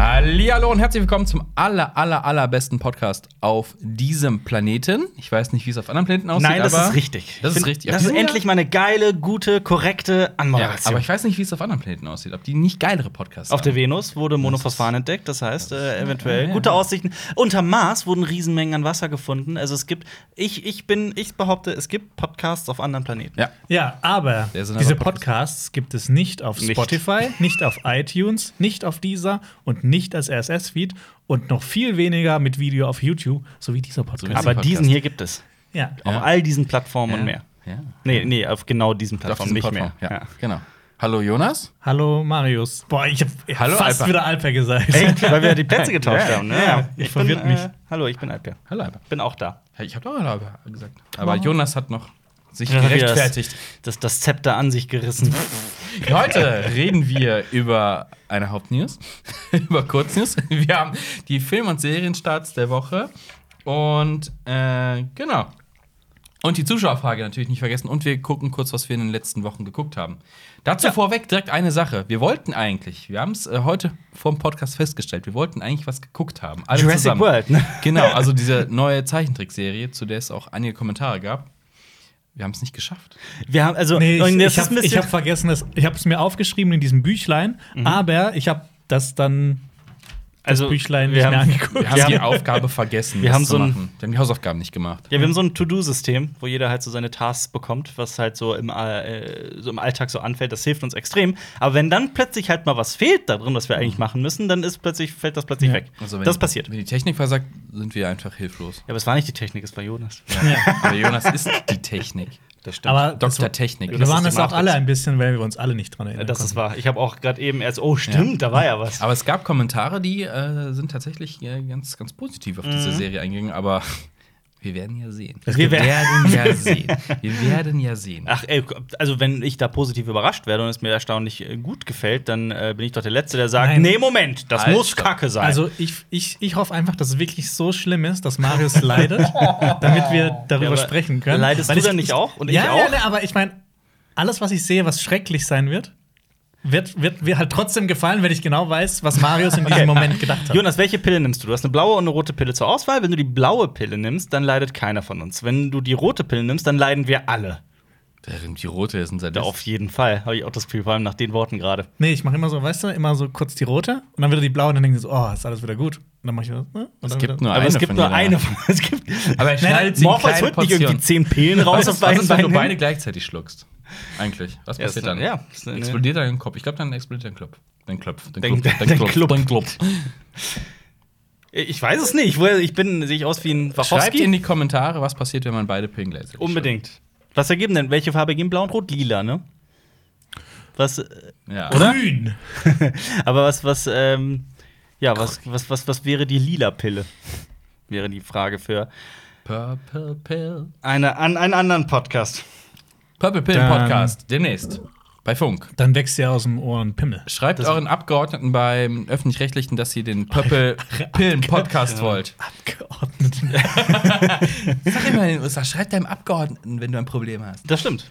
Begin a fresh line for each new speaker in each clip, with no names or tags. Hallo und herzlich willkommen zum aller, aller, allerbesten Podcast auf diesem Planeten. Ich weiß nicht, wie es auf anderen Planeten aussieht.
Nein, das
aber
ist richtig.
Das ist
Find-
richtig. Auf
Das ist
diesem
endlich mal eine geile, gute, korrekte
Ja,
Anmoderation.
aber ich weiß nicht, wie es auf anderen Planeten aussieht. Ob die nicht geilere Podcasts
auf der
haben.
Venus wurde Monophosphan entdeckt, das heißt äh, eventuell
ja, ja.
gute Aussichten. Unter Mars wurden Riesenmengen an Wasser gefunden. Also es gibt, ich, ich bin, ich behaupte, es gibt Podcasts auf anderen Planeten.
Ja.
Ja, aber
Der sind
diese
aber Podcasts.
Podcasts gibt es nicht auf
Nicht.
Spotify, nicht auf iTunes, nicht auf Deezer und nicht als RSS-Feed und noch viel weniger mit Video auf YouTube, so wie dieser Podcast.
wie
Aber
Podcast.
diesen hier gibt es.
ja.
Ja.
Auf all diesen Plattformen und mehr.
Ja.
Nee, nee, auf genau diesen
Auf
Plattformen
diesen
nicht
Plattformen.
mehr.
Ja. genau. Hallo Jonas.
Hallo Marius. Boah, ich hab
Hallo,
fast
Alper.
wieder Alper gesagt.
Echt? Weil wir die Plätze getauscht
Ja,
haben.
ja,
Ne?
ja.
Ich
Verwirrt
bin, äh,
mich.
Hallo, ich bin Alper.
Hallo Alba.
Bin auch da.
Ich habe doch Hallo Alba gesagt. Aber Jonas hat noch sich
Ja, wieder das-
gerechtfertigt.
Das, das Zepter an sich gerissen.
Heute reden wir über eine Hauptnews, über Kurznews. Wir haben die Film- und Serienstarts der Woche und äh, genau. Und die Zuschauerfrage natürlich nicht vergessen. Und wir gucken kurz, was wir in den letzten Wochen geguckt haben. Dazu vorweg direkt eine Sache. Wir wollten eigentlich, wir haben es äh, heute vom Podcast festgestellt, wir wollten eigentlich was geguckt haben. Alle
Jurassic
zusammen.
World, ne?
Genau, also diese neue Zeichentrickserie, zu der es auch einige Kommentare gab. Wir haben es nicht geschafft.
Wir haben also
Nee, ich,
und das
ich habe
ist ein bisschen-
hab vergessen, das, ich habe es mir aufgeschrieben in diesem Büchlein, aber ich habe das dann
also
Büchlein
wir
nicht mehr
haben,
angeguckt.
Wir haben,
Wir
die
haben-
Aufgabe vergessen.
Wir
das
haben
zu
so ein-
machen. Wir haben die Hausaufgaben nicht gemacht.
Ja, wir haben so ein To-Do-System, wo jeder halt so seine Tasks bekommt, was halt so im, äh, so im Alltag so anfällt. Das hilft uns extrem. Aber wenn dann plötzlich halt mal was fehlt da drin, was wir eigentlich machen müssen, dann ist plötzlich, fällt das plötzlich
Mhm. Ja.
weg.
Also, wenn
das
die,
passiert. Ja,
Wenn die Technik versagt, sind wir einfach hilflos.
aber es war nicht die Technik, es war Jonas.
Aber Jonas ist die Technik.
Das stimmt.
aber das-
Dr. Technik.
Wir
Das
waren
ist
das
die
auch
Matrix.
alle ein bisschen, weil wir uns alle nicht dran erinnern.
das ist
konnten.
wahr. Ich habe auch gerade eben erst, oh, stimmt, da war ja was.
Aber es gab Kommentare, die äh, sind tatsächlich äh, ganz, ganz positiv auf diese Serie eingegangen. Aber wir werden ja sehen.
Mhm. Es
wir
gibt-
werden ja sehen. Wir werden ja sehen.
Ach, ey, also wenn ich da positiv überrascht werde und es mir erstaunlich äh, gut gefällt, dann äh, bin ich doch der Letzte, der sagt,
Nein.
nee, Moment, das
Alter.
muss Kacke sein.
Also ich, ich, ich hoffe einfach, dass es wirklich so schlimm ist, dass Marius leidet, damit wir darüber
Ja, aber
sprechen können.
leidest du
ich-
dann
ich-
nicht auch? Und ich
ja,
auch?
Ja, ne, aber ich meine, alles, was ich sehe, was schrecklich sein wird, wird, wird mir halt trotzdem gefallen, wenn ich genau weiß, was Marius in diesem Moment gedacht hat.
Jonas, welche Pille nimmst du? Du hast eine blaue und eine rote Pille zur Auswahl. Wenn du die blaue Pille nimmst, dann leidet keiner von uns. Wenn du die rote Pille nimmst, dann leiden wir alle.
Der nimmt die rote ist ein
Ja,
Sadist.
auf jeden Fall, habe ich auch das Gefühl, vor allem nach den Worten gerade.
Nee, ich mache immer so, weißt du, immer so kurz die rote und dann wieder die blaue und dann denke ich so, oh, ist alles wieder gut. Und dann mache ich das. Ne? Und
Es
dann
gibt
wieder-
nur
Aber
eine.
es gibt
von
nur
jeder.
eine von es gibt,
Aber er schneidet sie in
Morpheus
kleine
holt nicht irgendwie
Portionen.
zehn Pillen raus
Was
auf
ist, was
beiden
ist, wenn du
Beinen.
beide
hin?
gleichzeitig schluckst? Eigentlich. Was
Ja,
passiert
ist
dann?
eine- ja, ist eine-
explodiert dann dein Kopf. Ich glaube, dann explodiert dein Klopf. Dein Klopf. Dein
Dein-
Klopf.
dein
Dein Klopf.
Klopf.
Dein Klopf.
Ich weiß es nicht. Woher- Ich bin, sehe ich aus wie ein
Schreibt in
Wachowski?
die Kommentare, was passiert, wenn man beide Pillen gleichzeitig
Unbedingt. Was ergeben denn? Welche Farbe geben? Blau und Rot? Lila, ne? Was, äh,
schluckt? Ja.
Grün.
aber was, was, ähm, ja, was, was, was, was wäre die lila Pille? Wäre die Frage für
Purple Pill.
eine, an, einen anderen Podcast.
Purple Pill
Dann-
Podcast. Demnächst. Bei Funk.
Dann wächst dir aus dem Ohr ein Pimmel.
Schreibt euren Abgeordneten beim Öffentlich-Rechtlichen, dass ihr den Purple Pillen Podcast wollt.
Abgeordnet.
Sag immer in den USA, schreibt deinem Abgeordneten, wenn du ein Problem hast.
Das stimmt.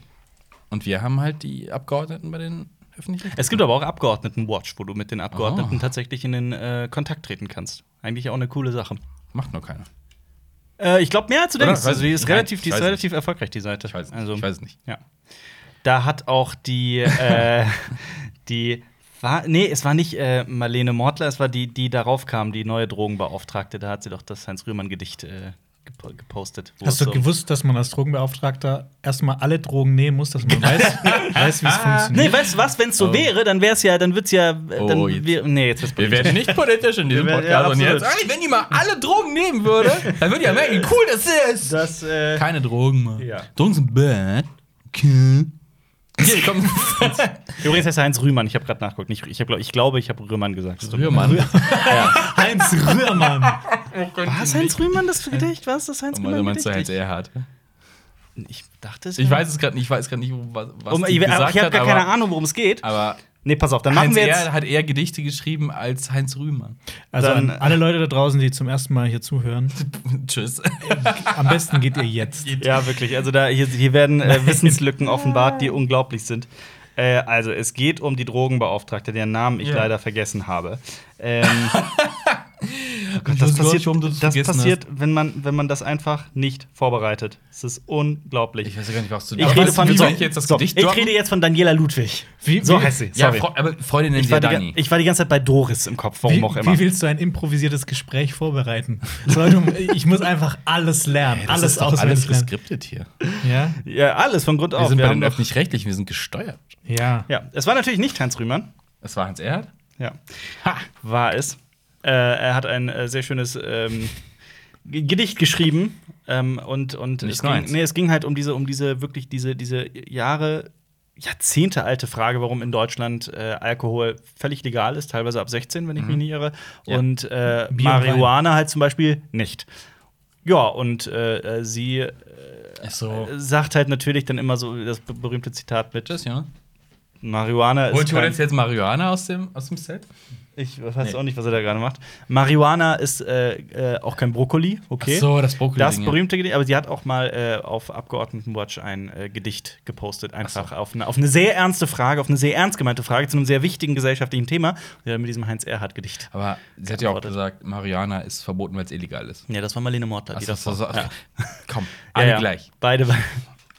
Und wir haben halt die Abgeordneten bei den Öffentlich-Rechtlichen.
Es gibt aber auch Abgeordneten-Watch, wo du mit den Abgeordneten
Oh.
tatsächlich in den äh, Kontakt treten kannst. Eigentlich auch eine coole Sache.
Macht nur keiner.
Äh, ich glaube, mehr als du
Oder?
denkst.
Weiß
Also, die
ich
ist
nicht.
relativ,
Ich
die ist
weiß es
relativ erfolgreich, die Seite.
Ich weiß es nicht.
also,
Ich weiß es nicht.
Ja. Da hat auch die, äh, die war, nee, es war nicht äh, Marlene Mortler, es war die, die darauf kam, die neue Drogenbeauftragte. Da hat sie doch das Heinz-Rühmann-Gedicht äh, gepo- gepostet. wo
Hast
es um-
du gewusst, dass man als Drogenbeauftragter erstmal alle Drogen nehmen muss, dass man weiß, weiß wie es funktioniert?
Nee, weißt du was, wenn es so
Oh.
wäre, dann wäre es ja, dann wird's ja, äh,
Oh,
dann
jetzt.
wär, nee, jetzt wird's
Wir werden nicht politisch in diesem
Wir
Podcast.
werden- ja,
und
absolut.
jetzt, Ey, wenn die mal alle Drogen nehmen würde, dann würde ich ja merken, wie cool das ist.
Das, äh,
Keine Drogen, Mann.
Ja.
Drogen sind bad. Okay. Hier, komm.
Übrigens heißt er Heinz Rühmann, ich habe gerade nachgeguckt. Nicht, ich, hab, glaub- ich glaube, ich habe Rühmann gesagt. Es tut mir
Rührmann.
Heinz Rührmann.
leid. War es Heinz Rühmann das Gedicht? War es das Heinz
Oh, Mann, du
Rühmann?
meinst du Heinz
Gedicht?
Erhard.
Ich dachte es.
Ich
war-
weiß es gerade nicht, ich weiß gerade nicht, wo- was, was
Um,
die
ich ich habe
gesagt
gar
hat,
keine
aber,
Ahnung, worum es geht.
aber
Nee, pass auf, dann machen
Heinz
wir jetzt.
Erhard hat eher Gedichte geschrieben als Heinz Rühmann.
Also
Dann-
an alle Leute da draußen, die zum ersten Mal hier zuhören,
Tschüss.
am besten geht ihr jetzt.
Ja, wirklich. Also da hier, hier werden äh, Wissenslücken offenbart, die unglaublich sind. Äh, also es geht um die Drogenbeauftragte, deren Namen ich
Ja.
leider vergessen habe. Ähm,
Oh Gott,
Das
ich weiß
passiert,
gar nicht, warum du das
das
vergessen
passiert wenn, man, wenn man das einfach nicht vorbereitet. Es ist unglaublich.
Ich weiß ja gar nicht, was du
Ich rede von
wie
so-
soll ich jetzt das
so,
Gedicht
Ich
droppen?
rede jetzt von Daniela Ludwig. so heißt sie.
Ja,
Sorry.
Fre aber Freundinnen
ich,
der
war die,
Dani.
ich war die ganze Zeit bei Doris im Kopf, warum
Wie,
auch immer.
wie willst du ein improvisiertes Gespräch vorbereiten? So, Leute, ich muss einfach alles lernen,
Ey, das
alles
ist doch alles
auswendig lernen.
geskriptet hier.
Ja,
ja, alles von Grund auf.
Wir sind bei
haben
den
doch-
Öffentlich-Rechtlichen, wir sind gesteuert.
ja.
ja, es war natürlich nicht Hans Rühmann.
Das war Hans Erhard?
Ja. War es. Äh, er hat ein äh, sehr schönes ähm, G- Gedicht geschrieben. Ähm, und und
Nicht
es,
nur
ging,
eins.
nee, es ging halt um diese, um diese, wirklich diese, diese Jahre, Jahrzehnte alte Frage, warum in Deutschland äh, Alkohol völlig legal ist, teilweise ab 16, wenn ich mich nicht irre.
Mhm. Ja.
Und äh,
und
Marihuana halt zum Beispiel nicht. Ja, und äh, äh, sie äh,
Ach so.
sagt halt natürlich dann immer so das be- berühmte Zitat mit
Also, Tschüss, ja.
Marihuana ist.
Holt ihr
kein-
uns jetzt Marihuana aus dem, aus dem Set?
Ich weiß
Nee.
auch nicht, was er da gerade macht. Marihuana ist äh, äh, auch kein Brokkoli, okay.
Ach so, das Brokkoli.
Das berühmte Gedicht, aber sie hat auch mal äh, auf Abgeordnetenwatch ein äh, Gedicht gepostet, einfach auf, eine, auf eine sehr ernste Frage, auf eine sehr ernst gemeinte Frage zu einem sehr wichtigen gesellschaftlichen Thema. Und sie hat mit diesem Heinz Erhardt-Gedicht.
Aber sie hat ja auch
Geantwortet.
gesagt, Marihuana ist verboten, weil es illegal ist.
Ja, das war Marlene Mortler.
Ach so, so, so.
Ja.
Komm,
Ja,
alle
ja.
gleich.
Beide,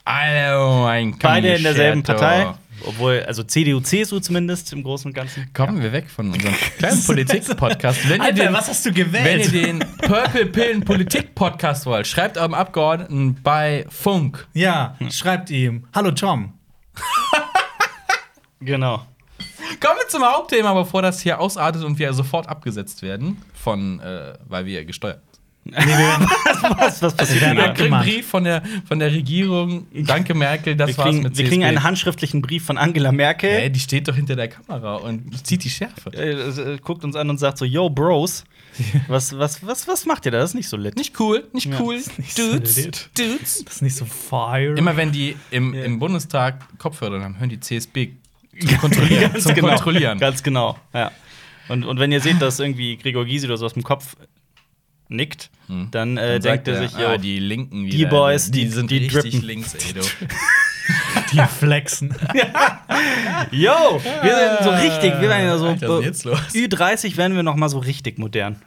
Alle, oh mein
beide in derselben
Concerto.
Partei. Obwohl, also CDU, CSU zumindest im Großen und Ganzen.
oh. Kommen wir weg von unserem kleinen Politik-Podcast. Wenn ihr
Alter,
den
was hast du gewählt?
Wenn ihr den Purple Pillen Politik Podcast wollt, schreibt eurem Abgeordneten bei Funk.
ja, schreibt ihm. Hallo Tom.
Genau.
Kommen wir zum Hauptthema, bevor das hier ausartet und wir sofort abgesetzt werden von, äh, weil wir gesteuert.
Was, was passiert denn
werden
Wir
da?
abge-
kriegen einen
gemacht.
Brief von der, von der Regierung. Danke Merkel, das
Wir
war's
kriegen,
mit
wir kriegen
CSB.
einen handschriftlichen Brief von Angela Merkel.
Hä, die steht doch hinter der Kamera und zieht die Schärfe.
äh, äh, guckt uns an und sagt so, yo, Bros, was, was, was, was macht ihr da? Das ist nicht so lit.
Nicht cool, nicht
Ja.
cool.
Ist nicht so
Dudes,
lit.
Dudes.
Das ist nicht so fire.
Immer wenn die im, im Bundestag Kopfhörer haben, hören die CSB zum Kontrollieren. zum Kontrollieren.
Ganz genau, ja. Und, und wenn ihr seht, dass irgendwie Gregor Gysi oder so aus dem Kopf nickt, dann, äh,
Hm. Dann
denkt
sagt
er sich, yo,
ah, die Linken wieder,
Boys, die-
sind
die
richtig
drippen.
links, ey, du.
die flexen.
yo, wir sind so richtig, wir werden ja so,
Alter, was ist jetzt los?
Ü30 werden wir noch mal so richtig modern.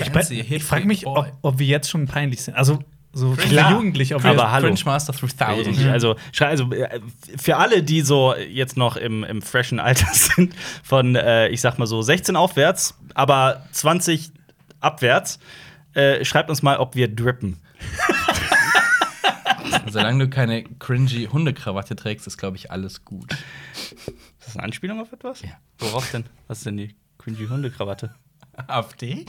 Ich, weiß- ich frage mich, ob, ob wir jetzt schon peinlich sind. Also, so
Klar,
viele Jugendliche, ob wir
aber- Ah, hallo.
Cringe Master 3000.
Ich, also, schrei- also äh, für alle, die so jetzt noch im, im freshen Alter sind, von äh, ich sag mal so 16 aufwärts, aber 20 abwärts, äh, schreibt uns mal, ob wir drippen.
Solange du keine cringy Hundekrawatte trägst, ist, glaube ich, alles gut.
Ist das eine Anspielung auf etwas?
Ja.
Worauf denn? Was ist denn die cringy Hundekrawatte?
AfD?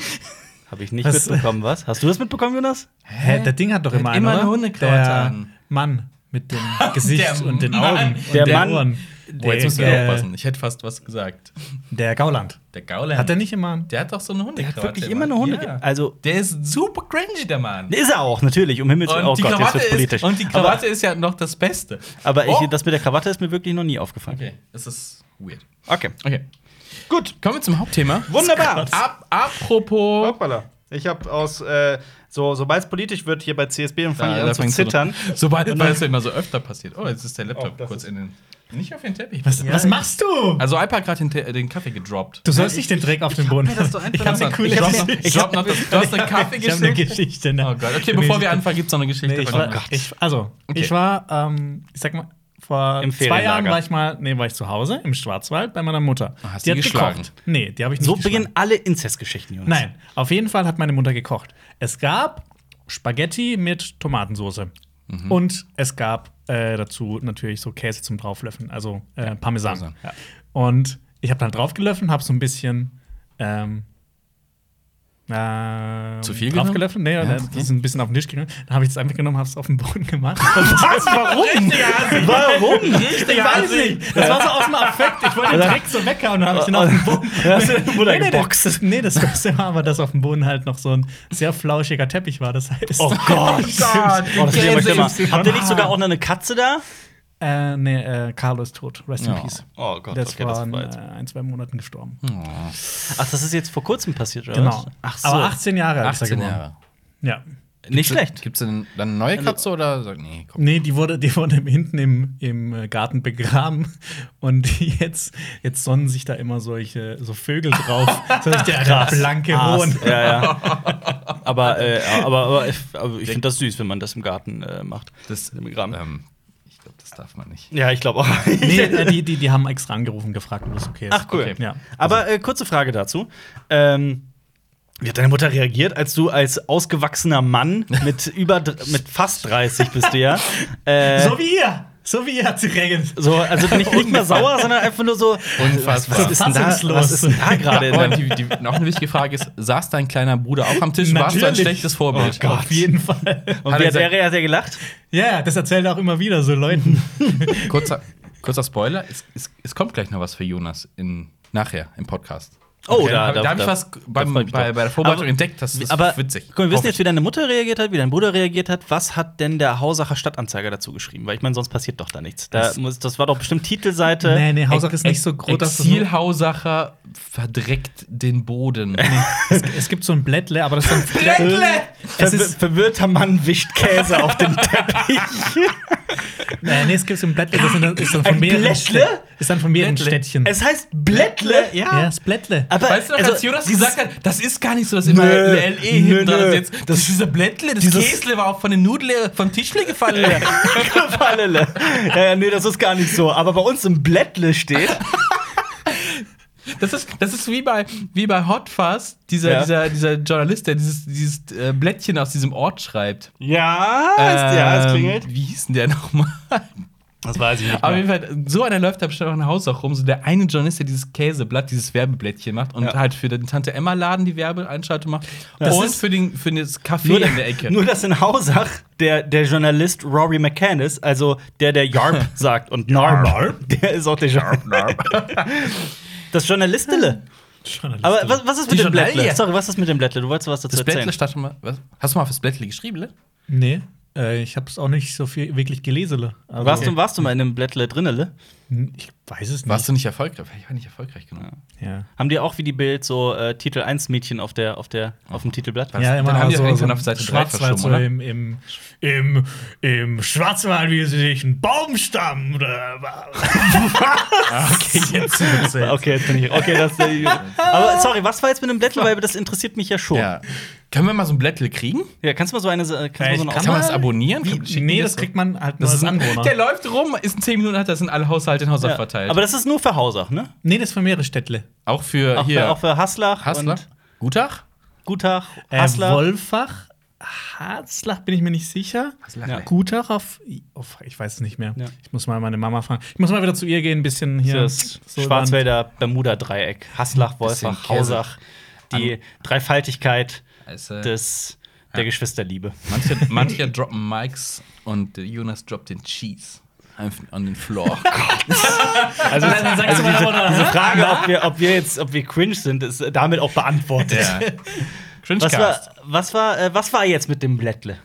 Habe ich nicht
Was?
mitbekommen, was? Hast du das mitbekommen, Jonas?
Hä, der Ding hat doch
Der
immer
hat
einen,
immer
oder?
eine Hundeklaue an.
Der Mann mit dem Gesicht
Der
und den
Mann.
Augen
Der
und
Mann.
den Ohren.
Oh, jetzt müssen wir
Der-
aufpassen. Ich hätte fast was gesagt.
Der Gauland.
Der Gauland.
Hat er nicht immer einen?
Der hat doch so eine Hundekrawatte.
Hundekrawatte.
Ja.
Also,
Der ist super cringy, der Mann.
ist er auch, natürlich, um Himmels Willen. Oh Gott, jetzt wird's politisch.
ist, und die
aber
Krawatte ist ja noch das Beste.
aber ich,
Oh.
das mit der Krawatte ist mir wirklich noch nie aufgefallen.
Okay, das ist weird.
Okay.
Okay,
Gut.
kommen wir zum Hauptthema.
Wunderbar.
Ab, apropos.
Hoppala. Ich habe aus, äh, so, sobald es politisch wird hier bei CSB, dann fange
Da-
ich
da
an zu
fängst du
zittern.
dran. Sobald weil es immer so öfter passiert. Oh, jetzt ist der
Oh,
Laptop
das
kurz
ist-
in den. Nicht auf den Teppich.
Was, was machst du?
Also, Alpa hat gerade den, Te- den Kaffee gedroppt.
Du sollst nicht den Dreck auf den Boden. Ich hab eine coole
ich hab,
Geschichte.
ich hab noch das, du hast einen Kaffee
Ich hab eine
geschenkt.
Geschichte. Ne?
Oh Gott. Okay, bevor wir anfangen, gibt's noch eine Geschichte.
Nee, ich
von-
war, ich, also,
Okay.
ich war, ähm, ich sag mal, vor
Im
zwei Jahren
Ferienlager.
war ich mal, nee, war ich zu Hause im Schwarzwald bei meiner Mutter.
Hast du die geschlagen?
Nee, die habe ich nicht
So
geschlagen.
beginnen alle Inzestgeschichten, Jonas.
Nein, auf jeden Fall hat meine Mutter gekocht. Es gab Spaghetti mit Tomatensoße.
Mhm.
Und es gab äh, dazu natürlich so Käse zum Drauflöffeln, also äh, Parmesan.
Parmesan.
Ja. Und ich habe dann draufgelöffelt, habe so ein bisschen. Ähm, ähm,
Zu viel
draufgelöffelt? Nee,
Ja,
das
okay.
ist ein bisschen auf den Tisch gegangen. Dann habe ich das einfach genommen, habe es auf den Boden gemacht.
Was? Warum? Warum?
Ich weiß nicht. Das war so aus dem Affekt. Ich wollte den
Also,
Oder-
Dreck so weghauen und dann habe ich
äh,
Oh,
den auf den Boden.
Hast du deine Mutter
nee,
geboxt?
Das, nee, das Beste war aber, dass auf dem Boden halt noch so ein sehr flauschiger Teppich war. Das heißt.
Oh Gott.
Gott,
Oh, das wird
Käse
immer schlimmer.
ist-
Habt ihr nicht sogar auch noch eine Katze da?
Äh, nee, äh, Carlo ist tot. Rest
Ja.
in peace.
Oh Gott,
das
okay, das
war in
war jetzt-
äh, ein, zwei Monaten gestorben.
Ach, das ist jetzt vor kurzem passiert, oder?
Genau.
was? Ach so.
Aber 18 Jahre alt ist er
18
geworden.
Jahre.
Ja.
Nicht schlecht.
Gibt es denn dann eine neue Katze oder sagt, nee, komm.
Nee, die wurde, die wurde hinten im, im äh, Garten begraben und jetzt, jetzt sonnen sich da immer solche so Vögel drauf. so der blanke Hohn.
Ja, ja. aber, äh, aber, aber ich, aber ich finde das süß, wenn man das im Garten äh, macht.
Das,
Im Graben.
ähm, ich glaube, das darf man nicht.
Ja, ich glaube auch.
Nee, äh, die, die, die haben extra angerufen, gefragt, ob das okay ist.
Ach cool.
Okay, ja.
Aber äh, kurze Frage dazu. Ähm, wie hat deine Mutter reagiert, als du als ausgewachsener Mann mit über dr- mit fast 30 bist du ja? Äh, so,
so wie ihr! So wie ihr hat sie regelt.
also nicht, nicht mal sauer, sondern einfach nur so
Unfassbar.
Was ist denn da,
Fassungslos.
was ist denn da gerade? in
Und
deinem-
die, die, noch eine wichtige Frage ist: Saß dein kleiner Bruder auch am Tisch? Warst du ein
Natürlich.
schlechtes Vorbild?
Oh Gott.
Auf jeden Fall.
Und
Hat
wie
er
hat er,
gesagt-
hat er gelacht?
Ja, das erzählt er auch immer wieder so Leuten.
Oh, kurzer, kurzer Spoiler: es, es, es kommt gleich noch was für Jonas in, nachher im Podcast.
Oh,
Okay,
da-
hab-
da-
da habe ich
da-
was beim,
freu ich mich
bei,
drauf.
bei der Vorbereitung
Aber-
entdeckt. Das ist
Aber
witzig.
Guck, mal, wir wissen
Hoffe
jetzt, wie deine Mutter reagiert hat, wie dein Bruder reagiert hat. Was hat denn der Hausacher Stadtanzeiger dazu geschrieben? Weil ich meine, sonst passiert doch da nichts. Da
Das-
das, muss, das war doch bestimmt Titelseite.
nee, nee, Hausach ist nicht so groß, dass das nur-
Exilhausacher verdreckt den Boden.
es, es gibt so ein Blättle, aber das ist so ein Es
Es
ist,
verwirrter Mann wischt Käse auf den Teppich.
nee, nee, es gibt so ein Blättle, das sind dann- ist dann von
Ein
mehreren,
Blättle?
Städten, ist dann von mehreren
Blättle.
Städtchen.
Es heißt Blättle,
ja, das Blättle.
Aber
Weißt du noch,
also,
als Jonas
dieses-
gesagt hat, das ist gar nicht so, dass immer
Nö,
eine LE
nö,
E hinten dran
nö.
ist. Jetzt, das, ist dieser Blättle, das
dieses-
Käsle war auch von den Nudeln vom Tischle gefallen.
Gefallene. ja, ja, nee, das ist gar nicht so. Aber bei uns im Blättle steht.
Das ist, das ist wie, bei, wie bei Hot Fuzz, dieser,
Ja.
dieser, dieser Journalist, der dieses, dieses äh, Blättchen aus diesem Ort schreibt.
ja,
Ähm, Wie hieß denn der nochmal?
Das weiß ich nicht.
Aber auf
mehr.
jeden Fall, so einer läuft da bestimmt auch in Haus auch rum. So der eine Journalist, der dieses Käseblatt, dieses Werbeblättchen macht und
Ja.
halt für den Tante Emma Laden die Werbeeinschaltung macht.
Das
Und
ist-
für, den, für das Café
Nur,
in der Ecke.
nur dass in Hausach der, der Journalist Rory McCannis, also der, der Yarp sagt und Narb, der ist auch der Jarp. Das Journalistele.
Journalist.
Aber was, was ist mit
Die
dem Blättle?
Journalie.
Sorry, was ist mit dem Blättle? Du wolltest was dazu
Das
erzählen.
Blättle stand schon mal. Was? Hast du mal fürs Blättle geschrieben, ne?
nee, äh, ich habe es auch nicht so viel wirklich gelesen. Also,
Warst, du, warst du mal in dem Blättle drinnele?
Ich weiß es nicht.
Warst du nicht erfolgreich? Ich war nicht erfolgreich genug.
Ja.
Haben die auch wie die Bild so äh, Titel 1 Mädchen auf der auf der auf dem Titelblatt?
Ja,
Ja,
immer
immer
Dann haben die
so,
doch irgendwann
so
auf Seite drei
Schwarzwald
verschoben,
so
oder?
im, im, im, im Schwarzwald, wie sie sich einen Baumstamm oder Ah, Okay, jetzt wird's jetzt.
Okay, jetzt bin ich. Okay, das. Äh, aber sorry, was war jetzt mit dem Blättle? Weil das interessiert mich ja schon. Ja,
Ja. Können wir mal so ein Blättle kriegen?
kannst du mal so eine. äh, Kannst du mal so
ich
eine
Kann man das abonnieren?
Wie,
Kann- schicken die
nee, das kriegt man halt nur als Anwohner.
Der läuft rum, ist in 10 Minuten, hat das in alle Haushalte in Hausach
ja.
verteilt.
Aber das ist nur für Hausach, ne?
Nee, das ist für mehrere Städtle.
auch für
Auch,
hier
Für, auch für Haslach,
Hassler.
und
Gutach?
Gutach,
Äh,
Haslach.
Wolfach, Harzlach bin ich mir nicht sicher.
Haslach,
Ja.
nee.
Gutach auf. Oh, fuck, ich weiß es nicht mehr.
Ja.
Ich muss mal meine Mama fragen. Ich muss mal wieder zu ihr gehen, ein bisschen hier.
das
so
Schwarzwälder Bermuda-Dreieck. Haslach, Wolfach,
Bisschen Käse.
Hausach. Die Dreifaltigkeit
Also,
des, der Geschwisterliebe.
manche, manche droppen Mikes und äh, Jonas droppt den Cheese. Einfach an den Floor.
Also,
dann- dann sagst du mal
diese,
davon,
diese Frage, ob wir, ob wir jetzt, ob wir cringe sind, ist damit auch beantwortet.
Ja.
Was
Cringecast.
war, was, war, äh, was war jetzt mit dem Blättle?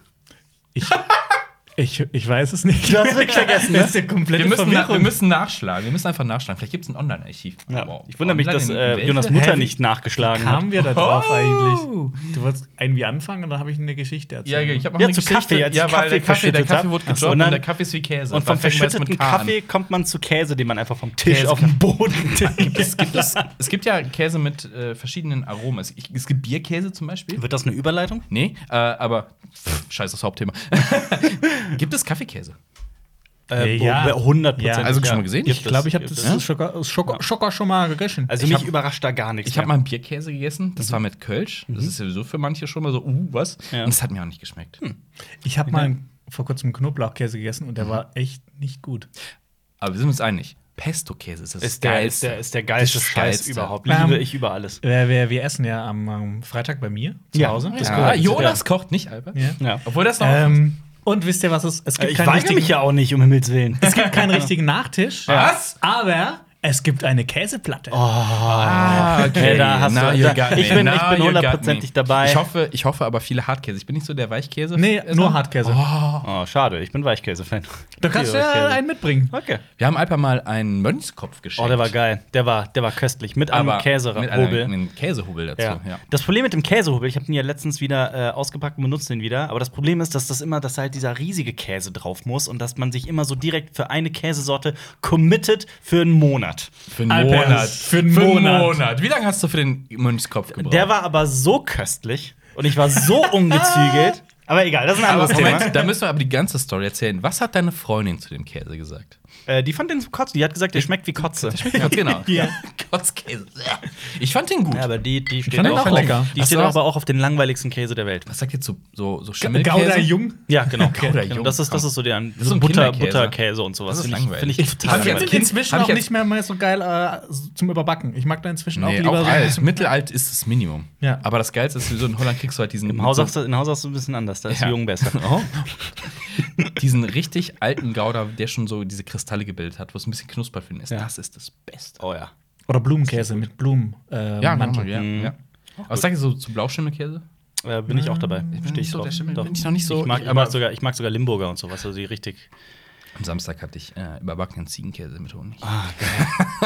Ich, ich weiß es nicht.
Du hast wirklich vergessen, ne?
Das ist ja komplette
Wir müssen, nach, wir
Verwirrung.
müssen nachschlagen. Wir müssen einfach nachschlagen. Vielleicht gibt es ein Online-Archiv. Wow.
Ich wundere mich,
Online
dass
in
äh,
Welt?
Jonas Mutter
Hä, wie-
nicht nachgeschlagen hat.
Kamen wir da drauf
Oh.
eigentlich? Du wolltest irgendwie anfangen und dann habe ich eine Geschichte
Ja,
erzählt.
ja, ich habe auch
Ja,
eine
zu
Geschichte.
Kaffee, als ich
ja, weil der
Kaffee
Kaffee, der
verschüttet hab.
Kaffee wurde
Ach so,
gedroppt und,
und dann-
der Kaffee ist wie Käse.
Und vom
Dann fängt man erst
verschütteten
mit K an.
Kaffee kommt man zu Käse, den man einfach vom Tisch
Käse.
auf den Boden
Es
gibt.
gibt, es, es gibt ja Käse mit äh, verschiedenen Aromen. Es, ich, es gibt Bierkäse zum Beispiel.
Wird das eine Überleitung?
Nee, äh, aber pff, scheiß das Hauptthema. gibt es Kaffeekäse?
Äh,
Ja.
100
Ja,
also schon mal gesehen?
Gibt
Ich
es,
glaube, ich habe
gibt
das,
es.
das Schocker, Schocker, Schocker schon mal gegessen.
Also
Ich
mich
hab-
überrascht da gar nichts.
Ich habe
mehr.
mal einen Bierkäse gegessen. Das war mit Kölsch. Das ist sowieso für manche schon mal so, uh, was?
Mhm. Ja. Hm.
Und es hat mir auch nicht geschmeckt.
ich habe mal vor kurzem Knoblauchkäse gegessen und der war echt nicht gut.
Aber wir sind uns einig. Pesto-Käse ist das
ist der, ist
Geilste.
der, ist der geilste
Das
Scheiß
Geilste.
überhaupt.
Ähm,
Liebe ich über alles.
Wir, wir, wir essen ja am, ähm, Freitag bei mir zu
Ja.
Hause.
Das ist
ja,
korrekt,
Jonas kocht nicht, Albert.
Ja.
Ja.
Obwohl das noch.
Ähm, und wisst ihr, was es Es
Äh,
gibt
Ich
keinen
weigere
richtigen,
mich ja auch nicht, um Himmels Willen.
es gibt keinen richtigen Nachtisch.
Was?
Aber Es gibt eine Käseplatte.
Ah,
okay, da hast du-
you
da-
got me.
ich bin- ich
Now
bin
you got
hundertprozentig
me.
dabei.
Ich hoffe, ich hoffe aber viele Hartkäse. Ich bin nicht so der Weichkäse. Also,
nee, nur Hartkäse.
Oh, schade, ich bin Weichkäse-Fan.
da kannst du ja einen mitbringen.
Okay.
Wir haben Alper mal einen Mönchskopf geschenkt.
Oh, der war geil. Der war, der war köstlich. Mit einem
aber mit einem,
Käsehobel.
einem Käsehobel dazu.
Ja.
Ja.
Das Problem mit dem Käsehobel, ich habe ihn ja letztens wieder äh, ausgepackt und benutzt ihn wieder, aber das Problem ist, dass das immer, dass halt dieser riesige Käse drauf muss und dass man sich immer so direkt für eine Käsesorte committet für einen Monat.
Für einen
Alper,
Monat.
für einen Monat.
Wie lange hast du für den Mönchskopf gebraucht?
Der war aber so köstlich und ich war so ungezügelt. Aber egal, das ist ein
aber
anderes Thema.
Moment, da müssen wir aber die ganze Story erzählen. Was hat deine Freundin zu dem Käse gesagt?
Äh, die fand den so kotze. Die hat gesagt, der schmeckt wie Kotze.
Ganz genau.
Ja.
Kotzkäse. Ich fand den gut.
Ja, aber die, die steht
fand den
auch
schon
auf,
lecker.
Die
Hast
steht
du
auch
was?
aber auch auf den langweiligsten Käse der Welt.
Was sagt ihr zu so, so Schimmelkäse?
Gauder Jung.
Ja, genau.
Gouda,
genau.
Junge,
Das ist, das
komm.
ist so der
ist so
so
ein
Butter,
Kinderkäse.
Butterkäse und sowas.
Das ist
Find
langweilig.
Finde ich total
Ich
Ich
als
finde
langweilig.
ihn
Also Kind-
inzwischen
hab ich
auch
als-
nicht mehr, mehr so geil äh, zum Überbacken. Ich mag da inzwischen
Nee,
auch lieber
auch
so.
alles. Mittelalt ist das Minimum.
Ja.
Aber das Geilste ist, so in Holland kriegst du halt diesen,
Im Haus hast du, in Haus hast du ein bisschen anders, da ist
Ja. Oh.
die Jungen besser.
diesen richtig alten Gouda, der schon so diese Kristalle gebildet hat, wo es ein bisschen knuspert für den ist.
Ja.
Das ist das Beste.
Oh ja.
Oder Blumenkäse mit Blumen. Äh, Mantel.
ja,
Mhm.
ja. Was sagst du so zu Blauschimmelkäse?
Äh, bin ich auch dabei.
bin
Stehe
Hm, nicht
ich
so
drauf.
der Schimmel-
Doch.
bin ich noch nicht so-
Ich mag,
ich-
ich,
aber-
mag sogar, ich mag sogar Limburger und sowas, also die richtig.
Am Samstag hatte ich äh, überbackenen Ziegenkäse mit Honig.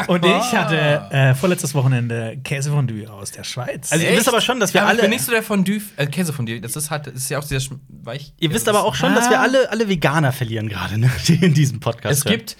Und ich hatte äh, vorletztes Wochenende Käsefondue aus der Schweiz.
Also- ihr wisst aber schon, dass wir
ja, aber
alle-
Ich bin nicht so der Fondue, äh, Käse von dir. Das ist halt, das ist ja auch sehr schm- weich.
Ihr wisst aber auch
Ah.
schon, dass wir alle, alle Veganer verlieren gerade, ne? Die in diesem Podcast.
Es
hören.
gibt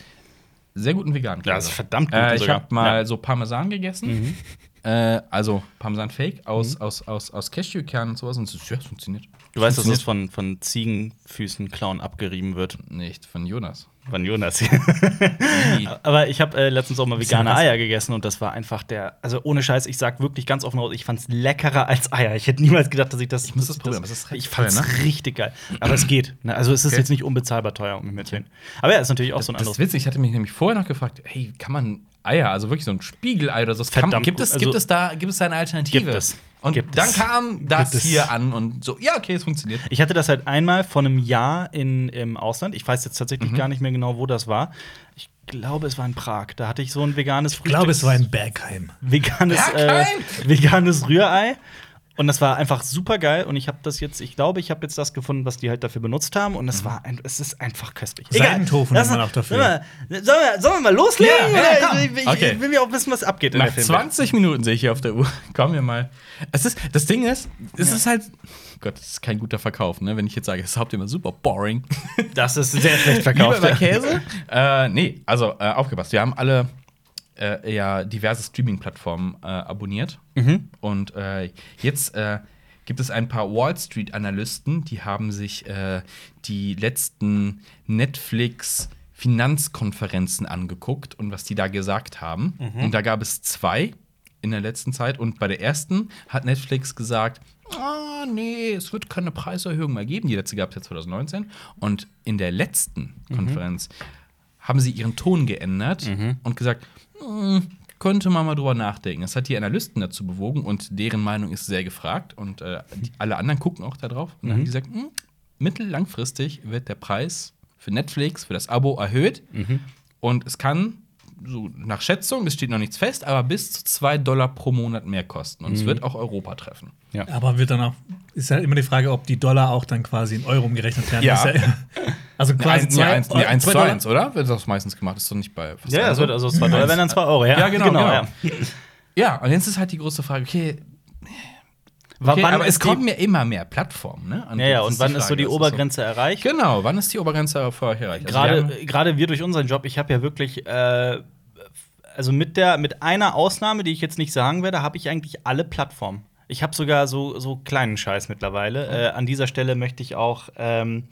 sehr guten veganen Käse.
Ja, das ist verdammt gut
Äh, ich
sogar.
habe mal
Ja.
so Parmesan gegessen.
Mhm.
Äh, also Parmesan Fake aus, aus, aus, aus Cashewkernen und sowas. Und es ist- ja, es funktioniert.
Du weißt, dass das
Funktioniert.
von, von Ziegenfüßen Clown abgerieben wird.
Nicht von Jonas.
Von Jonas.
Die-
Aber ich habe äh, letztens auch mal vegane
was.
Eier gegessen und das war einfach der. Also ohne Scheiß, ich sag wirklich ganz offen raus, ich fand's leckerer als Eier. Ich hätte niemals gedacht, dass ich das. Ich
muss das probieren, aber es ist recht
ich fand's
teuer,
richtig geil. Aber es geht. Ne? Also es ist
Okay.
jetzt nicht unbezahlbar teuer, um mit hin. Aber ja, ist natürlich auch so ein
das ist
anderes.
witzig. Ich hatte mich nämlich vorher noch gefragt, hey, kann man Eier, also wirklich so ein Spiegelei oder so, das kann,
Verdammt
gibt,
gut.
es,
Also-
gibt es da gibt es da eine Alternative?
Gibt es.
Und
Gibt
dann
es.
kam das
Gibt es.
hier an und so, ja, okay, es funktioniert.
Ich hatte das halt einmal vor einem Jahr in, im Ausland. Ich weiß jetzt tatsächlich gar nicht mehr genau, wo das war. Ich glaube, es war in Prag. Da hatte ich so ein veganes
ich glaube, es war in Bergheim.
veganes,
Ja,
äh,
geil.
veganes Rührei. Und das war einfach super geil. Und ich habe das jetzt, ich glaube, ich habe jetzt das gefunden, was die halt dafür benutzt haben. Und es war, ein, es ist einfach köstlich.
Seidentofu
Lass-
nennt man auch dafür.
Sollen wir, sollen wir, sollen wir mal loslegen?
Ja, ja,
Oder
komm.
ich, ich,
Okay.
ich will mir auch wissen, was abgeht in
Nach
der Film.
20 Minuten sehe ich hier auf der Uhr. Kommen wir mal. Es ist, das Ding ist, es ist halt. Gott, das ist kein guter Verkauf, ne? Wenn ich jetzt sage, es ist Hauptthema super boring.
Das ist sehr schlecht
Lieber
verkauft.
bei Käse? äh, nee, also äh, aufgepasst. Wir haben alle äh, ja diverse Streaming-Plattformen äh, abonniert. Und äh, jetzt äh, gibt es ein paar Wall Street-Analysten, die haben sich äh, die letzten Netflix- Finanzkonferenzen angeguckt und was die da gesagt haben. Und da gab es zwei in der letzten Zeit. Und bei der ersten hat Netflix gesagt, ah, nee, es wird keine Preiserhöhung mehr geben. Die letzte gab es ja 2019. Und in der letzten Konferenz haben sie ihren Ton geändert
Mhm.
und gesagt, "Hm, könnte man mal drüber nachdenken. Das hat die Analysten dazu bewogen und deren Meinung ist sehr gefragt und äh, die, alle anderen gucken auch da drauf
Mhm.
und dann haben die gesagt, "Hm, mittellangfristig wird der Preis für Netflix, für das Abo erhöht
Mhm.
und es kann so nach Schätzung, es steht noch nichts fest, aber bis zu 2 Dollar pro Monat mehr kosten und es
Mhm.
wird auch Europa treffen.
Aber wird dann auch, ist halt immer die Frage, ob die Dollar auch dann quasi in Euro umgerechnet werden.
Ja.
Das ist also quasi
Ein- nee, eins, nee,
zwei-
eins
zwei
zu
Dollar.
eins, oder? Wird das meistens gemacht, ist doch nicht bei fast
Ja,
allen
das
so.
wird also zwei Dollar, wenn dann zwei Euro. Ja,
Ja, genau, genau.
ja.
Ja, und jetzt ist halt die große Frage, okay,
Wann
okay aber
ist
es
die-
kommen ja immer mehr Plattformen, ne?
Ja, ja, und wann ist
Frage,
so die
das
Obergrenze erreicht?
so. Genau, wann ist die Obergrenze vorher erreicht? Also
Gerade,
wir haben-
äh, gerade wir durch unseren Job, ich habe ja wirklich, äh, also mit der, mit einer Ausnahme, die ich jetzt nicht sagen werde, habe ich eigentlich alle Plattformen. Ich habe sogar so, so kleinen Scheiß mittlerweile.
Oh.
Äh, an dieser Stelle möchte ich auch, ähm,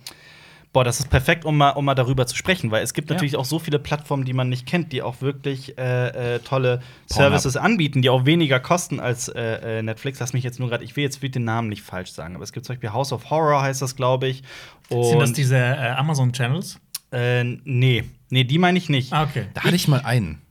boah, das ist perfekt, um mal, um mal darüber zu sprechen, weil es gibt
Ja.
natürlich auch so viele Plattformen, die man nicht kennt, die auch wirklich äh, äh, tolle
Pornhub.
Services anbieten, die auch weniger kosten als äh, äh, Netflix. Lass mich jetzt nur gerade, ich will jetzt will den Namen nicht falsch sagen, aber es gibt zum Beispiel House of Horror heißt das, glaube ich.
Sind das
Und-
diese äh, Amazon-Channels?
äh, nee. Nee, die meine ich nicht.
Ah, okay.
da hatte ich mal einen.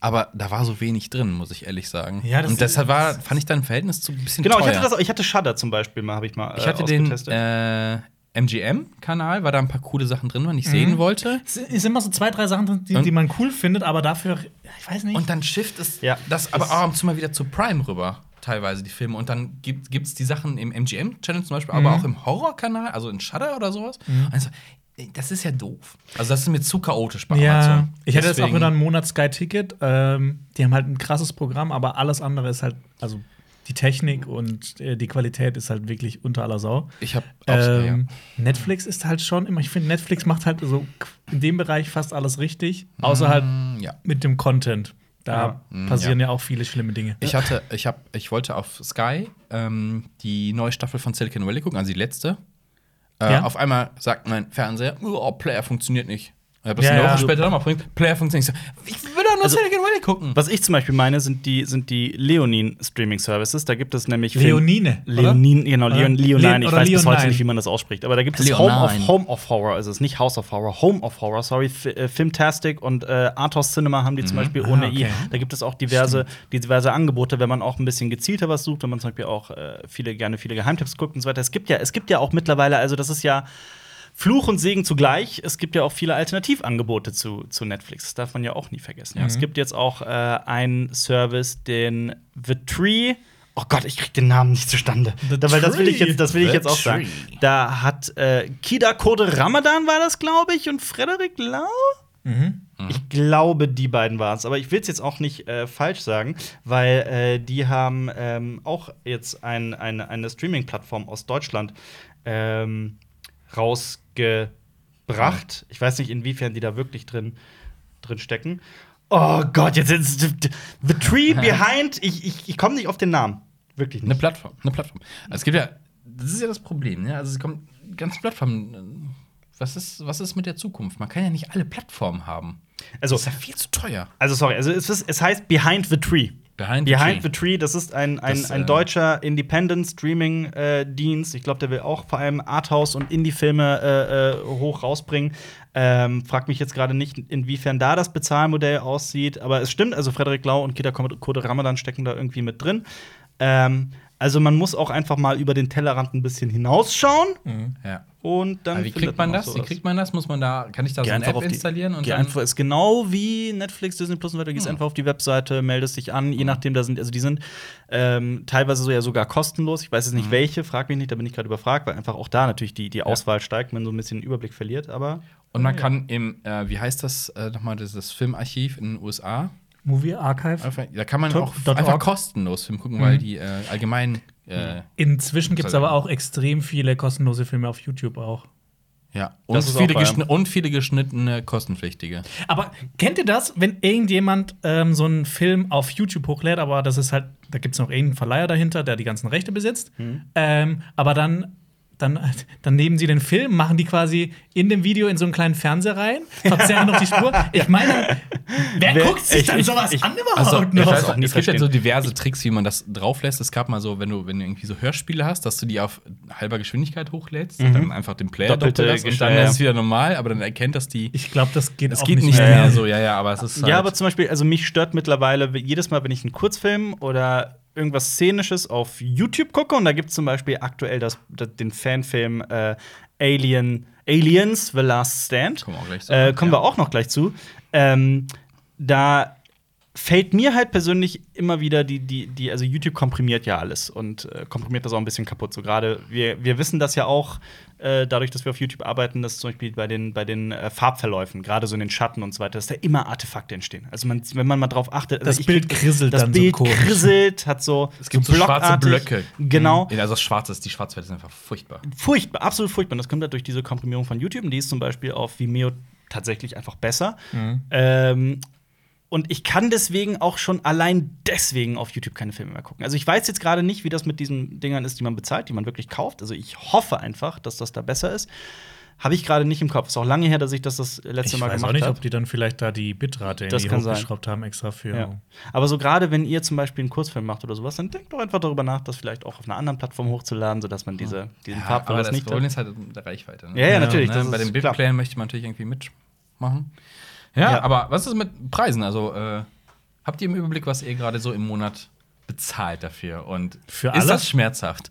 Aber da war so wenig drin, muss ich ehrlich sagen.
Ja, das
und deshalb
ist-
war, fand ich dann im Verhältnis zu ein bisschen
genau,
teuer.
ich hatte das auch, ich hatte Shudder zum Beispiel mal, habe ich mal äh,
Ich hatte den
ausgetestet.
äh, MGM-Kanal, weil da ein paar coole Sachen drin waren, die ich sehen wollte.
Es sind immer so zwei, drei Sachen, drin, die,
Und-
die man cool findet, aber dafür, ich weiß nicht.
Und dann shift es
Ja.
das aber
Das-
auch ab und zu mal wieder zu Prime rüber, teilweise die Filme. Und dann gibt es die Sachen im MGM-Channel zum Beispiel,
Mhm.
aber auch im Horror-Kanal, also in Shudder oder sowas. Also, ey, das ist ja doof. Also, das ist mir zu chaotisch bei
ja,
Amazon.
ich hätte jetzt auch
Deswegen-
wieder einen Monat Sky Ticket. Ähm, die haben halt ein krasses Programm, aber alles andere ist halt, also die Technik und äh, die Qualität ist halt wirklich unter aller Sau.
Ich hab auch-
ähm, Netflix ist halt schon immer, ich finde, Netflix macht halt so in dem Bereich fast alles richtig, außer halt
Mm, ja.
mit dem Content. Da
Mm,
passieren ja. auch viele schlimme Dinge.
Ich hatte, ich hab, ich wollte auf Sky ähm, die neue Staffel von Silicon Valley gucken, also die letzte. Äh,
Ja.
Auf einmal sagt mein Fernseher, oh, Player funktioniert nicht. Ich hab das
Ja,
eine
ja.
Woche später nochmal probiert, Player funktioniert nicht. Ich so, ich will doch nur
Also-
Silicon Valley gucken.
Was ich zum Beispiel meine, sind die, sind die Leonin-Streaming-Services. Da gibt es nämlich Film-
Leonine. oder?
Leonin, genau,
Oder?
Leon,
Leon-
Leonine, ich
oder
weiß bis heute
Leonine.
nicht, wie man das ausspricht, aber da gibt es Home
Leonine.
of, Home of Horror, ist es nicht House of Horror, Home of Horror, sorry, F äh, Filmtastic und äh, Arthouse Cinema haben die zum Beispiel ohne
Ah, okay.
i. Da gibt es auch diverse, diverse Angebote, wenn man auch ein bisschen gezielter was sucht, wenn man zum Beispiel auch äh, viele, gerne viele Geheimtipps guckt und so weiter. Es gibt ja, es gibt ja auch mittlerweile, also das ist ja Fluch und Segen zugleich. Es gibt ja auch viele Alternativangebote zu, zu Netflix. Das darf man ja auch nie vergessen. Es gibt jetzt auch äh, einen Service, den The Tree. Oh Gott, ich krieg den Namen nicht zustande.
The
Dabei, das will ich
Tree.
jetzt, das will ich
The
jetzt auch sagen.
Tree.
Da hat äh, Kida Kode Ramadan war das, glaube ich, und Frederik Lau. Ich glaube, die beiden waren es. Aber ich will es jetzt auch nicht äh, falsch sagen, weil äh, die haben ähm, auch jetzt ein, eine, eine Streaming-Plattform aus Deutschland ähm, rausgebracht. Ich weiß nicht, inwiefern die da wirklich drin, drin stecken. Oh Gott, jetzt ist The Tree Behind. Ich, ich, ich komme nicht auf den Namen. Wirklich
Eine
nicht.
Plattform, eine Plattform. Also, es gibt ja, das ist ja das Problem, ne? Also es kommt ganz Plattformen. äh, Was ist, was ist mit der Zukunft? Man kann ja nicht alle Plattformen haben.
Also,
Das ist ja viel zu teuer.
also sorry, also es, ist, es heißt Behind the Tree.
Behind the Tree.
Behind the Tree, das ist ein, ein,
Das, äh,
ein deutscher Independent-Streaming-Dienst. ich glaube, der will auch vor allem Arthouse und Indie-Filme äh, äh, hoch rausbringen. Ähm, frag mich jetzt gerade nicht, inwiefern da das Bezahlmodell aussieht, aber es stimmt, also Frederik Lau und Kita Code Ramadan stecken da irgendwie mit drin. Ähm, also man muss auch einfach mal über den Tellerrand ein bisschen hinausschauen
Ja.
und dann
Mhm. Aber wie
findet
kriegt man
auch
das? Wie
sowas.
kriegt man das? Muss man da, kann ich da so
Geh
eine
einfach
App
auf die,
installieren und
geh
dann Hm.
einfach ist genau wie Netflix, Disney Plus und so weiter. Gehst einfach auf die Webseite, meldest dich an, je nachdem, da sind also die sind ähm, teilweise so ja sogar kostenlos. Ich weiß jetzt
Hm.
nicht welche, frag mich nicht, da bin ich gerade überfragt, weil einfach auch da natürlich die, die Auswahl steigt, man so ein bisschen den Überblick verliert. Aber
Und man kann im, äh, wie heißt das äh, nochmal, dieses Filmarchiv in den USA?
Movie Archive.
Einfach, da kann man
Top-
auch
dot
einfach
org. Mhm.
kostenlos Film gucken, weil die äh, allgemein, äh,
Inzwischen gibt es aber auch extrem viele kostenlose Filme auf YouTube auch.
ja, und
Das ist
viele,
auch bei-
geschn und viele geschnittene kostenpflichtige.
Aber kennt ihr das, wenn irgendjemand ähm, so einen Film auf YouTube hochlädt, aber das ist halt, da gibt es noch irgendeinen Verleiher dahinter, der die ganzen Rechte besitzt. Ähm, aber dann, dann, dann nehmen sie den Film, machen die quasi in dem Video in so einen kleinen Fernseher rein, verzerren noch die Spur. Ich meine, wer,
Wer-
guckt sich
ich-
dann
ich-
sowas
ich-
an überhaupt
Also, ich
noch?
weiß,
auch nie
es gibt ja
verstehen.
so diverse Tricks, wie man das drauflässt. Es gab mal so, wenn du, wenn du irgendwie so Hörspiele hast, dass du die auf halber Geschwindigkeit hochlädst und dann einfach den Player
Mhm. Doppelte
doppelt hast und dann
Geschwindigkeit, ja.
ist es wieder normal, aber dann erkennt das die.
ich glaube, das geht
Es
auch
geht
nicht,
nicht mehr,
mehr.
so, ja, ja, aber es ist. halt,
ja, aber zum Beispiel, also mich stört mittlerweile jedes Mal, wenn ich einen Kurzfilm oder irgendwas Szenisches auf YouTube gucke, und da gibt es zum Beispiel aktuell das, das, den Fanfilm äh, Alien, Aliens, The Last Stand.
Kommen wir auch gleich zu.
äh, kommen
Ja.
wir auch noch gleich zu. Ähm, da fällt mir halt persönlich immer wieder die, die, die, also YouTube komprimiert ja alles und äh, komprimiert das auch ein bisschen kaputt. So gerade, wir, wir wissen das ja auch, äh, dadurch, dass wir auf YouTube arbeiten, dass zum Beispiel bei den, bei den äh, Farbverläufen, gerade so in den Schatten und so weiter, dass da immer Artefakte entstehen. Also man, wenn man mal drauf achtet, also
Das
ich
Bild
krieg-
kriselt
das
dann so
Bild
komisch.
kriselt, hat so
es gibt so schwarze
blockartig.
Blöcke.
Genau
Mhm. Also das Schwarze ist, die Schwarzwelt ist einfach furchtbar.
furchtbar, absolut furchtbar. Und das kommt halt durch diese Komprimierung von YouTube. Und die ist zum Beispiel auf Vimeo tatsächlich einfach besser. Ähm, und ich kann deswegen auch schon allein deswegen auf YouTube keine Filme mehr gucken. Also ich weiß jetzt gerade nicht, wie das mit diesen Dingern ist, die man bezahlt, die man wirklich kauft. Also ich hoffe einfach, dass das da besser ist. Habe ich gerade nicht im Kopf. Ist auch lange her, dass ich das das letzte
Ich
Mal
weiß auch
gemacht
nicht,
habe.
ob die dann vielleicht da die Bitrate
Das
irgendwie
kann sein.
hochgeschraubt haben, extra für.
Ja. Aber so gerade, wenn ihr zum Beispiel einen Kurzfilm macht oder sowas, dann denkt doch einfach darüber nach, das vielleicht auch auf einer anderen Plattform hochzuladen, sodass man diese, diesen
Ja, aber
Farbverlust
das
nicht hat.
Problem ist halt der Reichweite. Ne?
Ja, ja, natürlich, das
Bei
ist
den
klar.
Bildplayern möchte man natürlich irgendwie mitmachen. Ja,
Ja.
aber was ist mit Preisen? Also, äh, habt ihr im Überblick, was ihr gerade so im Monat bezahlt dafür. Und
Für
ist das
alles?
schmerzhaft?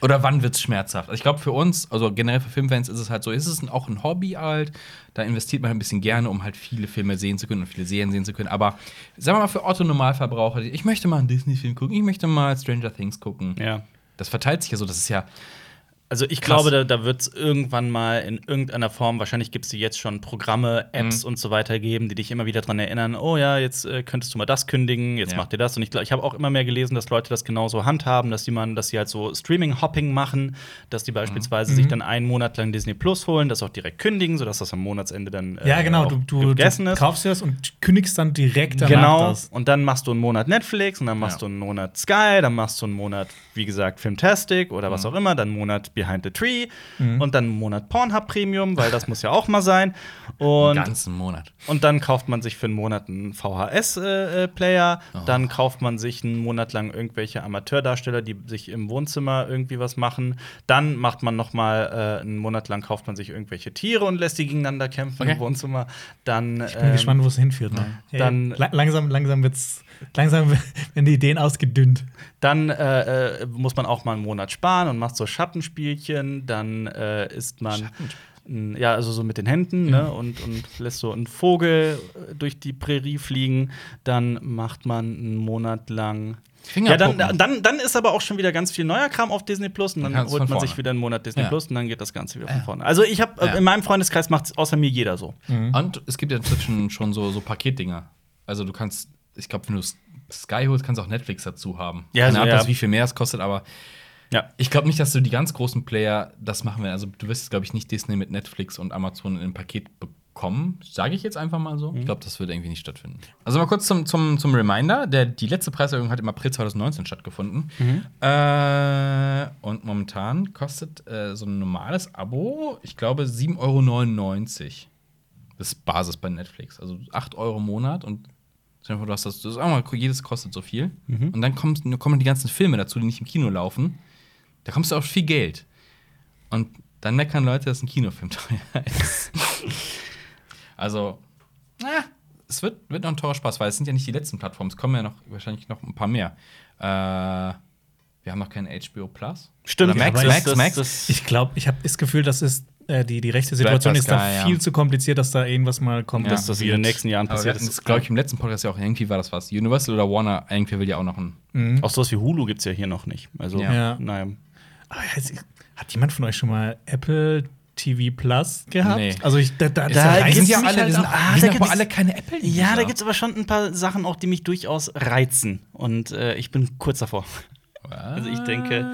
Oder wann wird's schmerzhaft? Also ich glaube, für uns, also generell für Filmfans ist es halt so, ist es ist auch ein Hobby halt. Da investiert man ein bisschen gerne, um halt viele Filme sehen zu können und viele Serien sehen zu können. Aber sagen wir mal, für Otto Normalverbraucher, die- ich möchte mal einen Disney-Film gucken, ich möchte mal Stranger Things gucken.
Ja.
Das verteilt sich ja so, das ist ja
Also ich
Krass.
glaube, da, da wird es irgendwann mal in irgendeiner Form, wahrscheinlich gibt es jetzt schon Programme,
Mhm.
Apps und so weiter geben, die dich immer wieder daran erinnern, oh ja, jetzt äh, könntest du mal das kündigen, jetzt
Ja.
macht ihr das. Und ich glaube, ich habe auch immer mehr gelesen, dass Leute das genauso handhaben, dass die man, dass sie halt so Streaming-Hopping machen, dass die
Mhm.
beispielsweise sich dann einen Monat lang Disney Plus holen, das auch direkt kündigen, sodass das am Monatsende dann äh,
Ja, genau.
auch
Du, du,
gegessen
du
ist.
kaufst dir das und kündigst dann direkt danach
Genau.
das.
Und dann machst du einen Monat Netflix und dann machst
Ja.
du einen Monat Sky, dann machst du einen Monat, wie gesagt, Filmtastic oder was auch immer, dann einen Monat Behind the Tree und dann einen Monat Pornhub Premium, weil das muss ja auch mal sein.
einen
Und,
ganzen Monat.
und dann kauft man sich für einen Monat einen VHS-Player, äh, dann kauft man sich einen Monat lang irgendwelche Amateurdarsteller, die sich im Wohnzimmer irgendwie was machen. Dann macht man noch mal äh, einen Monat lang kauft man sich irgendwelche Tiere und lässt die gegeneinander kämpfen im
Okay.
Wohnzimmer. Dann
Ich bin gespannt, wo es hinführt. Ne? Ey,
Dann-
la langsam, langsam wird's. Langsam werden die Ideen ausgedünnt.
Dann äh, äh, muss man auch mal einen Monat sparen und macht so Schattenspielchen. Dann äh, ist man. n- Ja, also so mit den Händen ne? und, und lässt so einen Vogel äh, durch die Prärie fliegen. Dann macht man einen Monat lang. Ja, dann,
Fingerpuppen.
dann, dann ist aber auch schon wieder ganz viel neuer Kram auf Disney Plus und dann
kannst
holt
von
man sich
vorne.
wieder einen Monat Disney
Ja.
Plus und dann geht das Ganze wieder von
Ja.
vorne. Also ich habe
Ja.
in meinem Freundeskreis macht außer mir jeder so.
Und es gibt ja inzwischen schon so, so Paketdinger. Also du kannst, ich glaube, wenn du S- Sky holst, kannst du auch Netflix dazu haben.
Ja,
Keine
so,
Ahnung,
ja.
dass wie viel mehr es kostet, aber
Ja.
ich glaube nicht, dass du die ganz großen Player das machen werden. Also du wirst, glaube ich, nicht Disney mit Netflix und Amazon in einem Paket bekommen. Sage ich jetzt einfach mal so. Ich glaube, das wird irgendwie nicht stattfinden. Also mal kurz zum, zum, zum Reminder. Der, die letzte Preiserhöhung hat im April 2019 stattgefunden. Äh, und momentan kostet äh, so ein normales Abo, ich glaube, 7,99 Euro. Das ist Basis bei Netflix. Also 8 Euro im Monat und stell dir vor, du hast das, das ist auch mal, jedes kostet so viel. Und dann kommst, kommen die ganzen Filme dazu, die nicht im Kino laufen. Da kommst du auf viel Geld. Und dann meckern Leute, dass ein Kinofilm teuer ist. also, na, es wird, wird noch ein teurer Spaß, weil es sind ja nicht die letzten Plattformen. Es kommen ja noch wahrscheinlich noch ein paar mehr. Äh, wir haben noch keinen HBO Plus.
Stimmt,
Oder Max,
aber
Max,
das-
Max.
das-
Ich glaube, ich habe das Gefühl, das ist äh, die, die rechte Situation
bei
ist da
Sky, ja.
viel zu kompliziert, dass da irgendwas mal kommt.
Ja.
Dass das in den nächsten Jahren
Aber wir
passiert
hatten das,
ist.
glaube ich, im letzten Podcast ja auch irgendwie war das was. Universal oder Warner, irgendwie will ja auch noch ein.
Auch sowas wie Hulu gibt es ja hier noch nicht. Also,
Ja.
Ja.
naja.
Aber jetzt, Ah, hat jemand von euch schon mal Apple TV Plus gehabt?
Nee.
Also ich, da, da,
Da
reißt
gibt's
mich
nicht halt
wir sind,
auch-
wir
ah, da
sind aber
gibt's-
alle keine apple
Ja, da gibt es aber schon ein paar Sachen auch, die mich durchaus reizen. Und äh, ich bin kurz davor. Also ich denke,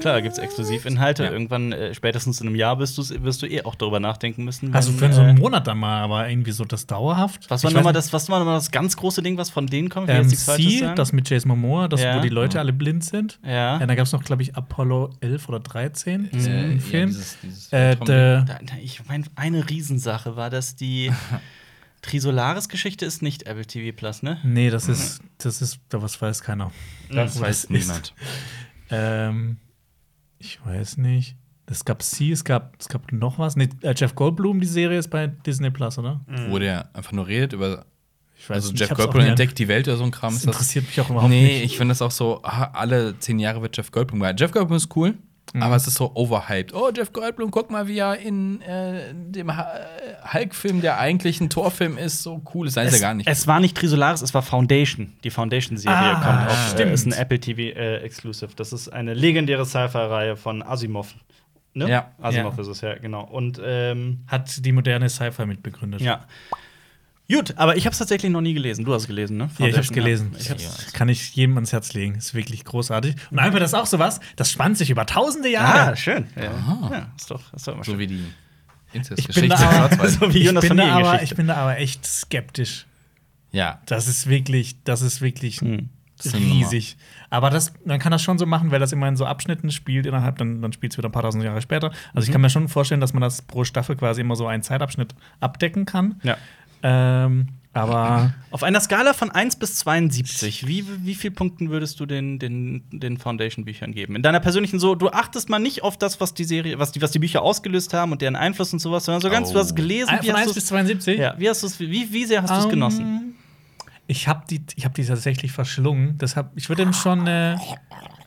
Klar, gibt es Exklusivinhalte.
Ja.
Irgendwann, äh, spätestens in einem Jahr, wirst, du's- wirst du eh auch darüber nachdenken müssen.
also
wenn,
für so einen
äh,
Monat dann mal, aber irgendwie so das dauerhaft.
was war
Ich weiß
nochmal
nicht,
das, was war noch mal das ganz große Ding, was von denen kommt? Ich will
Ähm,
jetzt nichts Falsches
sie,
sagen.
das mit Jason Momoa, das,
Ja.
wo die Leute alle blind sind.
ja.
Ja, da gab es noch, glaube ich, Apollo 11 oder 13,
Äh,
diesen
ja,
Film.
dieses- dieses
äh,
Tom-
der-
Da- da- ich meine, eine Riesensache war, dass die Trisolaris-Geschichte ist nicht Apple TV Plus, ne?
nee, das ist, das ist, da was weiß keiner.
das
wo
weiß
das
niemand.
Ähm, ich weiß nicht. Es gab sie, es gab, es gab noch was. Nee, äh, Jeff Goldblum, die Serie ist bei Disney Plus, oder?
Wo der einfach nur redet über.
Ich Mhm. weiß
Also
nicht,
Jeff
ich hab's auch
Goldblum
nie
entdeckt die Welt oder so ein Kram.
an- Das
ist das-
interessiert mich auch überhaupt
nee,
nicht.
ich finde das auch so, ah, alle zehn Jahre wird Jeff Goldblum geil. Jeff Goldblum ist cool,
Mhm.
aber es ist so overhyped. Oh, Jeff Goldblum, guck mal, wie er in äh, dem Ha- Hulk-Film, der eigentlich ein Torfilm ist, so cool ist. Nein, ist er gar nicht.
Es war nicht Trisolaris, es war Foundation. Die Foundation-Serie
Ah,
kommt auf.
stimmt.
Äh, ist ein Apple TV äh, Exclusive. Das ist eine legendäre Sci-Fi-Reihe von Asimov. Ne?
Ja.
Asimov
Ja.
ist es ja, genau. Und ähm,
Hat die moderne Sci-Fi mitbegründet.
ja. Gut, aber ich habe es tatsächlich noch nie gelesen. Du hast es gelesen, ne?
Ja, ich hab's
Foundation,
gelesen.
ja.
Ich hab's, kann ich jedem ans Herz legen. Ist wirklich großartig. Und einfach das ist auch sowas, das spannt sich über tausende Jahre.
Ah, schön. Ja, ja ist, doch, ist doch immer schön.
so wie die
ich, bin
Inzest-Geschichte.
da aber,
Schwarzwald.
So wie Jonas
ich,
von
bin da
Degen
aber,
Geschichte.
ich bin da aber echt skeptisch.
ja,
Das ist wirklich, das ist wirklich
Hm.
ist eine Nummer.
riesig. Aber das, man kann das schon so machen, weil das immer in so Abschnitten spielt innerhalb, dann, dann spielt es wieder ein paar tausend Jahre später. Also
Mhm.
ich kann mir schon vorstellen, dass man das pro Staffel quasi immer so einen Zeitabschnitt abdecken kann.
Ja.
Ähm, aber
Auf einer Skala von 1 bis 72, wie, wie viel Punkten würdest du den, den, den Foundation-Büchern geben? In deiner persönlichen so, du achtest mal nicht auf das, was die Serie, was die, was die Bücher ausgelöst haben und deren Einfluss und sowas, sondern so ganz,
Oh.
du hast gelesen,
von
wie hast
1
du's-
bis 72?
ja, wie hast du's, wie, wie sehr hast du es
Ähm,
genossen?
Ich Ich habe die, ich hab die tatsächlich verschlungen. Deshalb, ich würde ihm schon eine,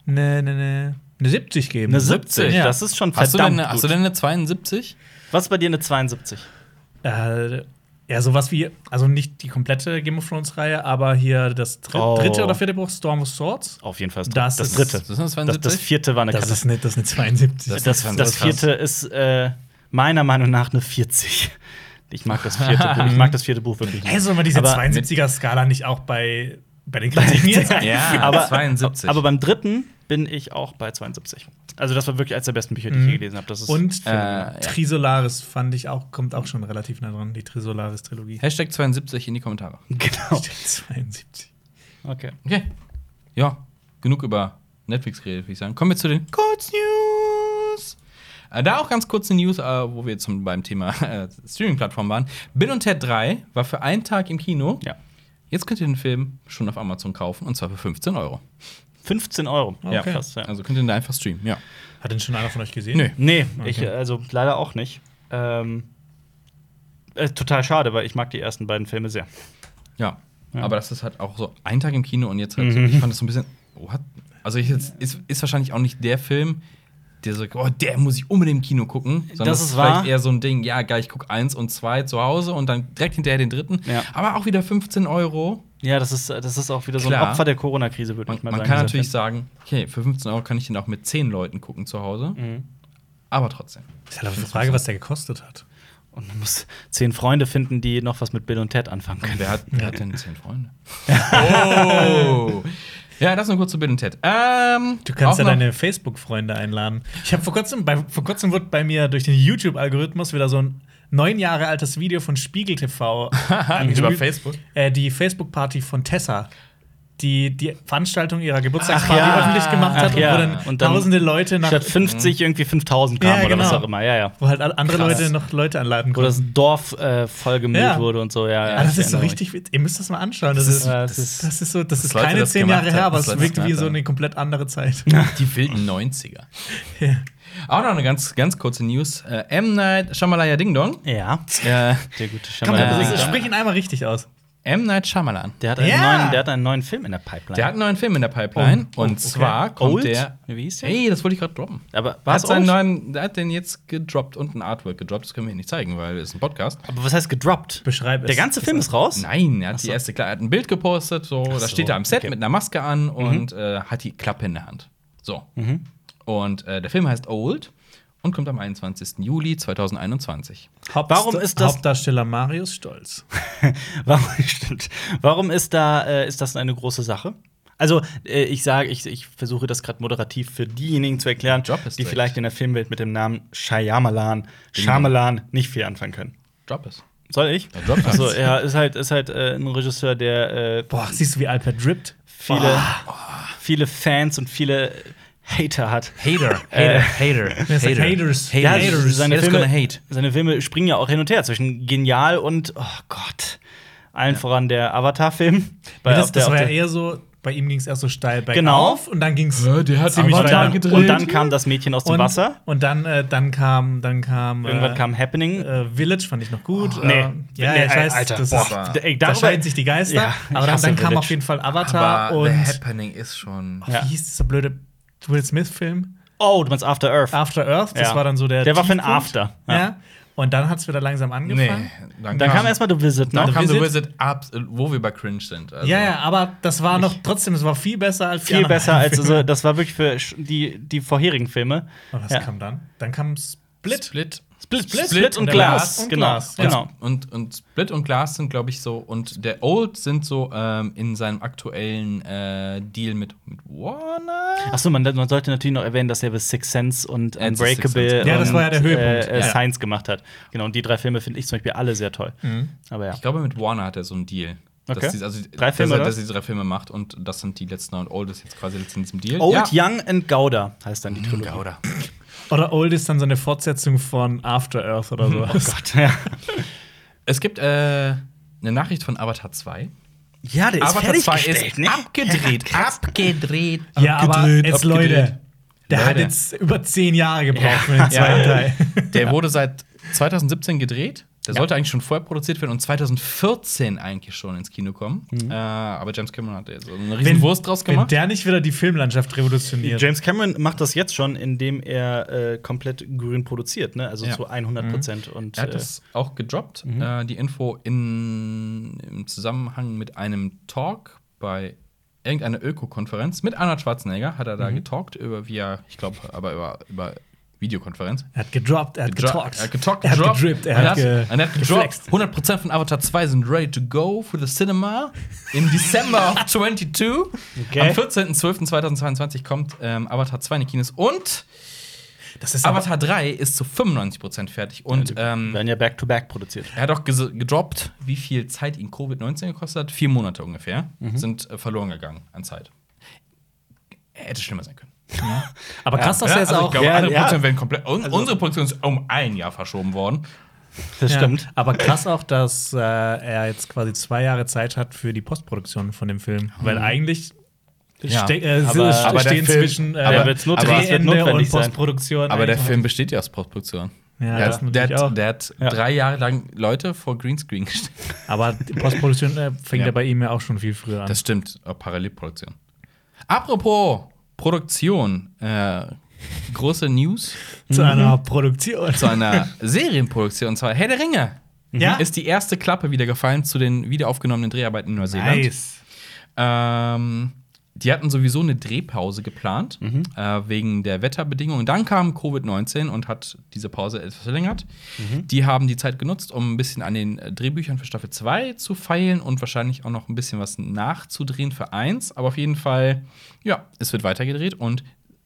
eine, eine, eine 70 geben.
Eine 70,
Ja.
das ist schon
Hast du, denn
verdammt
eine, hast du
gut.
denn eine 72?
Was ist bei dir eine 72?
Äh, ja, sowas wie, also nicht die komplette Game of Thrones-Reihe, aber hier das dr
Oh.
dritte oder vierte Buch, Storm of Swords.
Auf jeden Fall ist
Das
das
ist-
dritte.
Das ist eine
Das,
72?
das vierte war eine
Das ist eine, das ist eine 72.
Das-
Das,
ist
das
krass.
vierte ist äh, meiner Meinung nach eine 40. Ich mag das vierte Buch. Ich mag das vierte Buch
Also
wirklich.
Hey, soll man diese
Aber-
72er-Skala nicht auch bei, bei den Kritiken
ja,
aber,
72.
aber beim dritten bin ich auch bei 72. Also, das war wirklich eines der besten Bücher, die ich
Mhm.
je gelesen habe. Das ist-
Und
Äh, ja.
Trisolaris fand ich auch, kommt auch schon relativ nah dran, die Trisolaris-Trilogie.
Hashtag 72 in die Kommentare.
Genau.
72.
Okay.
Okay. Ja, genug über Netflix geredet, würde ich sagen. Kommen wir zu den Kurznews. Äh, Da auch ganz kurze News, äh, wo wir jetzt zum, beim Thema äh, Streaming-Plattform waren. Bill und Ted 3 war für einen Tag im Kino.
Ja.
Jetzt könnt ihr den Film schon auf Amazon kaufen und zwar für 15 Euro.
15 Euro.
Okay.
Ja, krass. Ja.
Also könnt ihr den da einfach streamen, ja.
Hat den schon einer von euch gesehen?
Nö.
Nee,
Okay.
ich, also leider auch nicht. Ähm, äh, total schade, weil ich mag die ersten beiden Filme sehr.
Ja.
Ja. Mhm.
Aber das ist halt auch so ein Tag im Kino und jetzt halt so, ich fand das so ein bisschen. What? Also ich, jetzt, ist, ist wahrscheinlich auch nicht der Film, der so, oh, der muss ich unbedingt im Kino gucken. Sondern
Das
es
ist wahr.
vielleicht eher so ein Ding, ja, geil, ich guck eins und zwei zu Hause und dann direkt hinterher den dritten.
Ja.
Aber auch wieder 15 Euro.
Ja, das ist, das ist auch wieder so ein
Klar.
Opfer der Corona-Krise, würde
Man,
ich mal
man
sagen.
kann
dieser
natürlich sagen,
Film.
okay, für 15 Euro kann ich den auch mit 10 Leuten gucken zu Hause.
Mhm.
Aber trotzdem.
Ist halt aber die Frage, was der gekostet hat.
Und man muss zehn Freunde finden, die noch was mit Bill und Ted anfangen können.
Wer hat, wer hat denn 10 Freunde? oh! Ja, das nur kurz zu Bill und Ted. Ähm,
Du kannst
auch
ja
noch-
deine Facebook-Freunde einladen. Ich habe vor kurzem, bei, vor kurzem wurde bei mir durch den YouTube-Algorithmus wieder so ein neun Jahre altes Video von Spiegel TV angespielt.
Über Facebook?
Äh, die Facebook-Party von Tessa, die die Veranstaltung ihrer Geburtstagsparty
Ach ja.
öffentlich gemacht hat
Ach ja.
und wo dann,
Und dann
tausende Leute nach,
Statt 50 irgendwie 5000 kamen
Ja,
oder was
genau.
auch immer. Ja, ja.
wo halt al- andere
Krass.
Leute noch Leute anladen
Wo das
konnten.
Dorf äh, vollgemüllt
Ja.
wurde und so. Ja, ja
Ah, das
ich
ist so
erinnere mich.
richtig, witz- ihr müsst das mal anschauen. Das, ist,
Ja, das ist- äh,
das ist so, das ist
Leute
keine
das
zehn
gemacht
Jahre her,
haben,
aber
dass
es
Leute
wirkt
das
wie
gemacht
so
haben.
eine komplett andere Zeit.
Die wilden 90er. Auch noch eine ganz, ganz kurze News. Äh, M. Night Shyamalaya Ding Dong.
Ja,
Äh,
der gute
Komm,
man-
Shyamalan.
das
äh,
ist-
sprich ihn einmal richtig aus.
M. Night Shyamalan.
Der hat, einen
Ja.
neuen, der hat einen neuen Film in der Pipeline.
Der hat einen neuen Film in der Pipeline.
Oh, oh,
und
okay.
zwar kommt
Old?
der.
Wie hieß der?
Hey, das wollte ich gerade droppen.
aber
Er
was
hat, seinen
auch?
neuen, der hat den jetzt gedroppt und ein Artwork gedroppt. Das können wir hier nicht zeigen, weil es ist ein Podcast.
Aber was heißt gedroppt?
Beschreib es.
Der ganze Film ist raus?
Nein, er hat
so.
die erste Kla- er hat ein Bild gepostet, so, da
so,
steht er am Set
okay. Mhm.
mit einer Maske an und äh, hat die Klappe in der Hand. So. Und äh, der Film heißt Old und kommt am 21. Juli 2021.
Haupt
Warum ist das-
Hauptdarsteller Marius Stolz?
Warum, stimmt. Warum ist, da, äh, ist das eine große Sache? Also, äh, ich sage, ich, ich versuche das gerade moderativ für diejenigen zu erklären,
Job ist
die
recht.
vielleicht in der Filmwelt mit dem Namen Shyamalan, Shyamalan nicht viel anfangen können.
Drop es.
Soll ich?
Ja, drop das.
Also, er ist halt, ist halt äh, ein Regisseur, der äh,
Boah, siehst du, wie Alper drippt?
viele, viele Fans und viele Hater hat. also
Hater, Hater, Hater,
Wer sagt Haters? Ja,
Haters,
seine
Haters
Filme,
gonna hate.
seine Filme springen ja auch hin und her zwischen genial und, oh Gott, allen voran der Avatar-Film. Bei-
das,
auf der-
das
auf
war ja
der-
eher so, bei ihm ging es erst so steil bergauf
Genau.
und dann ging es
Ja, der hat
ziemlich
Avatar
weiter.
gedreht.
Und dann kam das Mädchen aus dem
eh und,
Wasser.
Und dann, äh, dann kam, dann kam,
Irgendwann
äh,
kam Happening.
äh, Village, fand ich noch gut.
nee.
Äh, ja,
Nee,
ich weiß,
Alter,
das
boah,
ist,
da-
ey,
da
darüber-
scheiden sich die Geister.
Ja, ich
aber dann,
hasse
dann kam
Village.
auf jeden Fall Avatar
Aber The
und
Happening ist schon.
wie
Ja.
hieß dieser blöde Will Smith-Film?
Oh, du meinst After Earth.
After Earth, das
Ja.
war dann so der.
Der war für ein
Tiefpunkt.
After,
Ja.
ja.
Und dann hat es wieder langsam angefangen.
dann,
Dann kam erstmal The Visit.
Dann
Ne?
kam The
Visit.
Wizard ab, wo wir bei Cringe sind. Also,
ja, ja, aber das war noch trotzdem, es war viel besser als die
Viel
anderen
besser als
Filme.
also, das war wirklich für sch- die, die vorherigen Filme.
Und was
Ja.
kam dann? Dann kam Split.
Split.
Split, Split,
Split
und
und
Glass.
Glass und
genau.
Glass.
genau.
Und, und Split und Glass sind, glaube ich, so. Und der Old sind so ähm, in seinem aktuellen äh, Deal mit, mit Warner.
Achso, man, man sollte natürlich noch erwähnen, dass er bis Sixth Sense und
Ja, das ist Sixth
Unbreakable
Sense. genau.
Ja, das
und,
war ja der Höhepunkt.
Äh, äh,
Ja.
Science gemacht hat. Genau, und die drei Filme finde ich zum Beispiel alle sehr toll. Aber ja.
Ich glaube, mit Warner hat er so einen Deal.
Okay.
Dass die, also,
Drei Filme,
dass,
oder?
er- dass sie drei Filme macht und das sind die letzten. Und Old ist jetzt quasi jetzt in diesem Deal.
Old, Young and Gouda heißt dann die Trilogie.
ja. Oder?
Oder Old ist dann so eine Fortsetzung von After Earth
Hm.
oder so.
Oh Gott, ja.
Es gibt äh, eine Nachricht von Avatar 2.
Ja, der
Avatar 2 ist
fertiggestellt, ne?
abgedreht, abgedreht.
ja, aber
abgedreht,
jetzt
abgedreht.
Leute, der hat
Leute.
jetzt über zehn Jahre gebraucht für den zweiten
Ja.
Teil.
Der wurde seit 2017 gedreht Der sollte eigentlich schon vorher produziert werden und 2014 eigentlich schon ins Kino kommen. Äh, aber James Cameron hat ja so eine riesen Wurst draus
Mhm. Wenn
gemacht.
der nicht wieder die Filmlandschaft revolutioniert.
James Cameron macht das jetzt schon, indem er äh, komplett grün produziert, ne? Also
Ja.
zu 100 Prozent. Und
Er hat
äh,
das auch gedroppt,
Mhm.
äh, die Info in, im Zusammenhang mit einem Talk bei irgendeiner Öko-Konferenz mit Arnold Schwarzenegger hat er
Mhm.
da getalkt über via, ich glaube, aber über, über Videokonferenz.
Er hat gedroppt, er hat
Dro-
getalkt.
Er hat getalkt,
er hat
gedroppt.
gedrippt, er
Und
hat, ge
und er hat gedroppt.
geflext.
100% von Avatar 2 sind ready to go for the cinema im Dezember of 22.
Okay.
Am 14.12.2022 kommt ähm, Avatar 2 in die Kinos und
Das ist aber,
Avatar 3 ist zu 95% fertig. Und ähm,
werden ja back-to-back produziert.
er hat auch ges- gedroppt, wie viel Zeit ihn Covid-19 gekostet hat. Vier Monate ungefähr
Mhm.
sind äh, verloren gegangen an Zeit. Hätte schlimmer sein können.
aber krass, dass
Ja,
er es
also ich
auch.
glaube,
Ja,
andere
ja.
Produktionen werden komplett. Un unsere Produktion ist um ein Jahr verschoben worden.
Das
Ja,
stimmt.
Aber krass auch, dass äh, er jetzt quasi zwei Jahre Zeit hat für die Postproduktion von dem Film. Weil eigentlich
Oh. Ja.
ste äh,
Aber-
st-
aber der
stehen
Film-
zwischen äh,
aber-
Der wird's notwendig- es wird
Drehende
notwendig
und
sein.
Postproduktion.
Aber der
eigentlich-
Film besteht ja aus Postproduktion.
Ja,
der,
das
hat- der,
natürlich auch.
hat, der hat
Ja.
drei Jahre lang Leute vor Greenscreen gestellt.
Aber die Postproduktion äh, fängt
Ja.
ja. bei ihm ja auch schon viel früher an.
Das stimmt, äh, Parallelproduktion. Apropos Produktion, äh, große News
zu einer Produktion.
Mhm. zu einer Serienproduktion, und zwar Herr der Ringe.
Ja.
Ist die erste Klappe wieder gefallen zu den wiederaufgenommenen Dreharbeiten in Neuseeland.
nice.
Ähm, die hatten sowieso eine Drehpause geplant, äh, wegen der Wetterbedingungen. Dann kam Covid-19 und hat diese Pause etwas verlängert. Die haben die Zeit genutzt, um ein bisschen an den äh, Drehbüchern für Staffel 2 zu feilen und wahrscheinlich auch noch ein bisschen was nachzudrehen für 1. Aber auf jeden Fall, ja, es wird weitergedreht und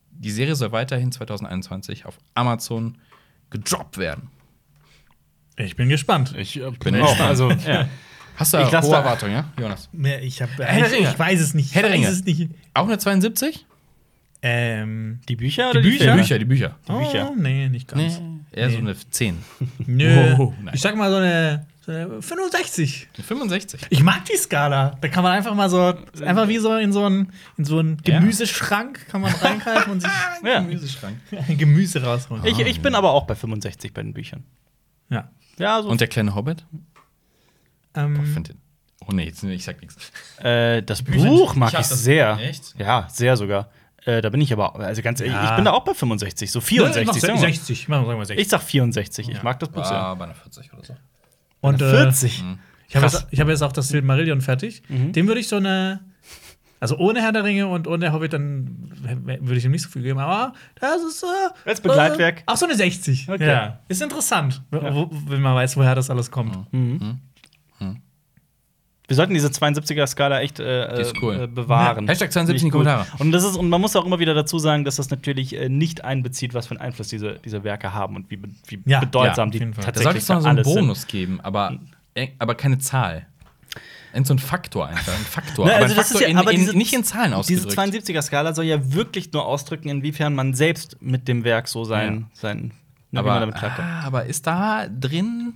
die Serie soll weiterhin 2021 auf Amazon gedroppt werden.
Ich bin gespannt.
Ich
bin auch.
Also,
Hast du da
Ich lass
hohe
da-
Erwartungen, ja, Jonas?
Mehr- Ich, hab,
Herr der
ich,
Ringe.
ich weiß es nicht. Ich
Herr der
weiß
Ringe.
es nicht.
Auch eine 72?
Ähm,
die Bücher oder
Die
Ja.
Bücher, die Bücher.
Die Bücher.
Oh, nee, nicht
Nee,
ganz.
eher so eine 10.
Nö.
Oh, nein.
ich sag mal so eine, so eine 65.
65.
Ich mag die Skala. Da kann man einfach mal so, einfach wie so in so einen, in so einen
Ja.
Gemüseschrank kann man reingreifen und sich
Ja.
Gemüseschrank.
ein Gemüse rausholen.
Ich, ich bin aber auch bei 65 bei den Büchern.
ja.
Ah. Ja, so.
Und der kleine Hobbit?
Mhm.
Ich
Ähm,
find den. Oh nee, jetzt, ich sag nichts.
äh, das
Bücher-
Buch mag
Ich
ich,
hab das-
sehr.
Echt?
Ja, sehr sogar. Äh, da bin ich aber, also ganz ehrlich,
Ja.
ich bin da auch bei 65, so 64. sagen wir mal.
60. Machen wir sagen wir 60.
Ich sag 64, ich mag das Buch sehr.
Ah, bei einer 40 oder so.
Und, äh,
40.
hm.
Ich habe
Krass. Mhm.
jetzt, ich hab jetzt auch das Silmarillion fertig. Dem würde ich so eine. Also ohne Herr der Ringe und ohne Hobbit, dann würde ich ihm nicht so viel geben, aber das ist. Äh,
Als Begleitwerk.
Äh, ach, so eine 60.
Okay.
Ja. Ist interessant, wo, wenn man weiß, woher das alles kommt.
Wir sollten diese 72er-Skala echt äh,
Die ist cool.
äh, bewahren.
Ja. Hashtag 72
Finde ich gut.
Kommentare.
Und, das ist, und man muss auch immer wieder dazu sagen, dass das natürlich äh, nicht einbezieht, was für einen Einfluss diese, diese Werke haben und wie, be- wie
Ja,
bedeutsam
ja, auf
die
jeden Fall.
Da sollte
tatsächlich
es noch
für
so einen
alles Mhm. sind.
Bonus geben, aber, äh, aber keine Zahl. Irgend so ein Faktor einfach. Ein Faktor.
Ne,
aber
also
ein
das
Faktor
ist ja-
in,
aber
in,
diese-
nicht in Zahlen
Diese
ausgedrückt.
72er-Skala soll ja wirklich nur ausdrücken, inwiefern man selbst mit dem Werk so sein, sein ne, wie man
aber,
damit klarkommt.
ah, aber ist da drin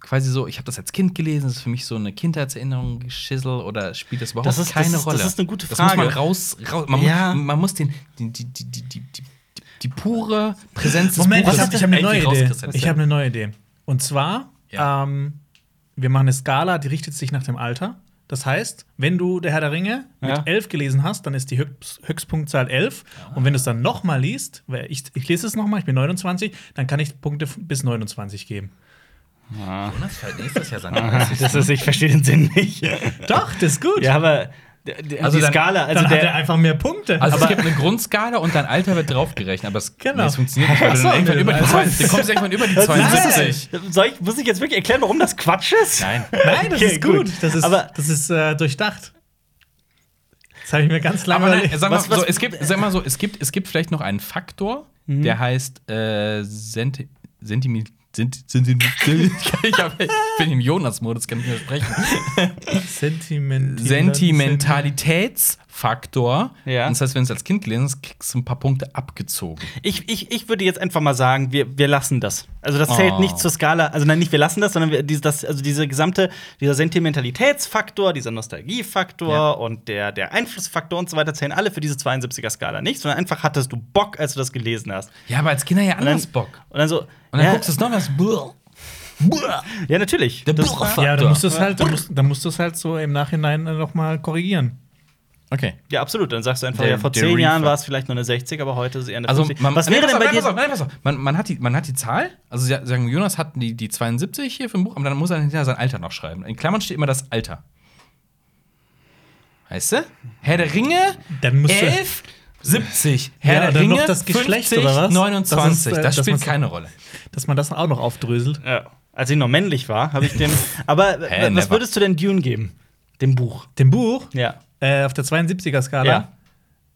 quasi so, ich habe das als Kind gelesen, das ist für mich so eine Kindheitserinnerung, Geschissel oder spielt das überhaupt
Das ist- das
keine
ist- das
Rolle?
ist eine gute
Das muss man
Frage.
raus, raus man,
Ja.
muss, man muss den, die, die, die, die, die, die, die pure Präsenz
Moment,
des
ich
Buches
habe hab eine neue
irgendwie
Idee.
rauskristallisieren.
Ich habe eine neue Idee. Und zwar,
Ja.
ähm, wir machen eine Skala, die richtet sich nach dem Alter. Das heißt, wenn du der Herr der Ringe
Ja.
mit 11 gelesen hast, dann ist die Höchst Höchstpunktzahl 11. Und wenn du es dann nochmal liest, weil ich, ich lese es nochmal, ich bin 29, dann kann ich Punkte f- bis 29 geben.
Jonas feiert nächstes Jahr seine 30.
Das ist, ich verstehe den Sinn nicht.
Doch, das ist gut.
ja, aber der- der-
Also
die
dann-
Skala, also
dann hat er
der.
einfach mehr Punkte.
Also es gibt eine Grundskala und dein Alter wird draufgerechnet, aber es
Genau.
es funktioniert nicht, weil du,
Ach so,
dann irgendwann
nee,
über die
also-
20, du kommst irgendwann über die
Nein!
72.
Soll ich, muss ich jetzt wirklich erklären, warum das Quatsch ist?
Ah, Nein.
Nein, das
Okay,
ist gut.
gut.
Das ist,
Aber-
das ist äh, durchdacht. Das habe ich mir ganz lange
Aber nein,
überlegt.
sag mal,
Was- was-
so, es gibt, sag mal so, es gibt, es gibt vielleicht noch einen Faktor, der heißt äh, Senti Sentimi Sent Sent ich hab, ich bin im Jonas-Modus, kann nicht mehr sprechen.
Sentiment
Sentimentalitätsfaktor.
Ja.
Das heißt, wenn du es als Kind gelesen hast, kriegst du ein paar Punkte abgezogen.
Ich, ich, ich würde jetzt einfach mal sagen, wir, wir lassen das. Also das zählt
Oh.
nicht zur Skala. Also nein, nicht wir lassen das, sondern wir, diese, das, also diese gesamte, dieser Sentimentalitätsfaktor, dieser Nostalgiefaktor
Ja.
und der, der Einflussfaktor und so weiter zählen alle für diese 72er-Skala nicht, sondern einfach hattest du Bock, als du das gelesen hast.
Ja, aber als Kinder ja
Und dann-
anders Bock.
Und dann so,
Und dann
ja,
guckst du es noch was.
Ja, natürlich.
Der
Das-
Buchfaktor.
Ja, dann musst du es halt, dann musst, dann musst du es halt so im Nachhinein nochmal korrigieren.
Okay.
ja, absolut. Dann sagst du einfach,
Der-
ja, vor
der
zehn Jahren
Reefer.
war es vielleicht nur eine 60, aber heute ist es eher eine
Also
50.
man,
Was
nee,
wäre
pass
denn
auf,
bei
nein,
dir?
pass auf, nein, pass auf. Man, man, hat die, man hat die Zahl, also sie- sagen wir, Jonas hat die, die 72 hier für ein Buch, aber dann muss er hinterher sein Alter noch schreiben. In Klammern steht immer das Alter. Weißt du? Herr der Ringe,
Dann musst du-
11, 70. Herr
Ja,
der
dann
Ringe,
noch das Geschlecht,
50,
oder was?
29.
Das
Das,
ist, äh, dass
spielt
man's-
keine Rolle.
Dass man das auch noch aufdröselt.
Ja. Als ich noch männlich war, habe ich dem. Aber äh,
Hä,
was
never.
würdest du denn Dune geben? Dem Buch.
Dem Buch,
Ja.
äh, auf der 72er-Skala,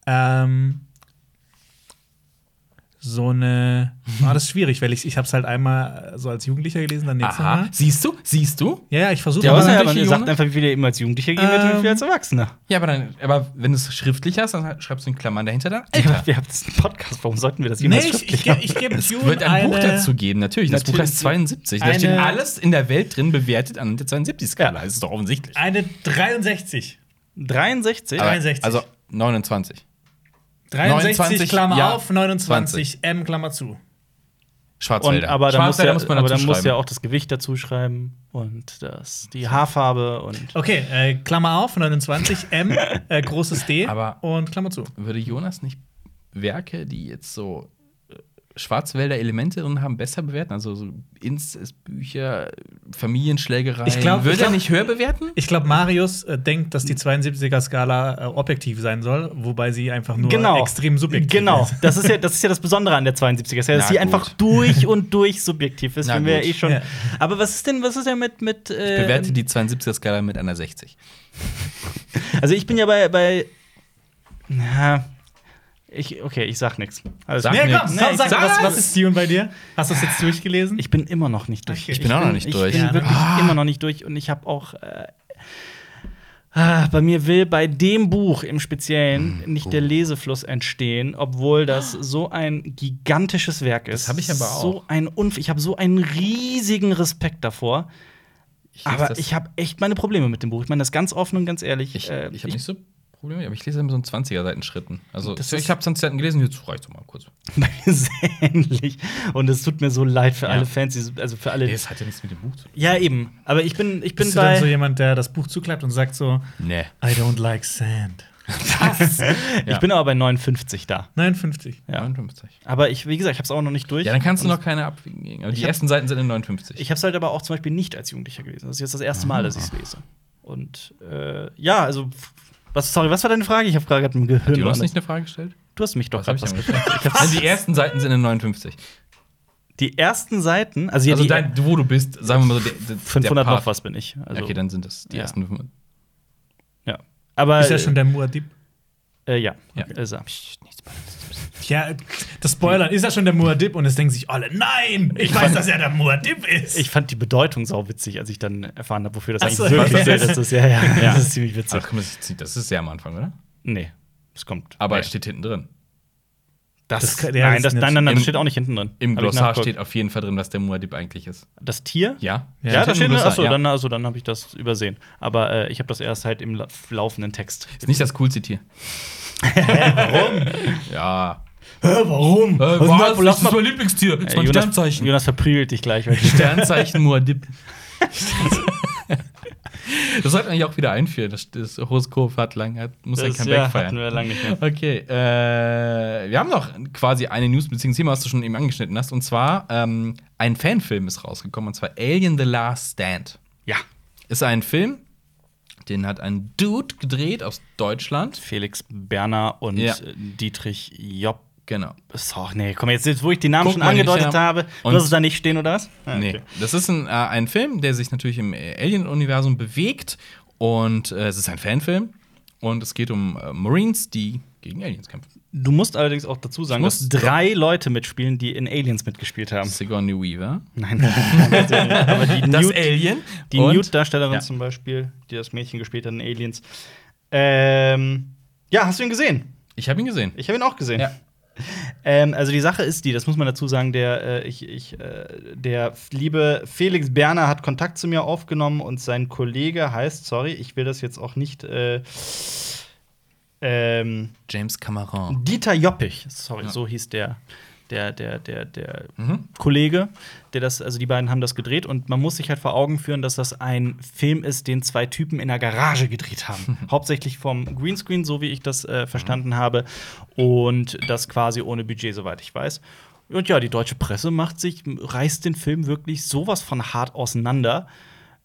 ähm, so eine. War das schwierig, weil ich, ich hab's halt einmal so als Jugendlicher gelesen, dann nächstes
Aha.
Mal.
Siehst du? Siehst du?
Ja, ja, ich versuche
Ja, aber
Jugendliche,
man sagt
Junge?
einfach, wie viel ihr ihm als Jugendlicher gegeben wird und wie viel
Ähm.
als Erwachsener.
Ja, aber, dann, aber wenn du es schriftlich hast, dann schreibst du in Klammern dahinter dann Alter.
Ja, wir haben jetzt einen Podcast, warum sollten wir das jemals
Nee, ich,
schriftlich
ich, ge- ich gebe
Es wird ein Buch dazu geben, natürlich. Das Buch
Natürlich.
heißt 72. Da steht
Eine-
alles in der Welt drin bewertet an der 72-Skala.
Ja.
Das ist doch offensichtlich.
Eine 63.
63?
Aber-
63.
Also 29.
63
29,
Klammer
ja,
auf, 29 M Klammer zu.
und,
Schwarzwälder.
aber dann muss
Schwarzwälder
ja, aber dann muss
dazuschreiben.
ja auch das Gewicht dazu schreiben und das, die Haarfarbe und.
Okay, äh, Klammer auf, 29 M, äh, großes D
Aber-
und Klammer zu.
Würde Jonas nicht Werke, die jetzt so äh, Schwarzwälder Elemente drin haben, besser bewerten? Also so Inzestbücher, Familienschlägereien.
Ich glaub-
würde
ich glaub-
er nicht höher bewerten?
Ich glaube, Marius äh, denkt, dass die 72er-Skala äh, objektiv sein soll, wobei sie einfach nur extrem subjektiv
Genau.
ist.
Das ist, ja, das ist ja das Besondere an der 72er, ist ja, dass
Na
sie
gut.
einfach durch und durch subjektiv ist,
Na
wenn wir ja
gut.
eh schon.
Ja.
Aber was ist denn, was ist denn mit. mit äh,
Bewerte die 72er-Skala mit einer 60.
Also ich bin ja bei. bei na, ich, okay, ich sag nichts. Alles
Sag
gut.
Nee, komm,
Nee,
komm, sag,
sag
was,
es.
was ist Dune bei dir? Hast du es jetzt durchgelesen?
Ich bin immer noch nicht durch.
Okay. Ich
bin auch noch nicht durch.
Ich bin
Ja.
wirklich immer noch nicht durch und ich habe auch. Äh, ah, bei mir will bei dem Buch im Speziellen
Hm,
nicht der Lesefluss entstehen, obwohl das so ein gigantisches Werk ist.
Ah. Das hab ich aber auch.
So ein Unf ich habe so einen riesigen Respekt davor.
Ich lese
Aber
das-
ich habe echt meine Probleme mit dem Buch. Ich meine das ganz offen und ganz ehrlich.
Ich,
äh,
ich habe nicht so Probleme, aber ich lese immer so in 20er-Seiten-Schritten. Also
Das ist-
ich habe 20 Seiten gelesen, jetzt reicht doch mal kurz.
Bei mir ist ähnlich. Und es tut mir so leid für
Ja.
alle Fans, die- also für alle.
hat ja nichts mit dem Buch zu tun.
Ja, eben. Aber ich bin, ich bin
Bist du dann so
bei.
jemand, der das Buch zuklappt und sagt so,
Nee.
I don't like sand?
Ich bin aber bei 59 da.
59.
Ja.
59.
Aber ich, wie gesagt, ich hab's auch noch nicht durch.
Ja, dann kannst du noch keine abwiegen. gegen. Aber die
Ich hab-
ersten Seiten sind in 59.
ich hab's halt aber auch zum Beispiel nicht als Jugendlicher gelesen. Das ist jetzt das erste Mal, dass
Ah.
ich's lese. Und äh, ja, also. Was, sorry, was war deine Frage? Ich habe gerade im Gehirn.
du hast
woanders-
nicht eine Frage gestellt?
du hast mich doch
Was hab
gerade
ich
was
denn
gefragt.
gefragt? Nein, die ersten Seiten sind in 59.
Die ersten Seiten, also, ja,
Also
die
dein, wo du bist, sagen wir mal so, der, der,
500
der
noch
Part.
was bin ich. Also,
okay, dann sind das die
Ja.
ersten 500.
ja. Aber
Ist ja schon der Muad'Dib.
äh, ja,
Ja.
Ist er.
Ja, das Spoilern. Ist ja schon der Muad'Dib und es denken sich alle, nein, ich weiß, dass er der Muad'Dib ist.
Ich fand die Bedeutung sauwitzig, als ich dann erfahren habe, wofür das
Ach
eigentlich
so,
wirklich
ja.
ist. Das ist ja, ja,
Ja.
Das ist ziemlich witzig.
Ach, Ah, komm, das, ist, das ist sehr am Anfang, oder?
Nee, es kommt.
Aber
nee.
es steht hinten drin.
das,
Das kann- ja,
nein, das,
das ist
nein, nein, nein, das
im-
steht auch nicht hinten drin.
Im
Hab ich
Glossar
nachgeguckt.
steht auf jeden Fall drin, was der Muad'Dib eigentlich ist.
das Tier.
Ja?
Ja,
das
da steht
im Glossar,
achso,
ja.
dann, also, dann habe ich das übersehen. Aber äh, ich habe das erst halt im la laufenden Text. Äh,
Ist nicht das coolste Tier. Warum? Ja.
warum?
Äh, was? Das ist mein Lieblingstier. Das ist mein
Jonas,
Sternzeichen.
Jonas verprügelt dich gleich. Weil
Sternzeichen Muad'Dib. das sollte man ja auch wieder einführen. Das, das Horoskop hat lang, hat, muss ja
das
kein
ja,
Back feiern.
hatten wir lange nicht mehr.
Okay, äh, wir haben noch quasi eine News beziehungsweise Thema, was du schon eben angeschnitten hast. Und zwar, ähm, ein Fanfilm ist rausgekommen, und zwar Alien The Last Stand.
Ja,
Ist ein Film, den hat ein Dude gedreht aus Deutschland.
Felix Berner und
Ja.
äh, Dietrich Job.
Genau.
So, nee, komm, jetzt, jetzt wo ich die Namen
Guck
schon
mal nicht
angedeutet
her.
habe, du
Und-
hast es da nicht stehen, oder was? Ah,
Nee,
okay.
das ist ein, äh, ein Film, der sich natürlich im äh, Alien-Universum bewegt. Und äh, es ist ein Fanfilm. Und es geht um äh, Marines, die gegen Aliens kämpfen.
Du musst allerdings auch dazu sagen,
Ich
dass
muss-
drei Leute mitspielen, die in Aliens mitgespielt haben.
Sigourney Weaver.
Nein, aber die Newt,
Alien.
die
und-
Newt-Darstellerin
Ja.
zum Beispiel, die das Mädchen gespielt hat in Aliens. Ähm, ja, hast du ihn gesehen?
Ich habe ihn gesehen.
Ich habe ihn auch gesehen.
Ja.
Ähm, also die Sache ist die, das muss man dazu sagen, der, äh, ich, ich, äh, der liebe Felix Berner hat Kontakt zu mir aufgenommen und sein Kollege heißt, sorry, ich will das jetzt auch nicht, äh, ähm,
James Cameron.
Dieter Joppich, sorry,
Genau. Ja.
so hieß der der, der, der, der
Mhm.
Kollege, der das, also die beiden haben das gedreht und man muss sich halt vor Augen führen, dass das ein Film ist, den zwei Typen in der Garage gedreht haben. Hauptsächlich vom Greenscreen, so wie ich das äh, verstanden habe. Und das quasi ohne Budget, soweit ich weiß. Und ja, die deutsche Presse macht sich, reißt den Film wirklich sowas von hart auseinander.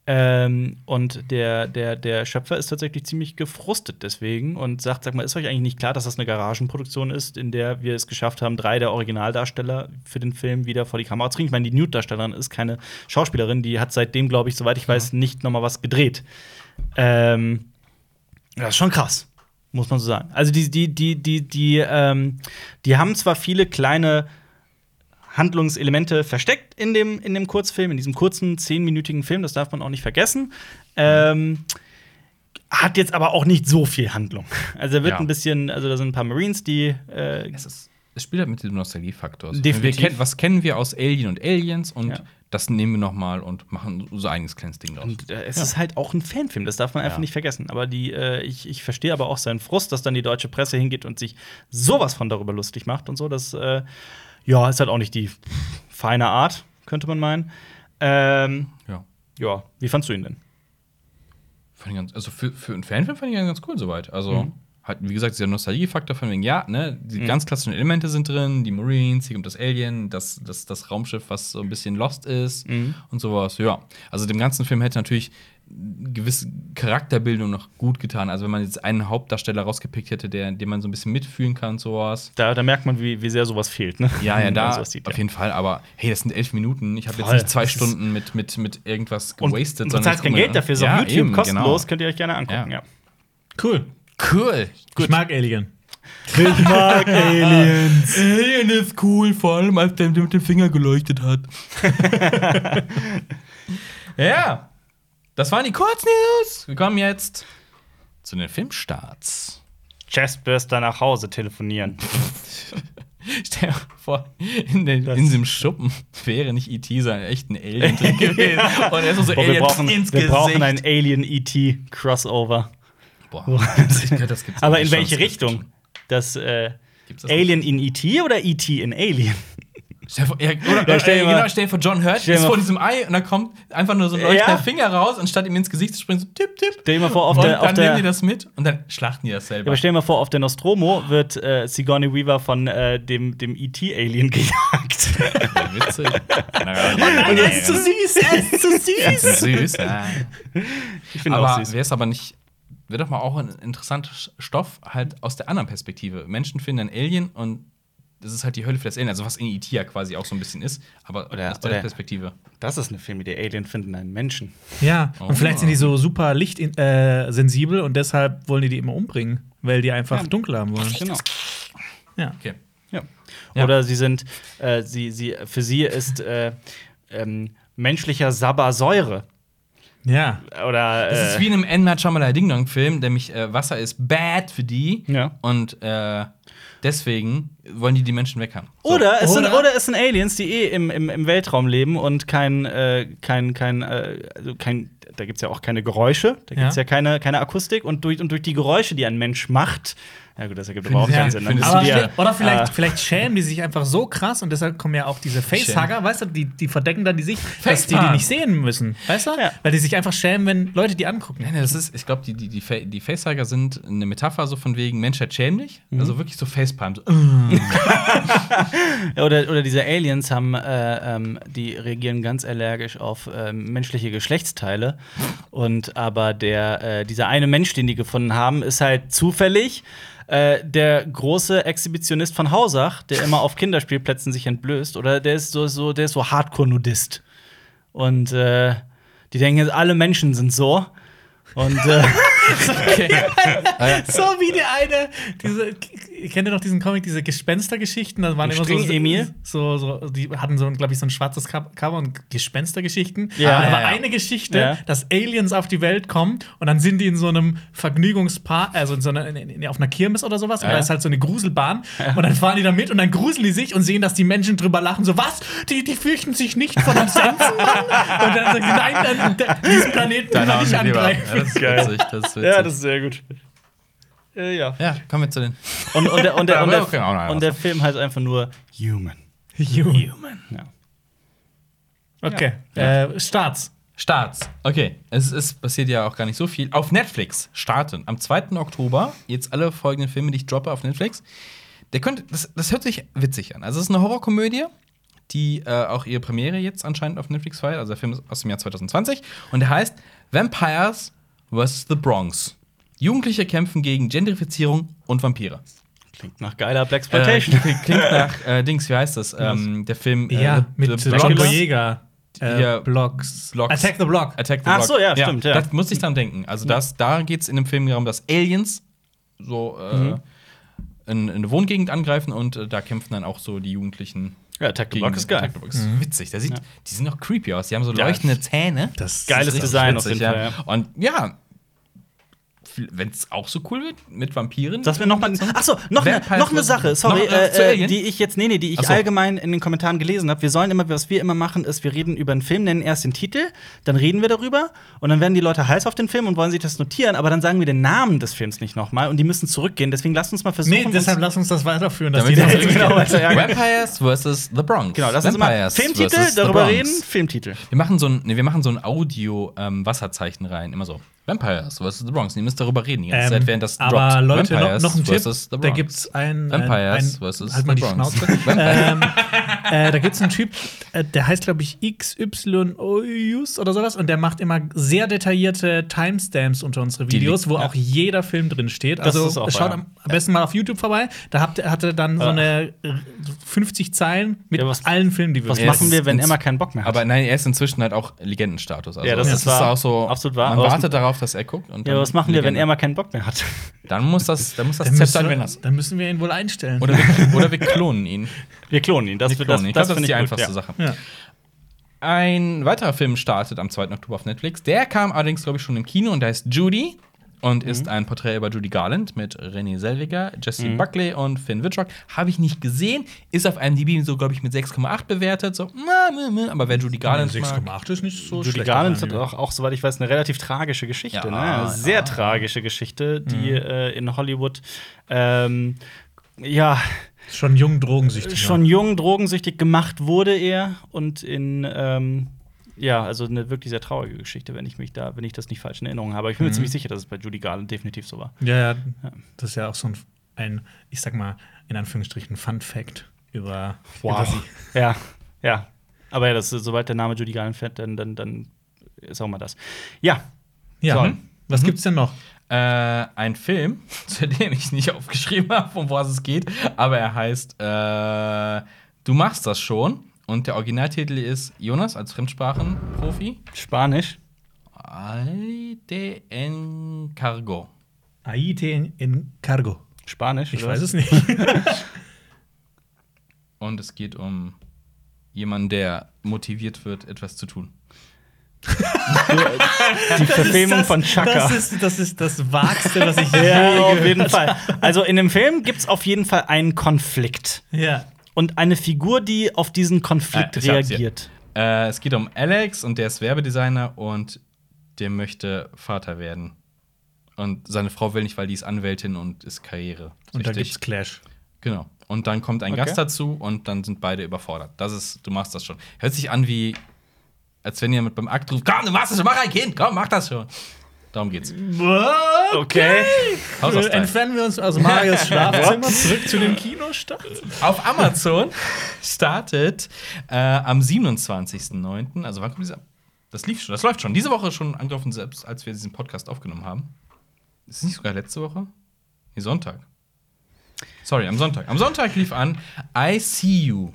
Ähm, und der, der, der Schöpfer ist tatsächlich ziemlich gefrustet deswegen und sagt: Sag mal, ist euch eigentlich nicht klar, dass das eine Garagenproduktion ist, in der wir es geschafft haben, drei der Originaldarsteller für den Film wieder vor die Kamera zu kriegen? Ich meine, die Newt-Darstellerin ist keine Schauspielerin, die hat seitdem, glaube ich, soweit ich weiß, nicht nochmal was gedreht. Ähm, das ist schon krass, muss man so sagen. Also, die, die, die, die, die, ähm, die haben zwar viele kleine Handlungselemente versteckt in dem, in dem Kurzfilm, in diesem kurzen, zehnminütigen Film, das darf man auch nicht vergessen. Ähm, hat jetzt aber auch nicht so viel Handlung. Also er wird
Ja.
ein bisschen, also da sind ein paar Marines, die äh,
Es, ist, es spielt halt mit dem Nostalgiefaktor. Also,
Definitiv.
Wir kennen, was kennen wir aus Alien und Aliens und
Ja.
das nehmen wir nochmal und machen unser eigenes kleines Ding draus.
Und äh, es ist halt auch ein Fanfilm, das darf man einfach
Ja.
nicht vergessen. Aber die, äh, ich, ich verstehe aber auch seinen Frust, dass dann die deutsche Presse hingeht und sich sowas von darüber lustig macht und so. Das, äh, ja, ist halt auch nicht die feine Art, könnte man meinen. Ähm,
ja.
ja, wie fandst du ihn denn?
Fand ich ganz, also für, für einen Fanfilm fand ich ihn ganz cool soweit.
Mhm.
Also hat, wie gesagt, dieser Nostalgiefaktor von wegen, ja, ne, die ganz klassischen Elemente sind drin, die Marines, hier kommt das Alien, das, das, das Raumschiff, was so ein bisschen lost ist
Mhm.
und sowas. Ja. Also dem ganzen Film hätte natürlich gewisse Charakterbildung noch gut getan. Also wenn man jetzt einen Hauptdarsteller rausgepickt hätte, der, den man so ein bisschen mitfühlen kann und sowas.
Da, da merkt man, wie, wie sehr sowas fehlt. Ne?
Ja, ja,
Wenn man
da
sowas sieht,
auf
ja.
jeden Fall. Aber hey, das sind elf Minuten. Ich habe jetzt
Voll.
nicht zwei
Das ist-
Stunden mit, mit, mit irgendwas
Und
gewastet.
du
sondern
zahlst
ich
kein
guck mir
Geld
an.
dafür, ist auf YouTube
eben, genau.
kostenlos, könnt ihr euch gerne angucken.
Ja.
Ja.
Cool.
genau. Cool.
Ich mag Alien.
Ich mag Aliens.
Alien ist cool, vor allem als der mit dem Finger geleuchtet hat. ja, das waren die Kurznews. Wir kommen jetzt zu den Filmstarts.
Chestburster nach Hause telefonieren.
Stell dir vor, in, den, in diesem Schuppen wäre nicht E.T., sondern echt ein Alien drin gewesen. Und er ist so
Boah, wir
Alien
brauchen,
ins
wir
Gesicht.
brauchen ein E Alien-ET-Crossover.
Boah, ich glaub, das gibt's
Aber
nicht.
in
Schon,
welche
das gibt's
Richtung? Das, äh,
Gibt's das
Alien in E.T. oder E.T. in Alien?
Stell dir vor, ja, oder,
Ja, stell
stell
dir
äh,
mal-
genau, stell dir vor, John Hurt
stell dir
ist
mal-
vor diesem Ei und dann kommt einfach nur so ein leuchtender
Ja.
Finger raus und statt ihm ins Gesicht zu springen, so tipp, tipp.
Stell dir mal vor, auf
und
der- auf
dann
der-
nehmen die das mit und dann schlachten die das
Ja,
selber.
aber stell dir mal vor, auf der Nostromo wird äh, Sigourney Weaver von äh, dem, dem E.T.-Alien gejagt.
Ja, witzig.
Und er ist zu süß, er ist zu
Das ist
süß.
süß. Ja.
Ich finde auch
Aber
süß.
wäre es aber nicht, wäre doch mal auch ein interessanter Sch- Stoff halt aus der anderen Perspektive. Menschen finden ein Alien und das ist halt die Hölle für das Alien, also was in E.T. ja quasi auch so ein bisschen ist, aber
Oder-
aus der
oder-
Perspektive.
Das ist eine Filmidee. Alien finden einen Menschen.
Ja.
Oh.
Und vielleicht sind die so super lichtsensibel äh, sensibel und deshalb wollen die die immer umbringen, weil die einfach
Ja.
dunkel haben wollen.
Genau.
Ja.
Okay.
Ja.
Ja.
Oder sie sind, äh, sie, sie, für sie ist äh, ähm, menschlicher Sabasäure.
Ja.
Oder. Äh,
Das ist wie in einem N. Night Shyamalan Ding Dong Film, nämlich äh, Wasser ist bad für die
Ja.
und äh, deswegen wollen die die Menschen weg haben. So.
Oder es, Sind,
Oder-
oder es sind Aliens, die eh im, im, im Weltraum leben und kein, äh, kein, kein, äh, also kein da gibt es ja auch keine Geräusche, da gibt es ja,
Ja.
keine, keine Akustik und durch, und durch die Geräusche, die ein Mensch macht, ja gut, das ergibt aber auch
Ja,
keinen Sinn. ne? Dann
findest
müssen
Aber,
du-
wir-
Ja.
Oder vielleicht,
Ah.
vielleicht schämen die sich einfach so krass und deshalb kommen ja auch diese Facehugger, weißt du, die, die verdecken dann die Sicht, dass die die
Facepalm.
nicht sehen müssen, weißt du?
Ja.
Weil die sich einfach schämen, wenn Leute die angucken.
Nein, nein, das ist, ich glaube, die, die, die, Fa- die Facehager sind eine Metapher so von wegen Menschheit schämlich.
Mhm.
Also wirklich so Facepalm. So, äh,
Oder, oder diese Aliens haben, äh, ähm, die reagieren ganz allergisch auf ähm, menschliche Geschlechtsteile. Und aber der, äh, dieser eine Mensch, den die gefunden haben, ist halt zufällig äh, der große Exhibitionist von Hausach, der immer auf Kinderspielplätzen sich entblößt. Oder der ist so, so, der ist so Hardcore-Nudist. Und äh, die denken jetzt, alle Menschen sind so. Und äh,
okay.
So wie der eine, diese, kennt ihr noch diesen Comic, diese Gespenstergeschichten? Da waren
Die
immer so,
String-Emil?
so, so, die hatten so, glaube ich, so ein schwarzes Cover- Cover und Gespenstergeschichten.
Ja.
Aber da war
Ja, ja.
eine Geschichte,
Ja.
dass Aliens auf die Welt kommen und dann sind die in so einem Vergnügungspark, also in so einer, in, in, auf einer Kirmes oder sowas, und
Ja.
da ist halt so eine Gruselbahn und dann fahren die da mit und dann gruseln die sich und sehen, dass die Menschen drüber lachen, so, was? Die, die fürchten sich nicht vor dem Sensenmann? und dann sagen sie, nein, dann, dann, diesen Planeten können wir nicht
Ja, das
angreifen.
ist witzig. Das ist witzig.
ja, das ist sehr gut. Äh, ja.
ja, kommen wir zu den.
Und, und, der, und, der, und,
Aber
der,
okay, auch noch einer
und der Film heißt einfach nur Human.
Human.
Ja.
Okay. Äh, Starts.
Starts. Okay, es ist, passiert ja auch gar nicht so viel. Auf Netflix starten am 2. Oktober jetzt alle folgenden Filme, die ich droppe auf Netflix. Der könnte, das, das hört sich witzig an. Also, es ist eine Horrorkomödie, die äh, auch ihre Premiere jetzt anscheinend auf Netflix feiert. Also, der Film ist aus dem Jahr 2020 und der heißt Vampires vs. The Bronx. Jugendliche kämpfen gegen Gentrifizierung und Vampire.
Klingt nach geiler Blaxploitation.
Äh, klingt nach äh, Dings, wie heißt das? Ähm, der Film äh, The- The
John
Bronx.
Boyega. Äh,
Ja.
Blocks.
Blocks.
Attack the Block.
Attack the
Ach
Block.
so, ja, stimmt, ja.
Das muss ich dann denken. Also das, da geht es in dem Film darum, dass Aliens so äh,
Mhm.
in, in eine Wohngegend angreifen und äh, da kämpfen dann auch so die Jugendlichen.
Ja, Attack the
gegen
Block ist geil.
Attack the Block. Ist
Mhm.
Witzig, der sieht,
Ja.
die sehen auch creepy aus. Die haben so
Ja.
leuchtende Zähne.
Das
Geiles
richtig
Design auf jeden Fall,
Ja. Und ja, wenn es auch so cool wird mit Vampiren.
Dass wir noch mal, achso, noch, ne,
Vampires
noch eine
vs.
Sache, sorry,
Noch- noch zu
äh, äh,
Alien?
die ich jetzt, nee, nee, die ich
Ach so.
allgemein in den Kommentaren gelesen habe. Wir sollen immer, was wir immer machen, ist, wir reden über einen Film, nennen erst den Titel, dann reden wir darüber und dann werden die Leute heiß auf den Film und wollen sich das notieren, aber dann sagen wir den Namen des Films nicht nochmal und die müssen zurückgehen. Deswegen lasst uns mal versuchen.
Nee, deshalb
uns,
lass uns das weiterführen. Dass
damit
die-
wir uns-
genau, weiter- ja, genau.
Vampires vs. The Bronx.
genau, lass uns mal
Vampires
Filmtitel,
versus The
darüber
Bronx.
reden, Filmtitel.
Wir machen so ein, nee, wir machen so ein Audio-Wasserzeichen rein, immer so. Vampires vs. The Bronx. Und Ihr müsst darüber reden die ganze Zeit, während das
Ähm, aber
droppt.
Leute, noch, noch ein Tipp.
versus The
Da
Bronx.
gibt's einen.
Vampires
ein, ein,
versus
halt mal
The
die
Bronx.
Schnauze. ähm, äh, da gibt's einen Typ, äh, der heißt, glaube ich, XYOUS oder sowas. Und der macht immer sehr detaillierte Timestamps unter unsere
Die
Videos, wo
liegt- ja.
auch jeder Film drin steht. Also
ist auch
schaut
wahr.
am, am besten mal auf YouTube vorbei. Da habt, hat er dann so
Ja.
eine äh, 50 Zeilen mit
Ja, was-
allen Filmen, die wir
Was
Ja,
sehen.
das
machen wir, wenn
ist-
Emma keinen Bock mehr hat?
aber nein, er ist inzwischen halt auch Legendenstatus. Also
Ja, das ist wahr.
auch so.
Absolut wahr.
Man
Aber was-
wartet darauf, dass er guckt. Und
ja,
dann
was machen wir, wenn
Legende.
Emma keinen Bock mehr hat?
Dann muss das, dann muss das
Dann
Zepter
müssen,
an
wir,
Wenners.
dann müssen wir ihn wohl einstellen.
Oder wir, oder wir klonen ihn.
Wir klonen ihn. Das,
Wir
wird-
klonen ihn. Ich
das,
glaube, das
finde
ist die
ich gut,
einfachste
ja.
Sache.
ja.
Ein weiterer Film startet am 2. Oktober auf Netflix. Der kam allerdings, glaube ich, schon im Kino und der heißt Judy und ist ein Porträt über Judy Garland mit Renée Selviger, Jesse Buckley und Finn Wittrock. Habe ich nicht gesehen, ist auf IMDb so, glaube ich, mit 6,8 bewertet. So, na, na, na. aber wer Judy Garland mag,
ist nicht so
Judy Garland hat auch, auch, soweit ich weiß, eine relativ tragische Geschichte.
Ja,
ne? Eine Sehr
ja.
tragische Geschichte, die
Mhm.
äh, in Hollywood ähm, ja
Schon jung, drogensüchtig.
schon jung drogensüchtig gemacht wurde er und in ähm, ja, also eine wirklich sehr traurige Geschichte, wenn ich mich da, wenn ich das nicht falsch in Erinnerung habe. Aber Ich
Mhm.
bin mir ziemlich sicher, dass es bei Judy Garland definitiv so war.
Ja, ja, das ist ja auch so ein, ein ich sag mal, in Anführungsstrichen Fun Fact über, über sie.
Ja, ja. Aber ja, das, ist- sobald der Name Judy Garland fällt, dann, dann, dann ist auch mal das. Ja,
Ja, hm?
So.
was gibt's denn noch?
äh, ein Film, zu dem ich nicht aufgeschrieben habe, um was es geht, aber er heißt äh, Du machst das schon. Und der Originaltitel ist Jonas als Fremdsprachenprofi.
Spanisch.
Ay de Encargo.
Aite in, in Cargo.
Spanisch.
Ich
oder
weiß
was?
es nicht.
Und es geht um jemanden, der motiviert wird, etwas zu tun.
Die Verfilmung von Chaka.
Das ist das, ist das Wagste, was ich je
Ja, auf
gehört
jeden Fall. Also in dem Film gibt es auf jeden Fall einen Konflikt.
Ja.
Und eine Figur, die auf diesen Konflikt
Ah, ich hab's hier.
reagiert.
Äh, es geht um Alex und der ist Werbedesigner und der möchte Vater werden. Und seine Frau will nicht, weil die ist Anwältin und ist Karriere.
Und da gibt's Clash.
Genau. Und dann kommt ein
Okay.
Gast dazu und dann sind beide überfordert. Das ist, du machst das schon. Hört sich an wie, als wenn jemand beim Akt ruft: Komm, du machst das schon, mach ein Kind, komm, mach das schon. Darum geht's.
Okay.
House of
Äh,
Style.
Entfernen wir uns aus Marios Schlafzimmer zurück zu dem Kinostart.
Auf Amazon startet äh, am 27.09. Also wann kommt dieser? Das lief schon, das läuft schon. Diese Woche schon angelaufen, selbst als wir diesen Podcast aufgenommen haben. Ist es nicht sogar letzte Woche? Nee, Sonntag. Sorry, am Sonntag. Am Sonntag lief an I See You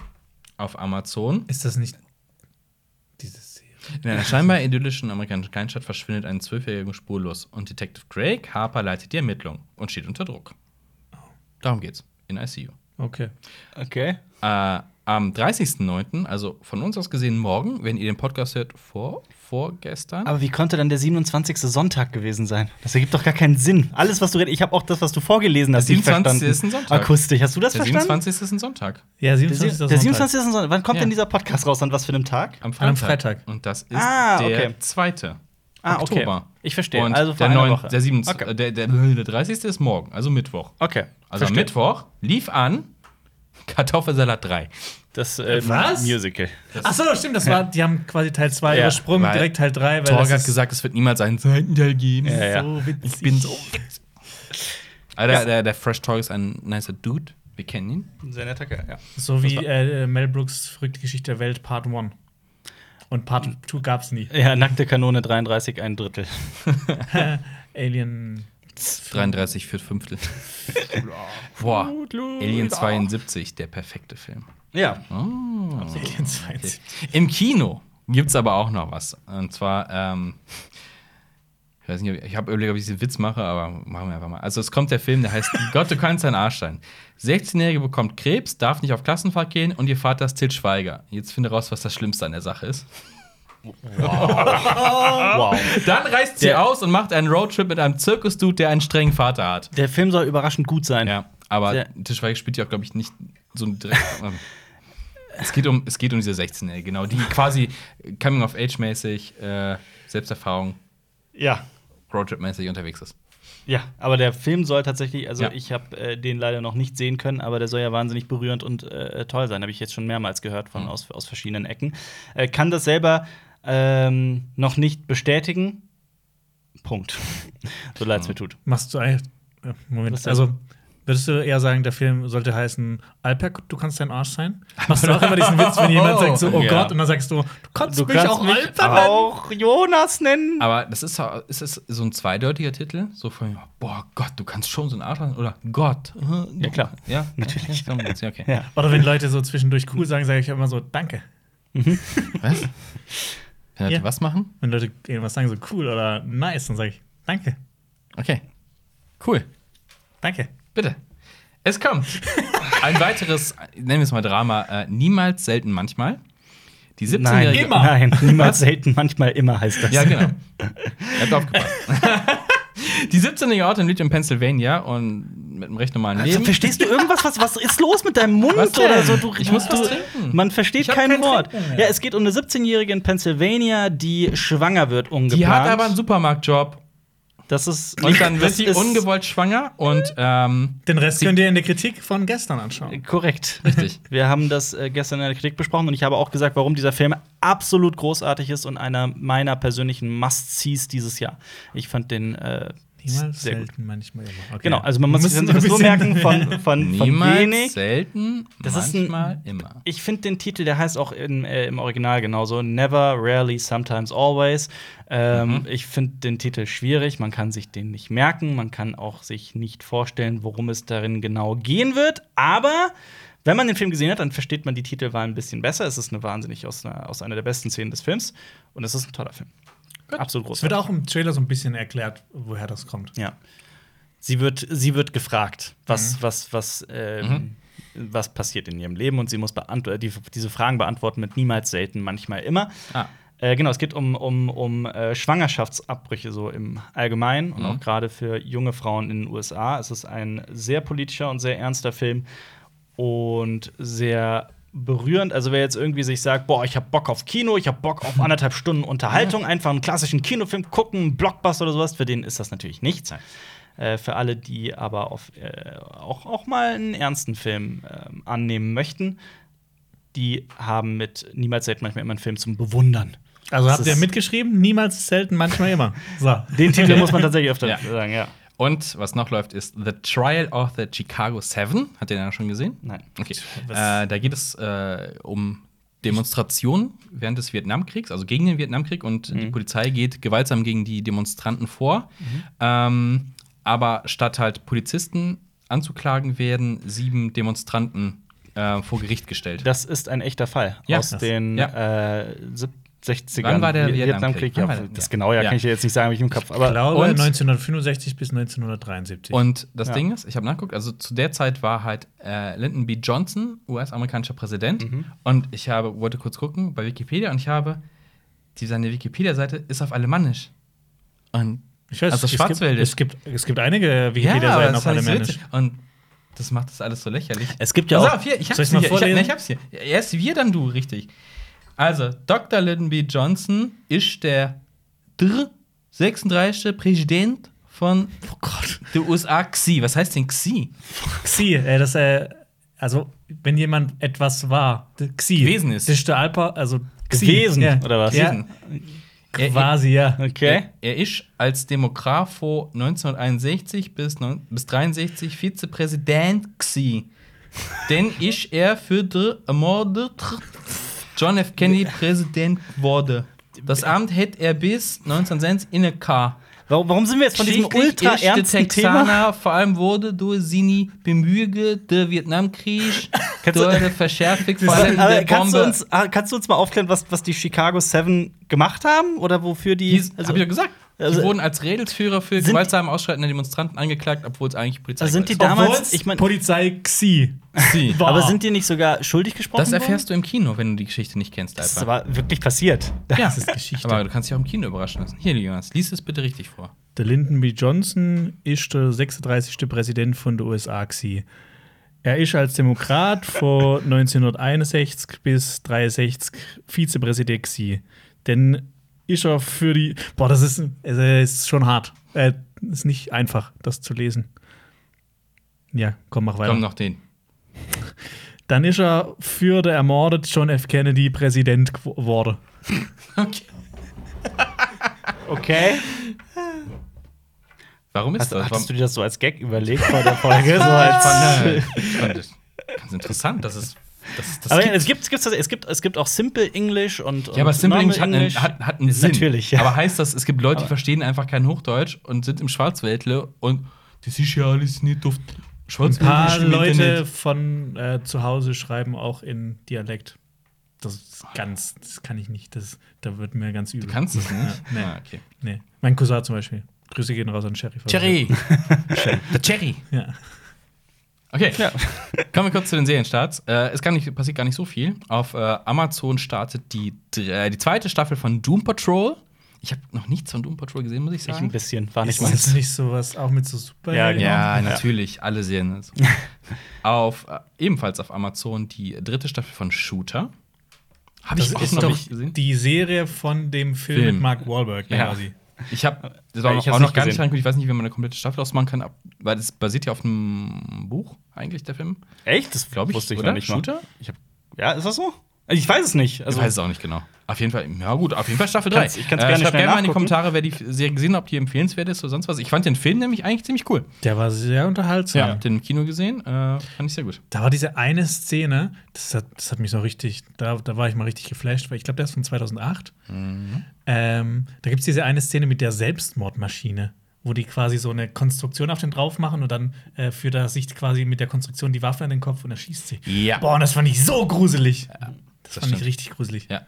auf Amazon.
Ist das nicht diese Serie?
In einer scheinbar idyllischen amerikanischen Kleinstadt verschwindet ein Zwölfjähriger spurlos und Detective Craig Harper leitet die Ermittlung und steht unter Druck. Darum geht's in I See You.
Okay.
Okay.
Äh, am 30.09., also von uns aus gesehen morgen, wenn ihr den Podcast hört, vor, vorgestern.
Aber wie konnte dann der 27. Sonntag gewesen sein? Das ergibt doch gar keinen Sinn. Alles, was du redest, ich habe auch das, was du vorgelesen hast,
Der
nicht
27.
verstanden.
ist ein Sonntag.
Akustisch. Hast du das
der
verstanden?
27. ist ein Sonntag.
Ja,
Der
27.
sie- Der 27. ist ein Sonntag. Wann kommt
Ja.
denn dieser Podcast raus? An was für einem Tag?
Am Freitag.
Am Freitag.
Und das ist
Ah, okay.
der zweite.
Ah, okay. Ich verstehe.
Und
Also vor
der,
einer
neun-
Woche.
Der, 7,
Okay.
der, der, der 30. ist morgen, also Mittwoch.
Okay.
Also am
Verstehe.
Mittwoch lief an Kartoffelsalat 3.
Das äh,
Was?
Musical.
Achso, stimmt, das war, die haben quasi Teil 2
Ja,
übersprungen,
weil
direkt Teil 3, weil
Torg
das
hat
ist
gesagt, es wird niemals einen zweiten Teil geben.
Ja, ja.
so witzig.
Ich bin so witzig. Alter, der, der Fresh Torg ist ein nicer Dude. Wir kennen ihn.
Sehr netter Kerl, ja.
So wie äh, Mel Brooks verrückte Geschichte der Welt Part 1. Und Part 2 gab's nie.
Ja, nackte Kanone 33, ein Drittel.
Alien
33 für Fünftel. Boah, Alien 72, der perfekte Film.
Ja.
Oh.
Alien 20.
Im Kino gibt es aber auch noch was. Und zwar, ähm, ich weiß nicht, ob ich, ich habe überlegt, ob ich diesen Witz mache, aber machen wir einfach mal. Also, es kommt der Film, der heißt Gott, du kannst deinen Arsch sein. 16-Jährige bekommt Krebs, darf nicht auf Klassenfahrt gehen und ihr Vater ist Til Schweiger. Jetzt finde raus, was das Schlimmste an der Sache ist.
Wow.
Dann reißt sie
Der-
aus und macht einen Roadtrip mit einem Zirkusdude, der einen strengen Vater hat.
Der Film soll überraschend gut sein.
Ja, aber
Sehr-
Til Schweiger spielt ja auch, glaube ich, nicht so ein direkt. ähm, es, geht um, es geht um diese 16-Jährige, genau, die quasi Coming-of-Age-mäßig äh, Selbsterfahrung
Ja.
Roadtrip-mäßig unterwegs ist.
Ja, aber der Film soll tatsächlich, also
Ja.
ich habe äh, den leider noch nicht sehen können, aber der soll ja wahnsinnig berührend und äh, toll sein. Habe ich jetzt schon mehrmals gehört
Mhm.
von aus, aus verschiedenen Ecken. Äh, kann das selber ähm, noch nicht bestätigen. Punkt. so leid
Mhm.
es mir tut.
Machst du eigentlich. äh,
Was
Moment,
denn?
also. Würdest du eher sagen, der Film sollte heißen Alper, du kannst dein Arsch sein? Machst du auch immer diesen Witz, wenn jemand sagt so, oh
Ja.
Gott, und dann sagst du, du kannst mich auch Alper nennen.
auch Jonas nennen.
Aber das ist, so- ist das so ein zweideutiger Titel, so von, boah Gott, du kannst schon so ein Arsch haben, oder Gott. äh, du-
klar.
Ja, natürlich. Ja, ja, okay.
Ja.
Oder wenn Leute so zwischendurch cool sagen, sage ich immer so, danke.
Was? Wenn Leute
Ja.
was machen?
Wenn Leute irgendwas sagen, so cool oder nice, dann sage ich, danke,
Okay. Cool.
danke.
Bitte. Es kommt. Ein weiteres, nennen wir es mal Drama, äh, niemals, selten, manchmal. Die 17-Jährige.
Nein,
Immer.
nein, niemals selten, manchmal immer heißt das.
Ja, genau. Ihr habt aufgepasst. Die 17-jährige Auto lebt in Pennsylvania und mit einem recht normalen
Also,
Leben.
verstehst du irgendwas? Was, was ist los mit deinem Mund
Was denn?
oder so? Du,
Ich muss
du,
was trinken.
Man versteht
Ich hab
kein
kein
Wort.
Trinken mehr.
Ja, es geht um eine 17-Jährige in Pennsylvania, die schwanger wird ungeplant.
Die hat aber einen Supermarktjob.
das ist
Und dann wird
das
sie
ist
ungewollt schwanger und ähm,
Den Rest könnt ihr in der Kritik von gestern anschauen.
Korrekt.
richtig.
Wir haben das äh, gestern in der Kritik besprochen und ich habe auch gesagt, warum dieser Film absolut großartig ist und einer meiner persönlichen Must-Sees dieses Jahr. Ich fand den äh,
Niemals
sehr gut.
selten, manchmal immer. Okay.
Genau, also man muss sich
Müssen
das
wir
nur
ein
merken
bisschen-
von, von, von
Niemals,
wenig.
selten,
Das ist ein-
manchmal, immer.
Ich finde den Titel, der heißt auch im, äh, im Original genauso: Never, Rarely, Sometimes, Always. Ähm, Ich finde den Titel schwierig. Man kann sich den nicht merken. Man kann auch sich nicht vorstellen, worum es darin genau gehen wird. Aber wenn man den Film gesehen hat, dann versteht man die Titelwahl ein bisschen besser. Es ist eine wahnsinnig aus einer, aus einer der besten Szenen des Films. Und es ist ein toller Film. Absolut
Es wird
großartig.
auch im Trailer so ein bisschen erklärt, woher das kommt.
Ja. Sie wird, sie wird gefragt, was, was, was, ähm, was passiert in ihrem Leben und sie muss beantw- die, diese Fragen beantworten mit niemals selten, manchmal immer.
Ah.
Äh, genau, es geht um, um, um äh, Schwangerschaftsabbrüche so im Allgemeinen und auch gerade für junge Frauen in den USA. Es ist ein sehr politischer und sehr ernster Film und sehr berührend. Also wer jetzt irgendwie sich sagt, boah, ich hab Bock auf Kino, ich hab Bock auf anderthalb Stunden Unterhaltung, einfach einen klassischen Kinofilm gucken, einen Blockbuster oder sowas, für den ist das natürlich nichts. Äh, für alle, die aber auf, äh, auch, auch mal einen ernsten Film ähm, annehmen möchten, die haben mit niemals selten manchmal immer einen Film zum Bewundern.
Also
Das
habt ihr
ist-
mitgeschrieben? Niemals selten, manchmal immer. So.
Den Titel muss man tatsächlich öfter
Ja.
sagen, ja.
Und was noch läuft, ist The Trial of the Chicago Seven. Hat ihr den ja schon gesehen?
Nein.
Okay.
Was-
Äh, da geht es äh, um Demonstrationen während des Vietnamkriegs, also gegen den Vietnamkrieg, und die Polizei geht gewaltsam gegen die Demonstranten vor. Ähm, aber statt halt Polizisten anzuklagen, werden sieben Demonstranten äh, vor Gericht gestellt.
Das ist ein echter Fall
Ja.
aus
Krass.
den
Ja.
äh, sieb- 60ern.
Wann war der
Vi-
Vietnamkrieg?
Ja,
Wann war der-
das
ja.
genau ja,
Ja.
kann ich jetzt nicht sagen, hab ich im Kopf. Aber
Ich glaube,
Und-
1965 bis 1973.
Und das
Ja.
Ding ist, ich habe nachgeguckt, also zu der Zeit war halt äh, Lyndon B. Johnson US-amerikanischer Präsident.
Mhm.
Und ich habe, wollte kurz gucken bei Wikipedia und ich habe, die, seine Wikipedia-Seite ist auf Alemannisch. Und
ich weiß,
also
es, gibt,
Schwarzwälder.
es, gibt, es gibt einige
aber
Wikipedia-Seiten
das
auf
fand ich so
Alemannisch.
witzig. Und das macht das alles so lächerlich.
Es gibt ja
Pass
auch-
auf, hier, ich hab's
Soll ich's
hier.
mal
Ich, hab,
vorlesen?
nee, ich hab's hier. Erst wir, dann du, richtig. Also, Dr. Lyndon B. Johnson ist der dr- 36. Präsident von
Oh Gott.
der USA Xi. Was heißt denn Xi?
Xi, äh, das äh, also wenn jemand etwas war, d- Xi.
Gewesen ist.
Dichte Alpa, also Xi.
Gewesen,
ja.
oder was?
Ja,
Gewesen. Er-
quasi, ja.
Okay.
Er, er ist als Demograf von 1961 bis, neun- bis 63 Vizepräsident gsi. Denn ist er für den ermordet John F. Kennedy Präsident wurde. Das Amt hätte er bis 1960 inne ka.
Warum, warum sind wir jetzt von diesem ultra ernsten Thema?
Texaner vor allem wurde durch seine Bemühungen der Vietnamkrieg
Kannst du-
durch die Verschärfung vor allem
Aber
der
Äh, kannst, du
Bombe.
uns, ah, kannst du uns mal aufklären, was, was die Chicago Seven gemacht haben? Oder wofür die.
Die, also, hab ich ja gesagt. Die
also-
wurden als Redelsführer für
Sind-
gewaltsame Ausschreiten der Demonstranten angeklagt, obwohl es eigentlich Polizei
Also sind die
ist.
damals-
Obwohl's
ich mein-
Polizei Xi.
Sie.
War.
aber sind die nicht sogar schuldig gesprochen?
Das erfährst du im Kino, wenn du die Geschichte nicht kennst,
Das ist
einfach.
aber wirklich passiert.
ja.
Das ist Geschichte.
Aber du kannst dich auch im Kino überraschen lassen. Hier, Jonas, lies es bitte richtig vor.
Der Lyndon B. Johnson ist der 36. Präsident von den USA gsi. Er ist als Demokrat von 1961 bis 63 Vizepräsident gsi. Denn ist er für die Boah, das ist, also, es ist schon hart. Äh, ist nicht einfach das zu lesen. Ja, komm mach weiter.
Komm noch den.
Dann ist er für den ermordet John F. Kennedy Präsident geworden.
Okay.
Okay.
Warum ist
Hast,
das?
hattest
Warum? Ah,
du dir das so als Gag überlegt vor der Folge? so als,
Nein, ich fand das ganz interessant, dass es. Das, das
aber es gibt, es, gibt, es, gibt, es gibt auch Simple English und.
ja, aber
und
Simple
Normal
English hat, einen-
äh,
hat, hat einen Sinn.
Natürlich, ja.
Aber heißt das, es gibt Leute, die verstehen einfach kein Hochdeutsch und sind im Schwarzwäldle und das ist ja alles nicht auf
Ein paar
Schwarzwäldle. im
Leute
Internet.
von äh, zu Hause schreiben auch in Dialekt. Das ist ganz, das kann ich nicht. Das, da wird mir ganz übel.
Du kannst es nicht?
Ja, nee.
Ah, okay.
Nee. Mein Cousin zum Beispiel. Grüße gehen raus an Cherry.
Cherry! Der Cherry!
Ja.
Okay, kommen wir kurz zu den Serienstarts. Äh, es kann nicht, passiert gar nicht so viel. Auf äh, Amazon startet die, dr- die zweite Staffel von Doom Patrol. Ich habe noch nichts von Doom Patrol gesehen, muss ich
Ich ein
sagen.
bisschen, war nicht
Ist
meins.
das nicht sowas auch mit so super?
Ja, genau.
ja, natürlich, alle sehen es. auf, äh, ebenfalls auf Amazon die dritte Staffel von Shooter. Habe
Das
ich auch
ist
noch
doch
nicht gesehen.
die Serie von dem Film,
Film.
mit Mark Wahlberg
Ja.
quasi.
Ich habe
Ja,
auch,
ich hab's
noch
nicht
gar nicht
gesehen.
reingeguckt. Ich weiß nicht, wie man eine komplette Staffel ausmachen kann, ab- weil das basiert ja auf einem Buch eigentlich, der Film.
Echt? Das
Glaub ich,
wusste ich
oder?
noch nicht mal.
Shooter?
Ich hab, ja, ist das so? Ich weiß es nicht. Also,
ich weiß es auch nicht genau. Auf jeden Fall, ja gut, auf jeden Fall Staffel 3.
Kannst- ich kann's gerne
schreibt
schnell
gerne mal in die
nachgucken.
Kommentare, wer die Serie gesehen hat, ob die empfehlenswert ist oder sonst was. Ich fand den Film nämlich eigentlich ziemlich cool.
Der war sehr
Ja.
unterhaltsam.
Hab den im Kino gesehen, äh, fand ich sehr gut.
Da war diese eine Szene, das hat, das hat mich so richtig, da, da war ich mal richtig geflasht, weil ich glaube, der ist von 2008.
Mhm.
Ähm, da gibt es diese eine Szene mit der Selbstmordmaschine, wo die quasi so eine Konstruktion auf den drauf machen und dann äh, führt er sich quasi mit der Konstruktion die Waffe an den Kopf und er schießt sie.
Ja.
Boah, und das fand ich so gruselig. das, fand
stimmt.
ich richtig gruselig.
Ja.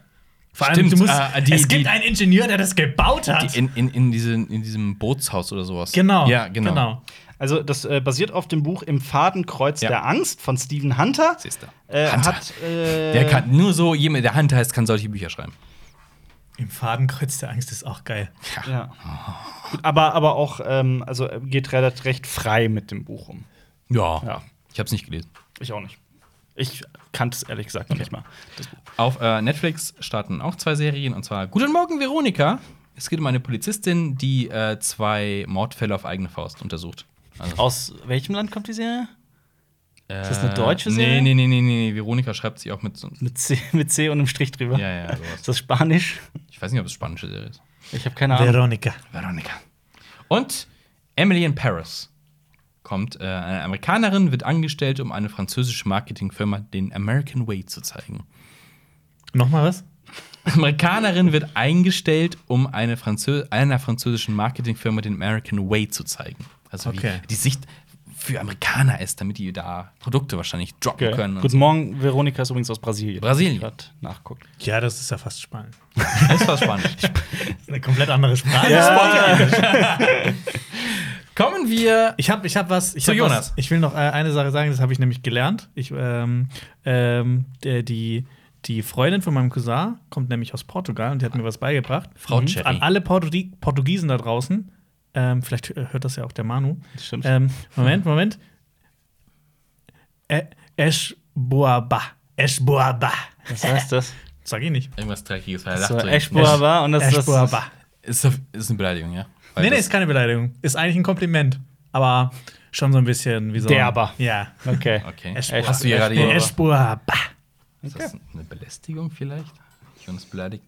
Vor allem,
Stimmt,
du musst,
äh, die-
es
die-
gibt einen Ingenieur, der das gebaut hat.
Die in, in, in, diesen, in diesem Bootshaus oder sowas.
genau.
Ja, genau.
also das äh, basiert auf dem Buch Im Fadenkreuz
Ja.
der Angst von Stephen Hunter.
Siehst du.
Äh,
Hunter.
Hat, äh,
Der kann nur so, jemand, der Hand heißt, kann solche Bücher schreiben.
Im Fadenkreuz der Angst ist auch geil.
Ja. Gut, aber, aber auch, ähm, also äh, geht relativ recht frei mit dem Buch um.
Ja.
Ja.
Ich hab's nicht gelesen.
Ich auch nicht. Ich kannte es ehrlich gesagt noch nicht mal. Das Buch.
Auf äh, Netflix starten auch zwei Serien und zwar Guten Morgen Veronika. Es geht um eine Polizistin, die äh, zwei Mordfälle auf eigene Faust untersucht. Also,
Aus welchem Land kommt die Serie? Ist das eine deutsche
Äh,
Serie?
Nee, nee, nee, nee, nee. Veronika schreibt sie auch mit so.
Mit C, mit C und einem Strich drüber.
Ja, ja, sowas.
Ist das Spanisch?
Ich weiß nicht, ob es spanische Serie ist.
Ich habe keine Ahnung.
Veronika.
Veronika. Und Emily in Paris kommt. Äh, eine Amerikanerin wird angestellt, um eine französische Marketingfirma den American Way zu zeigen.
Nochmal was?
Amerikanerin wird eingestellt, um eine Franzö einer französischen Marketingfirma den American Way zu zeigen. Also
Okay.
wie die Sicht für Amerikaner ist, damit die da Produkte wahrscheinlich droppen
Okay.
können. und
Guten Morgen, Veronika ist übrigens aus Brasilien.
Brasilien.
Grad nachguckt.
Ja, das ist ja fast spannend.
so. Das war spannend.
Eine komplett andere Sprache.
Kommen wir.
Ich habe ich hab was. Ich
Zu
hab
Jonas.
Was, ich will noch äh, eine Sache sagen, das habe ich nämlich gelernt. Ich, ähm, ähm, der, die, die Freundin von meinem Cousin kommt nämlich aus Portugal und die hat mir was beigebracht.
Frau
Mhm.
Cherry.
An alle Portu Portugiesen da draußen. Ähm, vielleicht hö- hört das ja auch der Manu.
Das stimmt.
Ähm, Moment, Moment. Ä- Esch boaba. Esch boaba.
Was heißt das?
Sag ich nicht.
Irgendwas Dreckiges, weil er
So,
lacht so
Eschboa war und das
Esch
ist.
boaba.
Ist, ist eine Beleidigung, ja? Weil
Nee, nee,
das-
ist keine Beleidigung. Ist eigentlich ein Kompliment. Aber schon so ein bisschen wie so. ein-
Derber.
Ja.
Okay.
Okay.
Eschbohr.
Hast du hier gerade
Eschbohr.
Eschbohr.
Eschbohr. Bah.
Ist das eine Belästigung vielleicht? Ich bin uns beleidigt.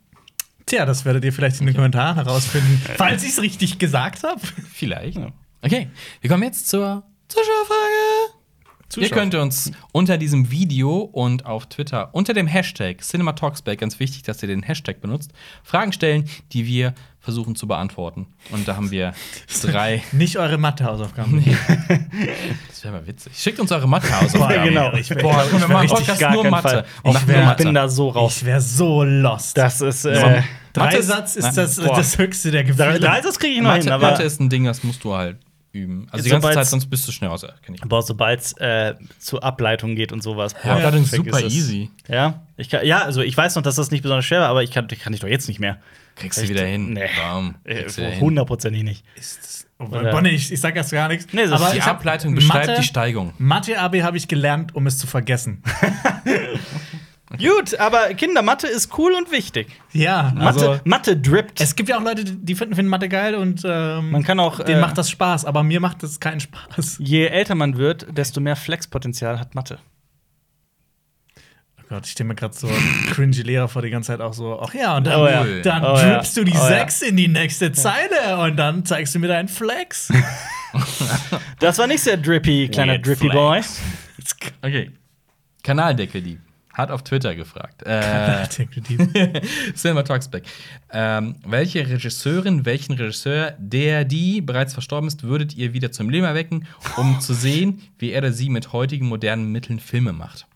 Tja, das werdet ihr vielleicht in den Kommentaren herausfinden, falls ich es richtig gesagt habe.
Vielleicht. Okay, wir kommen jetzt zur Zuschauerfrage. Ihr könnt uns unter diesem Video und auf Twitter unter dem Hashtag CinemaTalksback, ganz wichtig, dass ihr den Hashtag benutzt, Fragen stellen, die wir versuchen zu beantworten. Und da haben wir drei.
Nicht eure Mathe-Hausaufgaben.
Das wäre mal witzig. Schickt uns eure Mathe-Hausaufgaben.
Ja, genau.
Ich, wär-
Boah,
ich
komm, wir machen
richtig
Podcast
gar
nur
keinen
Mathe.
Fall.
Und
Ich
machen
wär-
nur
ich bin da so raus.
ich wäre so lost.
Das ist.
Ja,
Äh,
Dreisatz ist
Nein,
das,
boah.
das höchste der
drei,
Gefühle.
drei, das kriege ich noch
Mathe,
hin, aber.
Mathe ist ein Ding, das musst du halt üben. Also die ganze
Sobald's-
Zeit, sonst bist du schnell raus. Kenn ich.
Boah, sobald es äh, zur Ableitung geht und sowas. Boah,
Ableitung ist
vergiss
super
es.
easy.
Ja, ich kann, ja, also ich weiß noch, dass das nicht besonders schwer war, aber ich kann, kann ich doch jetzt nicht mehr.
Kriegst du wieder hin.
Nee.
Bam.
Äh,
Kriegst du wieder hin.
Hundertprozentig nicht.
Ist- oh, Bonnie, ich, ich sag erst gar nichts.
Nee, das ist
Die
Also ich hab
Ableitung beschreibt
Mathe-
die Steigung.
Mathe AB habe ich gelernt, um es zu vergessen.
Gut, aber Kindermathe ist cool und wichtig.
ja,
Also-
Mathe, Mathe drippt.
es gibt ja auch Leute, die die finden, finden Mathe geil und ähm,
Man kann auch,
denen
äh,
macht das Spaß, aber mir macht das keinen Spaß.
Je älter man wird, desto mehr Flexpotenzial hat Mathe.
Oh Gott, ich stelle mir gerade so cringy Lehrer vor die ganze Zeit auch so, ach ja, und dann,
Oh ja.
dann
Oh ja.
drippst du die
Oh ja. Äh.
Sechs in die nächste Zeile und dann zeigst du mir deinen Flex.
Das war nicht sehr drippy, kleiner
Weird
drippy
flex.
Boy.
Okay. Kanaldeckeldieb hat auf Twitter gefragt. Äh, Cinema Talks Back. Ähm, welche Regisseurin, welchen Regisseur, der, die bereits verstorben ist, würdet ihr wieder zum Leben erwecken, um zu sehen, wie er oder sie mit heutigen modernen Mitteln Filme macht?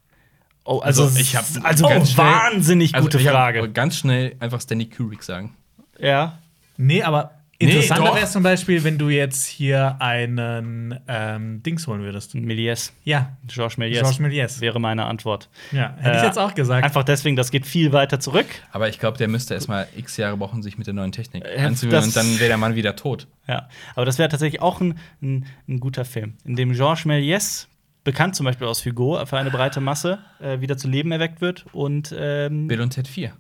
Oh, also,
Also, ich hab
also oh,
ganz schnell-
wahnsinnig gute
Also ich hab
Frage.
Ganz schnell einfach Stanley Kubrick sagen.
Ja.
nee, aber
Nee,
interessanter
doch.
wäre zum Beispiel, wenn du jetzt hier einen ähm, Dings holen würdest.
Méliès.
Ja,
Georges Méliès.
Georges Méliès.
Wäre meine Antwort.
ja hätte ich
Äh,
jetzt auch gesagt.
Einfach deswegen, das geht viel weiter zurück.
Aber ich glaube, der müsste erstmal x Jahre brauchen, sich mit der neuen Technik
Äh,
anzugewöhnen
das-
und dann wäre der Mann wieder tot.
Ja. Aber das wäre tatsächlich auch ein, ein, ein guter Film, in dem Georges Méliès, bekannt zum Beispiel aus Hugo, für eine breite Masse, äh, wieder zu Leben erweckt wird. Und ähm,
Bill und Ted 4.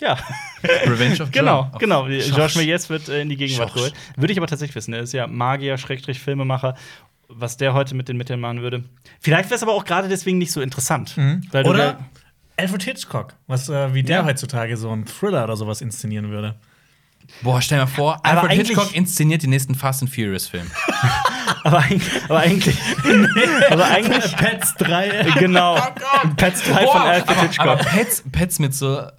ja.
Revenge of
Genau,
John. Auf-
genau. Georges
Georges.
Méliès wird äh, in die Gegenwart
Georges.
geholt. Würde ich aber tatsächlich wissen. Er ist ja Magier, Schrägstrich, Filmemacher. Was der heute mit den Mitteln machen würde. Vielleicht wäre es aber auch gerade deswegen nicht so interessant. Weil du
Mhm. Oder
da-
Alfred Hitchcock, was, äh, wie der
Ja.
heutzutage so einen Thriller oder sowas inszenieren würde.
Boah, stell dir mal vor,
Aber
Alfred
eigentlich-
Hitchcock inszeniert den nächsten Fast and Furious Film.
aber, eigentlich- aber eigentlich. aber eigentlich.
Pets Oh 3.
genau. Pets 3 von Alfred
aber,
Hitchcock.
Aber Pets, Pets mit so äh,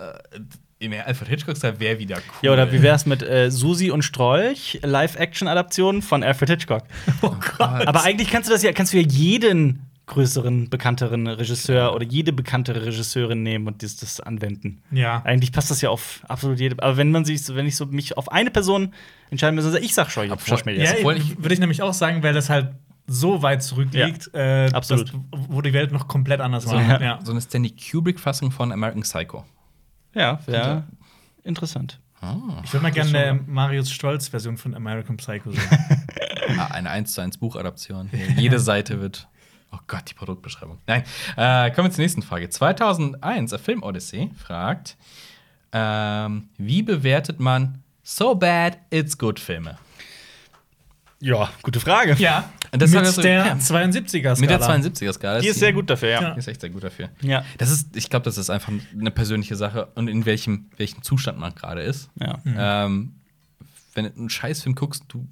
im Alfred Hitchcock Style wäre wieder cool.
ja, oder wie wär's mit äh, Susi und Strolch, Live-Action-Adaption von Alfred Hitchcock?
Oh Gott.
Aber eigentlich kannst du das ja, kannst du ja jeden größeren, bekannteren Regisseur oder jede bekanntere Regisseurin nehmen und das, das anwenden.
Ja.
Eigentlich passt das ja auf absolut jede. Aber wenn man sich, so- wenn ich so mich auf eine Person entscheiden müsste, also ich sag schon,
Obwohl-
Josh Méliès.
Yes.
Ja, ich-
Obwohl ich-
würde ich nämlich auch sagen, weil das halt so weit zurückliegt, äh, dass-
Absolut.
wo die Welt noch komplett anders war.
Ja.
Ja.
So eine Stanley Kubrick-Fassung von American Psycho.
Ja, wär interessant.
Ich würde mal gerne eine Marius Stolz-Version von American Psycho sehen.
Ah, Eine 1 zu 1 Buchadaption. Jede Seite wird. Oh Gott, die Produktbeschreibung. Nein. Äh, kommen wir zur nächsten Frage. 2001, der Film Odyssey fragt: ähm, Wie bewertet man So Bad It's Good Filme?
Ja, gute Frage.
ja.
Und das hat er
mit
so-
der
ja.
72er-Skala.
Mit der 72er-Skala.
Die ist sehr gut dafür, ja.
Die ist echt sehr gut dafür.
Ja.
Das ist, ich glaube, das ist einfach eine persönliche Sache und in welchem, welchem Zustand man gerade ist.
Ja. Mhm.
Ähm, wenn du einen Scheißfilm guckst, du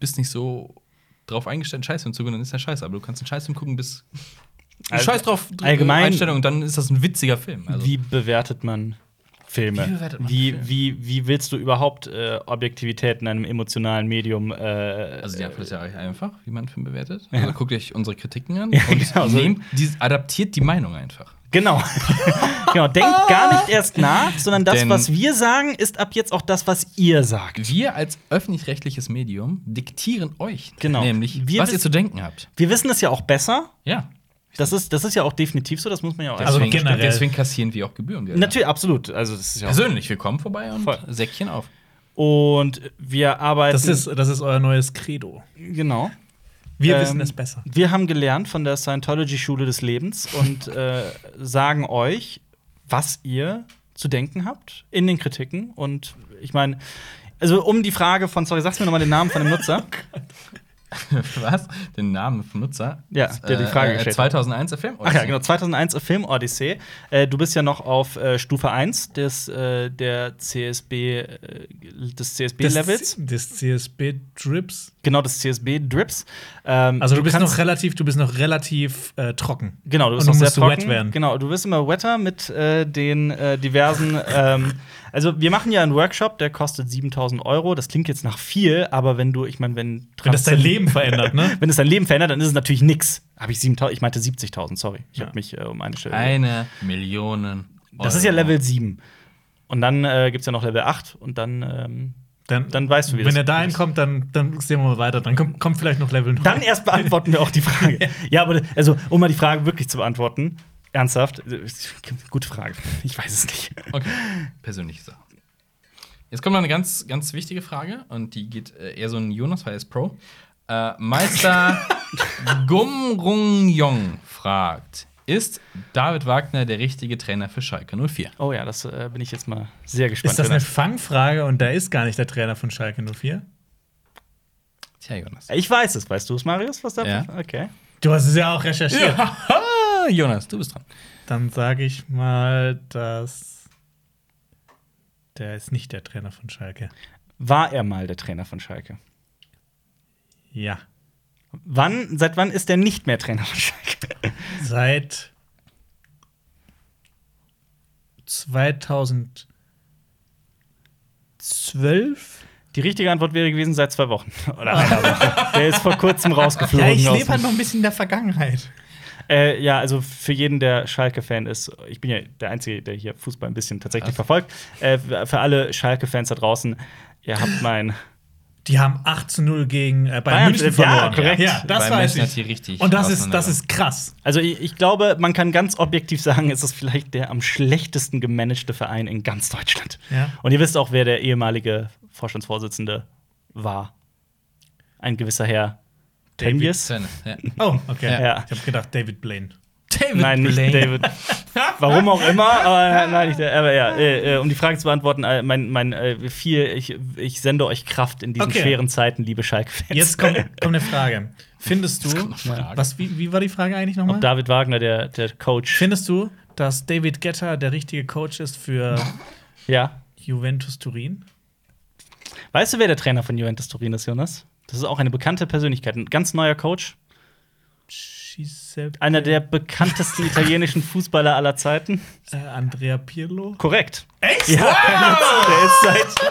bist nicht so drauf eingestellt, einen Scheißfilm zu gucken, dann ist der scheiße. Aber du kannst einen Scheißfilm gucken, bis
Also,
Scheiß drauf
allgemein-
Einstellung und dann ist das ein witziger Film. Also,
Wie bewertet man Filme?
Wie bewertet man
wie,
Filme?
Wie, wie willst du überhaupt äh, Objektivität in einem emotionalen Medium? Äh,
also die
äh,
Antwort ist ja recht einfach, wie man einen Film bewertet. Also guckt euch unsere Kritiken an
Ja,
und
genau, so-
nehmt, die, adaptiert die Meinung einfach.
Genau. genau.
Ah.
Denkt gar nicht erst nach, sondern das,
Denn-
was wir sagen, ist ab jetzt auch das, was ihr sagt.
Wir als öffentlich-rechtliches Medium diktieren euch
Genau.
nämlich,
Wir
was ihr
wissen-
zu denken habt.
Wir wissen das ja auch besser.
Ja.
Das ist, das ist ja auch definitiv so, das muss man ja auch
Also
deswegen,
generell.
deswegen kassieren wir auch Gebühren. Gelder.
Natürlich, absolut. Also, das ist ja auch
Persönlich, wir kommen vorbei und
Voll.
Säckchen auf.
Und wir arbeiten.
Das ist, das ist euer neues Credo.
Genau.
Wir
Ähm,
wissen es besser.
Wir haben gelernt von der Scientology-Schule des Lebens und äh, sagen euch, was ihr zu denken habt in den Kritiken.
Oh
Und ich meine, also um die Frage von, sorry, sagst du mir nochmal den Namen von dem Nutzer?
Was? Den Namen vom Nutzer?
Ja, der die Frage
äh,
gestellt hat.
2001 der Film?
Ach ja, genau, 2001 A Film Odyssey. Äh, du bist ja noch auf äh, Stufe 1 des, äh, der CSB, äh, des CSB-Levels.
Des CSB-Drips.
Genau, des CSB-Drips. Ähm,
Also du, bist
kannst-
noch relativ, du bist noch relativ äh, trocken.
Genau, du bist noch
und du
sehr
musst
trocken.
wet werden.
Genau, du wirst immer wetter mit äh, den äh, diversen. ähm, also wir machen ja einen Workshop, der kostet 7000 Euro. Das klingt jetzt nach viel, aber wenn du, ich meine, wenn
Wenn das dein Leben verändert, ne?
wenn es dein Leben verändert, dann ist es natürlich nix. Habe ich 7000, ich meinte 70.000, sorry. Ich
Ja.
habe mich äh, um eine Stelle.
Eine Million.
Das
Euro.
ist ja Level 7. Und dann äh, gibt es ja noch Level 8 und dann, ähm, dann weißt du, wie das
Wenn er dahin
ist.
kommt, dann, dann sehen wir mal weiter. Dann kommt, kommt vielleicht noch Level 9.
Dann erst beantworten wir auch die Frage. ja, aber also, um mal die Frage wirklich zu beantworten, ernsthaft, äh, gute Frage. Ich weiß es nicht.
Okay, persönliche Sache. Jetzt kommt noch eine ganz, ganz wichtige Frage und die geht äh, eher so in Jonas, weil er ist Pro. Äh, Meister Gumrung Jong fragt: Ist David Wagner der richtige Trainer für Schalke 04?
Oh ja, das äh, bin ich jetzt mal sehr gespannt.
ist das eine Fangfrage und da ist gar nicht der Trainer von Schalke 04?
Tja, Jonas.
ich weiß es. Weißt du es, Marius? Was da
Ja.
Okay.
Du hast es ja auch recherchiert.
Ah, Jonas, du bist dran.
Dann sage ich mal, dass der ist nicht der Trainer von Schalke.
War er mal der Trainer von Schalke?
Ja.
Wann, seit wann ist er nicht mehr Trainer von Schalke?
Seit 2012?
Die richtige Antwort wäre gewesen seit zwei Wochen. Oder einer Woche. Der ist vor kurzem rausgeflogen. aus dem-
halt noch ein bisschen in der Vergangenheit.
Äh, ja, also für jeden, der Schalke-Fan ist, ich bin ja der Einzige, der hier Fußball ein bisschen tatsächlich verfolgt. Äh, für alle Schalke-Fans da draußen, ihr habt mein.
Die haben 8 zu 0 gegen äh, Bayern,
Bayern
München
München, ja,
verloren.
korrekt.
Ja, das
Bayern
weiß
München hat
ich.
die richtig
Und das ist, das
auseinander-
ist krass.
Also ich, ich glaube, man kann ganz objektiv sagen, es ist vielleicht der am schlechtesten gemanagte Verein in ganz Deutschland.
Ja.
Und ihr wisst auch, wer der ehemalige Vorstandsvorsitzende war. Ein gewisser Herr
David
Tönnies.
Ja.
Oh, okay.
Ja.
Ich habe gedacht, David Blaine.
David
Nein, nicht
Blaine.
David. Warum auch immer, aber, nein, nicht, aber ja, äh, äh, um die Frage zu beantworten, äh, mein, mein äh, viel, ich, ich sende euch Kraft in diesen
Okay.
schweren Zeiten, liebe Schalke-Fans.
Jetzt kommt, kommt eine Frage. Findest du,
kommt eine Frage.
was, wie, wie war die Frage eigentlich
Ob
nochmal?
David Wagner, der, der Coach.
Findest du, dass David Getter der richtige Coach ist für
Ja.
Juventus Turin?
Weißt du, wer der Trainer von Juventus Turin ist, Jonas? Das ist auch eine bekannte Persönlichkeit, ein ganz neuer Coach,
Giuseppe,
einer der bekanntesten italienischen Fußballer aller Zeiten.
äh, Andrea Pirlo?
Korrekt. Echt? Ja, der, ist seit,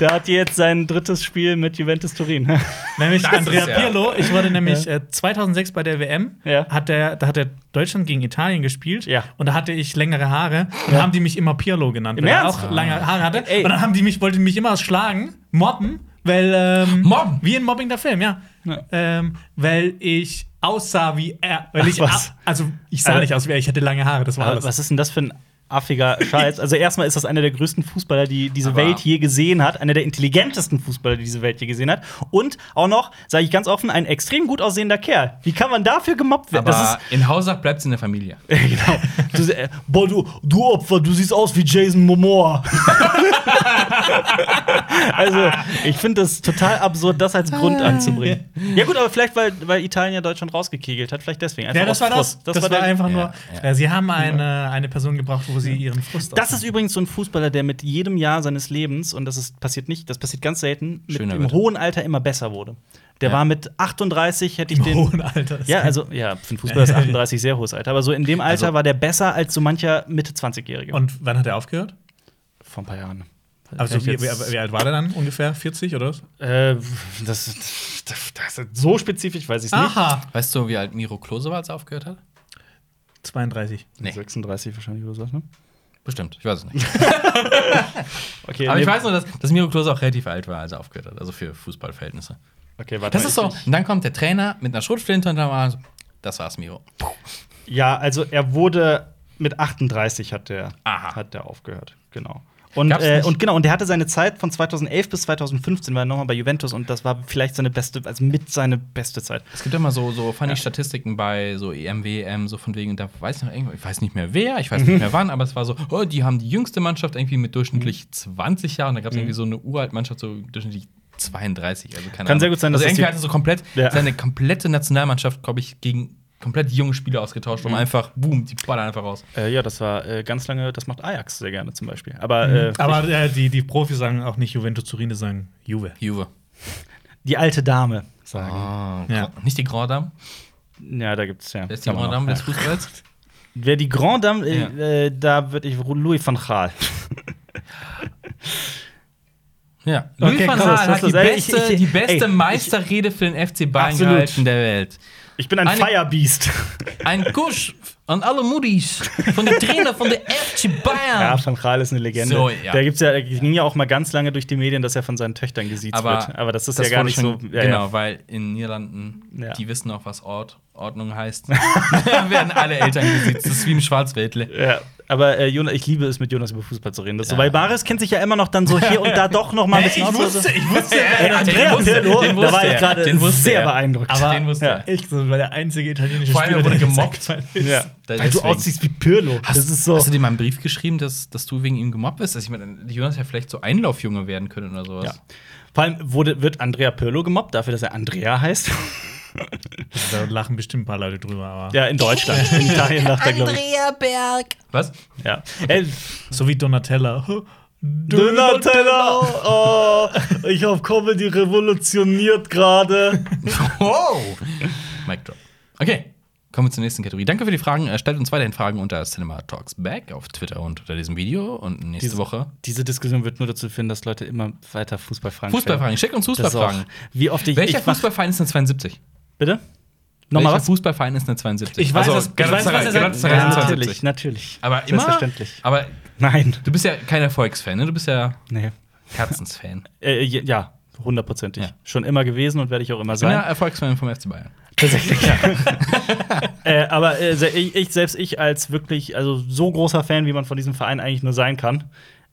der hat jetzt sein drittes Spiel mit Juventus Turin.
Nämlich
Das ist
Andrea
ja-
Pirlo. Ich wurde nämlich äh, 2006 bei der WM,
Ja.
hat der, da hat er Deutschland gegen Italien gespielt.
Ja.
Und da hatte ich längere Haare. Und haben die mich immer Pirlo genannt,
Im
weil er
Ernst? Ah.
auch lange Haare hatte.
Ey.
Und dann haben die mich, wollten mich immer schlagen, mobben, weil. Ähm,
Mobben?
Wie in Mobbing der Film, ja.
Ja.
Ähm, weil ich aussah wie er. Weil
Ach,
ich,
was.
a- Also, ich sah
Aber-
nicht aus wie er, ich hatte lange Haare, das war
Aber
alles.
was ist denn das für ein affiger Scheiß? Also, erstmal ist das einer der größten Fußballer, die diese
Aber-
Welt je gesehen hat. Einer der intelligentesten Fußballer, die diese Welt je gesehen hat. Und auch noch, sage ich ganz offen, ein extrem gut aussehender Kerl. Wie kann man dafür gemobbt werden?
Aber
Das
in Hausach bleibt es in der Familie.
ist. genau. Du, se- äh, boah, du, du Opfer, du siehst aus wie Jason Momoa. also, ich finde das total absurd, das als Grund anzubringen. Ja, gut, aber vielleicht, weil, weil Italien ja Deutschland rausgekegelt hat. Vielleicht deswegen. Einfach
Ja, das
aus
war das.
Frust.
Das,
war
war
der-
einfach nur.
Ja,
Äh, Sie haben eine, eine Person gebracht, wo sie ihren Frust
Das ist übrigens so ein Fußballer, der mit jedem Jahr seines Lebens, und das ist, passiert nicht, das passiert ganz selten, mit
Schöner
im
wird.
hohen Alter immer besser wurde. Der
Ja.
war mit 38, hätte ich
im
den.
hohen Alter.
ja, also, ja, für einen Fußballer ist 38 sehr hohes Alter, aber so in dem Alter
Also-
war der besser als so mancher Mitte-20-Jährige.
Und wann hat er aufgehört?
Vor ein paar Jahren.
Also, wie,
Vielleicht
wie,
jetzt-
wie alt war der dann? Ungefähr 40 oder? was?
äh, das, das, das ist so spezifisch, weiß ich nicht.
Aha.
Weißt du, wie alt Miro Klose war, als er aufgehört hat?
32.
Nee.
36 wahrscheinlich oder so, ne?
Bestimmt, ich weiß es nicht.
Okay,
Aber ich
nee,
weiß nur, dass, dass Miro Klose auch relativ alt war, als er aufgehört hat. Also für Fußballverhältnisse.
okay, warte
Das
mal,
ist
ich-
so. Und dann kommt der Trainer mit einer Schrotflinte und dann war er so, das war's, Miro.
Ja, also er wurde mit 38 hat der,
Aha.
hat der aufgehört, genau. Und,
Gab's
äh,
nicht?
und genau, und er hatte seine Zeit von 2011 bis 2015 war er nochmal bei Juventus und das war vielleicht seine beste, also mit seine beste Zeit.
Es gibt immer so, so funny Statistiken bei so E EM, WM, so von wegen, und da weiß ich noch irgendwo, ich weiß nicht mehr wer, ich weiß nicht mehr wann, aber es war so, oh,
Mhm.
die haben die jüngste Mannschaft irgendwie mit durchschnittlich 20 Jahren. Da gab es irgendwie so eine uralt Mannschaft, so durchschnittlich 32, also keine
Kann sehr
Ahnung.
gut sein,
also
dass das
Enke
die-
hatte so komplett
Ja.
seine komplette Nationalmannschaft, glaube ich, gegen komplett junge Spieler ausgetauscht, um
Mhm.
einfach, boom, die ballern einfach raus.
Äh, ja, das war äh, ganz lange, das macht Ajax sehr gerne zum Beispiel. Aber, äh,
Aber äh, die, die Profis sagen auch nicht Juventus Turin, die sagen Juve.
Juve.
die alte Dame sagen.
Ah,
Ja.
Gra- Nicht die Grand Dame,
Ja, da gibt's ja.
das ist die
kann man
Grand Dame
noch,
des Fußballs.
ja. Wer die Grand Dame, äh, äh, da würde ich Louis van Gaal.
Ja.
Okay,
Louis van
krass,
Gaal
das
hat die
ist- ey, ich-
beste,
ich-
die beste
ey, ich-
Meisterrede für den FC Bayern
Absolut.
gehalten der Welt.
Ich bin ein
Eine-
Firebeast.
Ein Kusch an alle Moody's von dem Trainer von der FC Bayern.
Ja, Van Gaal ist eine Legende.
So, ja.
Da gibt's ja, da ging ja auch mal ganz lange durch die Medien, dass er von seinen Töchtern gesiezt
Aber,
wird. Aber das ist
das
ja gar
wurde
nicht so.
schon,
Ja,
genau,
ja.
weil in Niederlanden,
Ja.
die wissen auch, was Ort, Ordnung heißt. da werden alle Eltern gesiezt. Das ist wie im Schwarzwäldle.
Ja, aber äh, Jonas, ich liebe es, mit Jonas über Fußball zu reden. Das so,
Ja.
weil Baris kennt sich ja immer noch dann so hier und da doch noch mal ein bisschen aus.
also
ich wusste,
Ey, Andrea, Pirlo, da war ich gerade sehr beeindruckt.
Aber den wusste
Ja.
er.
Ich war der einzige italienische
Vor allem, er wurde gemobbt.
Ja.
Da-
Weil Also du
deswegen.
aussiehst wie Pirlo.
Hast,
das ist so.
hast du dir mal einen Brief geschrieben, dass, dass du wegen ihm gemobbt bist? Also ich meine, Jonas hätte vielleicht so Einlaufjunge werden können oder sowas.
ja. Vor allem wurde, wird Andrea Pirlo gemobbt, dafür, dass er Andrea heißt.
Da lachen bestimmt ein paar Leute drüber, aber.
Ja, in Deutschland. In Italien lacht er, glaube ich.
Andrea Berg.
Was?
Ja. Ey,
So wie Donatella.
Donatella! Oh, ich hab Comedy revolutioniert gerade.
Wow! Mic drop. Okay, kommen wir zur nächsten Kategorie. Danke für die Fragen. Äh, Stellt uns weiterhin Fragen unter Cinema Talks Back auf Twitter und unter diesem Video. Und nächste
Diese-
Woche
Diese Diskussion wird nur dazu führen, dass Leute immer weiter Fußballfragen
Fußballfragen. Schickt uns
Das ist auch-
Fußballfragen.
Wie oft ich.
Welcher
ich mach-
Fußballverein ist eine 72?
Bitte? Nochmal
Welcher
was?
Fußballverein ist eine 72?
Ich weiß,
also,
was- ich weiß, was er
Galatasaray-
sagt.
Galatasaray
Ja,
ist eine
natürlich,
72.
natürlich.
Aber immer.
Selbstverständlich.
Aber
Nein.
du bist ja kein Erfolgsfan, ne? Du bist ja
Nee.
Herzensfan.
Äh, je- ja, hundertprozentig.
Ja.
Schon immer gewesen und werde ich auch immer
Ich bin ja
sein.
Erfolgsfan vom FC Bayern.
Tatsächlich. Ja. äh, aber äh, se- ich, ich, selbst ich als wirklich, also so großer Fan, wie man von diesem Verein eigentlich nur sein kann,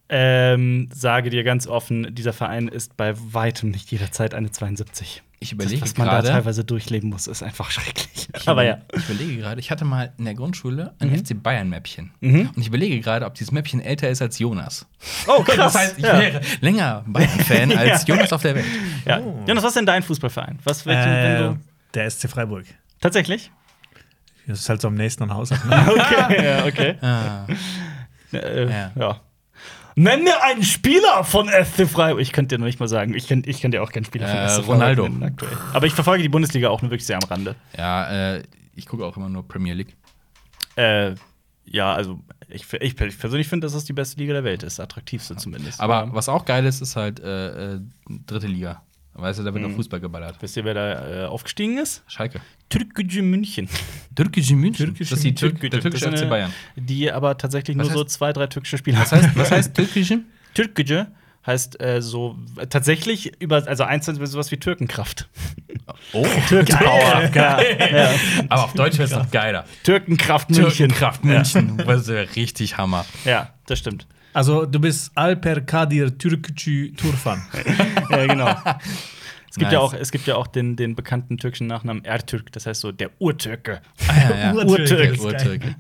ähm, sage dir ganz offen, dieser Verein ist bei weitem nicht jederzeit eine 72.
Ich
Das,
überlege
was man da
gerade.
teilweise durchleben muss, ist einfach schrecklich. Aber ja.
Ich überlege gerade, ich hatte mal in der Grundschule ein FC Bayern-Mäppchen. Und ich überlege gerade, ob dieses Mäppchen älter ist als Jonas.
Oh,
Das heißt, ich
ja.
wäre länger Bayern-Fan als Jonas auf der Welt.
Ja.
Oh.
Jonas, was ist denn dein Fußballverein? Was welchen,
Äh,
wenn du
der SC Freiburg.
Tatsächlich?
Das ist halt so am nächsten an Haus.
Okay, ja, okay.
Ah,
Äh,
Ja.
ja. Nenn mir einen Spieler von SC Freiburg. Ich könnte dir noch nicht mal sagen. Ich kenne ich kenn dir auch keinen Spieler von
Äh,
SC Freiburg
Ronaldo.
nennen aktuell. Aber ich verfolge die Bundesliga auch nur wirklich sehr am Rande.
ja, äh, ich gucke auch immer nur Premier League.
Äh, ja, also ich, ich persönlich finde, dass das die beste Liga der Welt ist. Attraktivste zumindest.
Aber was auch geil ist, ist halt äh, äh, dritte Liga. Weißt du, da wird noch Fußball geballert.
Wisst ihr, wer da äh, aufgestiegen ist?
Schalke.
Türkgücü München.
Türkische München. das ist die Tür
Türkgücü.
der türkische
Das ist
FC
eine-
Bayern.
Die aber tatsächlich nur
Was
so
heißt-
zwei, drei türkische Spieler
Was heißt, was heißt türkische?
Türkgücü heißt äh, so äh, tatsächlich über, also einzeln sowas wie Türkenkraft.
Oh,
Türkenpower. Ja, ja.
aber auf Deutsch wäre es noch geiler.
Türkenkraft München.
Türkenkraft München. Das wäre richtig Hammer.
Ja, das stimmt.
Also, du bist Alper Kadir Türkücü Turfan.
Ja, genau. Es gibt,
Nice.
ja auch, es gibt ja auch den, den bekannten türkischen Nachnamen Ertürk, das heißt so der Urtürke.
Ja, ja.
Urtürke.
Der
ist geil.
Urtürke.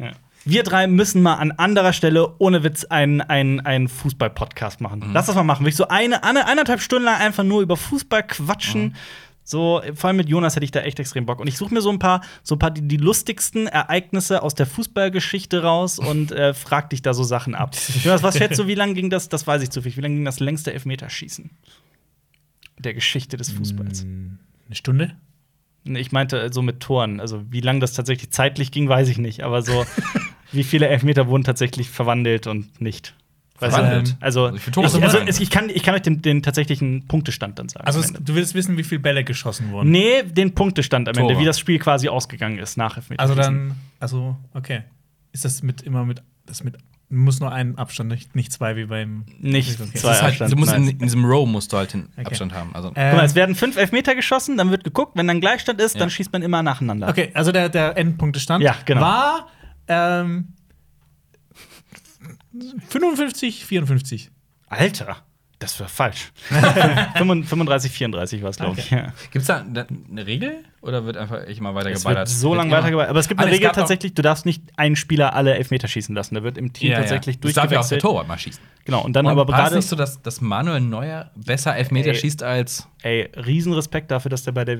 Wir drei müssen mal an anderer Stelle ohne Witz einen, einen, einen Fußball-Podcast machen. Lass das mal machen. Wirklich so eine, eine, eineinhalb Stunden lang einfach nur über Fußball quatschen. So, vor allem mit Jonas hätte ich da echt extrem Bock. Und ich suche mir so ein paar, so ein paar die, die lustigsten Ereignisse aus der Fußballgeschichte raus und äh, frag dich da so Sachen ab. Jonas, was schätzt du, wie lange ging das? Das weiß ich zu viel. Wie lange ging das längste Elfmeterschießen? Der Geschichte des Fußballs.
Eine Stunde?
Nee, Ich meinte äh, so mit Toren. Also, wie lange das tatsächlich zeitlich ging, weiß ich nicht. Aber so, wie viele Elfmeter wurden tatsächlich verwandelt und nicht. Weißt du?
Verwandelt?
Also,
Also, wie viele Tore
ich,
wurden
also
eigentlich?
es, ich, kann, ich kann euch den, den tatsächlichen Punktestand dann sagen.
Also,
am
es,
Ende.
du willst wissen, wie viele Bälle geschossen wurden.
nee, den Punktestand am Ende,
Tore.
wie das Spiel quasi ausgegangen ist nach Elfmeter.
Also, dann, also, okay. Ist das mit immer mit, das mit, muss nur einen Abstand, nicht, nicht zwei wie beim.
Nicht
okay.
Das
zwei
ist halt,
Abstand. Äh,
du musst in,
nice.
in diesem Row musst du halt den Abstand haben. Also,
Ähm,
Guck mal, es werden fünf Elfmeter geschossen, dann wird geguckt. Wenn dann Gleichstand ist,
Ja.
dann schießt man immer nacheinander.
Okay, also der, der Endpunktestand
Ja, genau.
war ähm, 55, 54.
Alter. Das war falsch. 35, 34 war es, glaube ich. Ja.
Gibt es da da eine Regel oder wird einfach immer weiter
Es
geballert?
wird so lange
immer-
weitergeballert. Aber es gibt
Ah,
eine
nee, es
Regel
gab noch-
tatsächlich, du darfst nicht einen Spieler alle Elfmeter schießen lassen. Da wird im Team
ja,
tatsächlich
ja. Das darf ja auch der
durchgewechselt.
Torwart mal schießen.
genau, und dann
Und
aber
war es
gerade
nicht so, dass, dass Manuel Neuer besser Elfmeter
Ey.
schießt als.
ey, Riesenrespekt dafür, dass der bei der,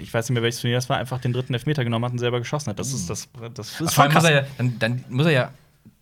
ich weiß nicht mehr welches Turnier das war, einfach den dritten Elfmeter genommen hat und selber geschossen hat. Das ist das, das ist
Mhm. Vor allem
schon
muss
krass.
er ja, dann, dann muss er ja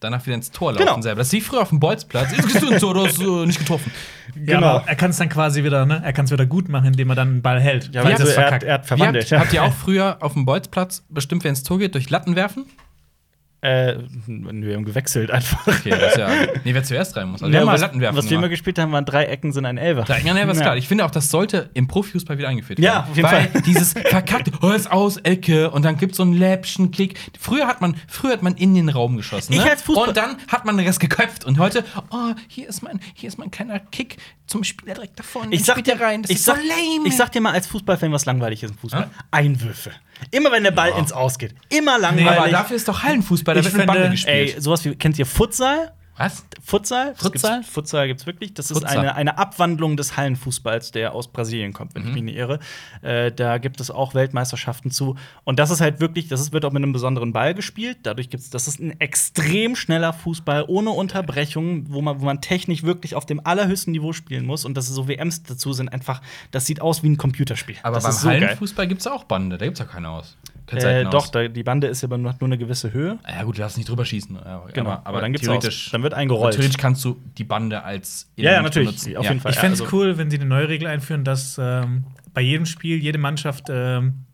danach wieder ins Tor laufen
Genau.
selber. Das ist wie früher auf dem Bolzplatz. Ist gesund so, du hast äh, nicht getroffen.
Ja,
Genau.
aber er kann es dann quasi wieder, ne? Er kann es wieder gut machen, indem er dann einen Ball hält.
Ja,
weil
also
es
er hat-
verkackt.
er hat
Wie
verwandelt.
habt, habt ihr auch früher auf dem Bolzplatz bestimmt, wer ins Tor geht, durch Latten werfen?
Äh, nö, wir haben gewechselt einfach.
Okay, das ist ja. Nee, wer zuerst rein muss. Also,
Ja,
wir haben mal
was,
Latten werfen.
was wir immer
gemacht.
gespielt haben, waren drei Ecken sind ein Elfer.
Da, ja, nee, was klar. Ich finde auch, das sollte im Profifußball wieder eingeführt werden.
Ja, auf jeden
Weil
Fall.
dieses verkackte Holz aus Ecke und dann gibt so einen läppchen Klick. Früher hat man, früher hat man in den Raum geschossen. Ne?
Ich als Fußball-
und dann hat man den Rest geköpft. Und heute, oh, hier ist mein, hier ist mein kleiner Kick zum Spieler direkt davon.
Ich sag, dir,
dir rein, das
ich,
ist
sag,
so lame.
ich sag dir mal als Fußballfan, was langweilig ist im Fußball.
Ja?
Einwürfe. Immer wenn der Ball ins Aus geht. Immer langweilig.
aber dafür ist doch Hallenfußball, da
Ich
wird mit
finde,
Bande gespielt.
Ey, sowas wie, kennt ihr Futsal?
was?
Futsal? Das
Futsal?
Gibt's, Futsal gibt's wirklich. Das ist
Futsal.
eine, eine Abwandlung des Hallenfußballs, der aus Brasilien kommt, wenn
Mhm.
ich mich nicht irre. Äh, da gibt es auch Weltmeisterschaften zu. Und das ist halt wirklich, das ist, wird auch mit einem besonderen Ball gespielt. Dadurch gibt's, das ist ein extrem schneller Fußball ohne Unterbrechung, wo man, wo man technisch wirklich auf dem allerhöchsten Niveau spielen muss. Und das ist so WMs dazu sind einfach, das sieht aus wie ein Computerspiel.
Aber
das
beim
ist so geil.
Hallenfußball gibt es auch Bande, da gibt es ja keinen aus. Kein
Äh,
Seiten
doch,
aus.
da, die Bande ist ja aber nur, hat nur eine gewisse Höhe.
Ah Ja gut, du darfst nicht drüber schießen. Aber,
Genau,
aber,
aber
aber
dann gibt's
theoretisch,
aus. Dann wird eingerollt.
Theoretisch kannst du die Bande als
Ja, ja,
Element
natürlich,
benutzen.
auf jeden Fall.
Ich fände es
also-
cool, wenn sie eine neue Regel einführen, dass ähm, bei jedem Spiel jede Mannschaft ähm,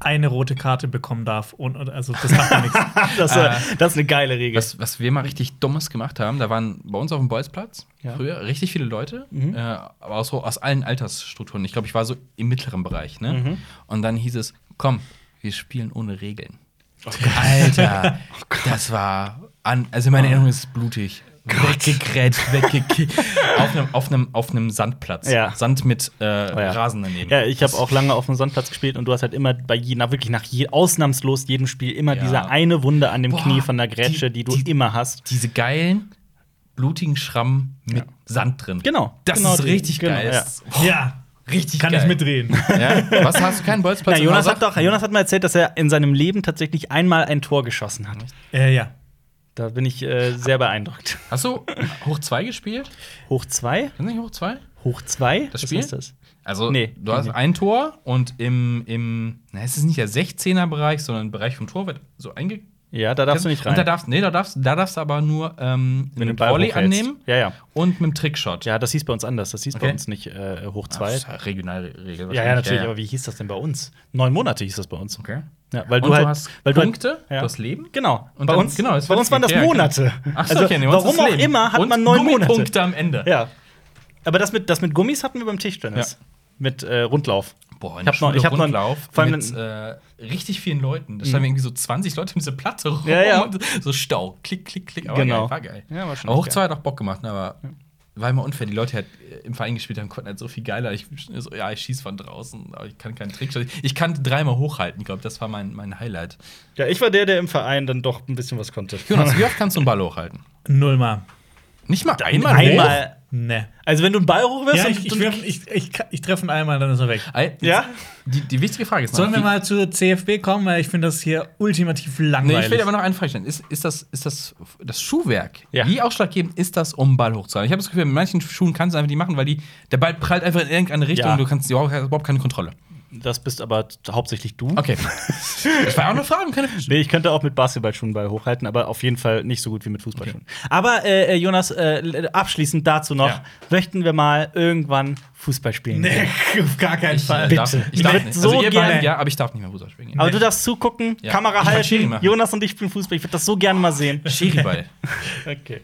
eine rote Karte bekommen darf. Und, und- also, das macht ja nichts.
Ah.
Das, äh, das ist eine geile Regel.
Was, was wir mal richtig Dummes gemacht haben, da waren bei uns auf dem Bolzplatz
Ja. Mhm.
früher richtig viele Leute, äh, aber aus, aus allen Altersstrukturen. Ich glaube, ich war so im mittleren Bereich. Ne?
Mhm.
Und dann hieß es, komm, wir spielen ohne Regeln.
Oh
Alter, das war an, also meine Erinnerung ist blutig. Weggegrätscht, weggekickt. auf einem auf einem, auf einem Sandplatz.
Ja.
Sand mit äh,
Oh ja.
Rasen daneben.
Ja, ich habe auch lange auf dem Sandplatz gespielt und du hast halt immer bei jedem, wirklich nach je, ausnahmslos jedem Spiel immer
Ja.
diese eine Wunde an dem
Boah,
Knie von der Grätsche,
die-
die, du
die-
immer hast.
diese geilen, blutigen Schrammen mit Sand drin.
Genau,
Das
genau
ist
die-
richtig
genau,
geil.
ja.
ja,
Richtig
kann
geil.
ich mitreden.
Ja? Was hast du keinen
Na,
Bolzplatz? in
Jonas, hat
Hausach?
doch, Jonas hat mal erzählt, dass er in seinem Leben tatsächlich einmal ein Tor geschossen hat.
äh, ja.
Da bin ich äh, sehr beeindruckt.
Hast du hoch 2 gespielt?
Hoch zwei?
Kennst du nicht hoch 2?
Hoch zwei?
Das Spiel?
Was ist das?
Also,
Nee,
du hast
kenn ich.
ein Tor und im, im na, es ist nicht der 16er-Bereich, sondern im Bereich vom Tor wird so einge.
Ja, da darfst du nicht rein.
Und da darfst, nee, da darfst, da darfst du aber nur ähm,
Wenn du den
mit
Ball
Volley
hochhältst.
annehmen
Ja, ja.
und mit dem Trickshot.
Ja, das hieß bei uns anders. Das hieß bei
Okay.
uns nicht äh, hoch
Das
zwei.
ist halt Regionalregel.
ja, ja,
wahrscheinlich.
natürlich. Aber wie hieß das denn bei uns? Neun Monate hieß das bei uns.
Okay.
Ja, weil
Und
du halt,
hast
weil du
Punkte,
halt, ja.
du hast Leben.
Genau.
Und
bei
dann-
uns,
genau, es
bei
wird
uns waren das
geklärt, genau.
Monate.
Ach so,
also,
okay, nee, uns
warum
das
auch
Leben.
immer hat
Und
man neun Monate.
Punkte am Ende.
Ja. Aber das mit, das mit Gummis hatten wir beim Tischtennis.
Ja.
Mit äh, Rundlauf.
Boah,
Ich hab noch- ich hab noch-
Rundlauf
vor allem Mhm.
mit äh, richtig vielen Leuten. Da standen irgendwie so 20 Leute um diese Platte rum.
Ja, ja.
Und so Stau. Klick, klick, klick. Aber
Genau.
geil, war geil.
Ja, war schon
aber hoch
geil.
zwei hat auch Bock gemacht, ne? aber war immer unfair. Die Leute, die halt äh, im Verein gespielt haben, konnten halt so viel geiler. Ich, so, ja, ich schieß von draußen, aber ich kann keinen Trickshot. Ich, ich kann dreimal hochhalten, ich glaube, das war mein, mein Highlight.
Ja, ich war der, der im Verein dann doch ein bisschen was konnte.
Jonas, wie oft kannst du einen Ball hochhalten?
Null mal.
Nicht mal einmal. Hoch?
Einmal.
Ne.
Also, wenn du einen Ball hoch wirst
Ja,
und
ich, ich, werf- ich, ich, ich treffe ihn einmal, dann ist er weg.
Ei-
Ja?
Die, die wichtige Frage ist: noch,
Sollen wir
wie-
mal zur CFB kommen, weil ich finde das hier ultimativ
Nee,
langweilig.
ich will aber noch eine Frage stellen. Ist, ist, das, ist das das Schuhwerk?
Ja.
Wie ausschlaggebend ist das, um Ball hochzuhalten? Ich habe das Gefühl, mit manchen Schuhen kannst du einfach nicht machen, weil die, der Ball prallt einfach in irgendeine Richtung
Ja.
und du kannst überhaupt überhaupt keine Kontrolle.
das bist aber t- hauptsächlich du.
Okay. das war auch eine Frage, keine Frage.
Nee, ich könnte auch mit Basketballschuhen Ball hochhalten, aber auf jeden Fall nicht so gut wie mit Fußballschuhen. Aber äh, äh, Jonas, äh, l- abschließend dazu noch,
Ja.
möchten wir mal irgendwann Fußball spielen.
Nee, auf gar keinen
Ich, äh,
Fall.
Darf,
Bitte.
ich darf
Ich würd
nicht.
so
also ihr
gerne- Also
beiden, ja, aber ich darf nicht mehr Fußball spielen.
Aber du darfst zugucken,
Ja.
Kamera
Ich kann Schiri
halten.
machen.
Jonas und ich spielen Fußball. Ich würde das so gerne mal sehen.
Schiri-Ball.
Okay.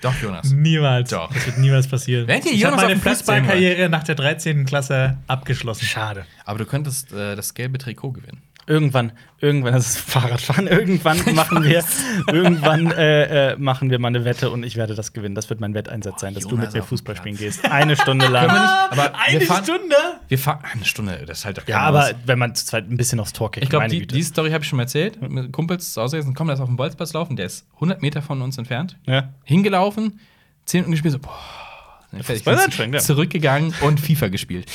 Doch, Jonas.
Niemals.
Doch.
Das wird niemals passieren.
Wenn ihr
ich habe
Jonas auf
meine
dem Platz sehen wollt.
Fußballkarriere nach der 13. Klasse abgeschlossen.
Schade.
Aber du könntest äh, das gelbe Trikot gewinnen.
Irgendwann, irgendwann, das ist Fahrradfahren. Irgendwann machen wir, irgendwann äh, äh, machen wir mal eine Wette und ich werde das gewinnen. Das wird mein Wetteinsatz sein, dass du
Jonas
mit mir
auf dem
Fußball
Platz.
spielen gehst. Eine Stunde
Können wir
lang.
nicht, aber
Eine
wir fahren,
Stunde?
Wir fahren Ah, eine Stunde, das ist halt doch
Ja,
keine
aber wenn man zu zweit ein bisschen aufs Tor kickt,
Ich glaube,
meine
die,
Güte.
die Story habe ich schon mal erzählt. Mit Kumpels zu Hause gesessen, komm, lass auf den Bolzplatz laufen. Der ist 100 Meter von uns entfernt.
Ja.
Hingelaufen, 10 Minuten gespielt, so, boah, Dann bin ich
Fußball
ganz
anstrengend, ja.
Zurückgegangen und FIFA gespielt.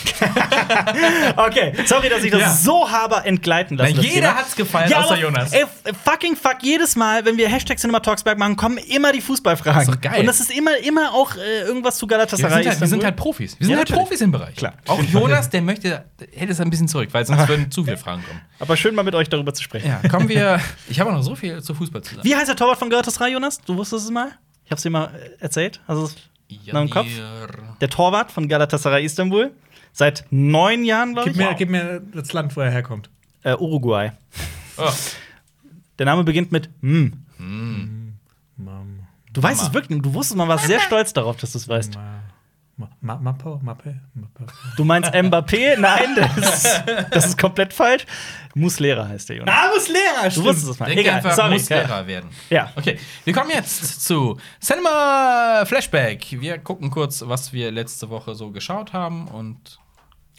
Okay, sorry, dass ich das
Ja.
so habe entgleiten lassen.
Na,
das
jeder
Thema.
hat's gefallen, Äh, außer
aber,
Jonas.
Ey, f- fucking fuck, jedes Mal, wenn wir Hashtag Cinema Talksback machen, kommen immer die Fußballfragen.
Ist doch geil.
Und das ist immer, immer auch äh, irgendwas zu
Ja, wir,
Galatasaray.
sind halt, wir sind
Istanbul.
halt Profis. Wir sind
Ja,
halt
natürlich.
Profis im Bereich.
Klar.
Auch Jonas, der möchte, der hält es ein bisschen zurück, weil sonst würden zu viele Fragen kommen.
aber schön mal mit euch darüber zu sprechen.
halt Ja, kommen wir. Ich habe auch noch so viel zu Fußball zu sagen.
Wie heißt der Torwart von Galatasaray, Jonas? Du wusstest es mal? Ich hab's dir mal äh, erzählt. Hast du es noch im Kopf? Der Torwart von Galatasaray Istanbul. Seit neun Jahren, glaube
Gib
ich.
mir, gib mir das Land, wo er herkommt.
äh, Uruguay.
Oh,
Der Name beginnt mit M.
Mam,
Du weißt es wirklich, du wusstest, man war sehr stolz darauf, dass du es weißt.
ma, ma, ma, Mappe, Mappe, Mappe.
Du meinst Mbappé? Nein, das ist, das ist komplett falsch. Muslera heißt der Jonas.
Armes Lehrer,
Du wusstest es mal.
denke
Egal,
einfach,
sorry.
muss Lehrer werden.
Ja.
Okay, wir kommen jetzt zu Cinema Flashback. Wir gucken kurz, was wir letzte Woche so geschaut haben und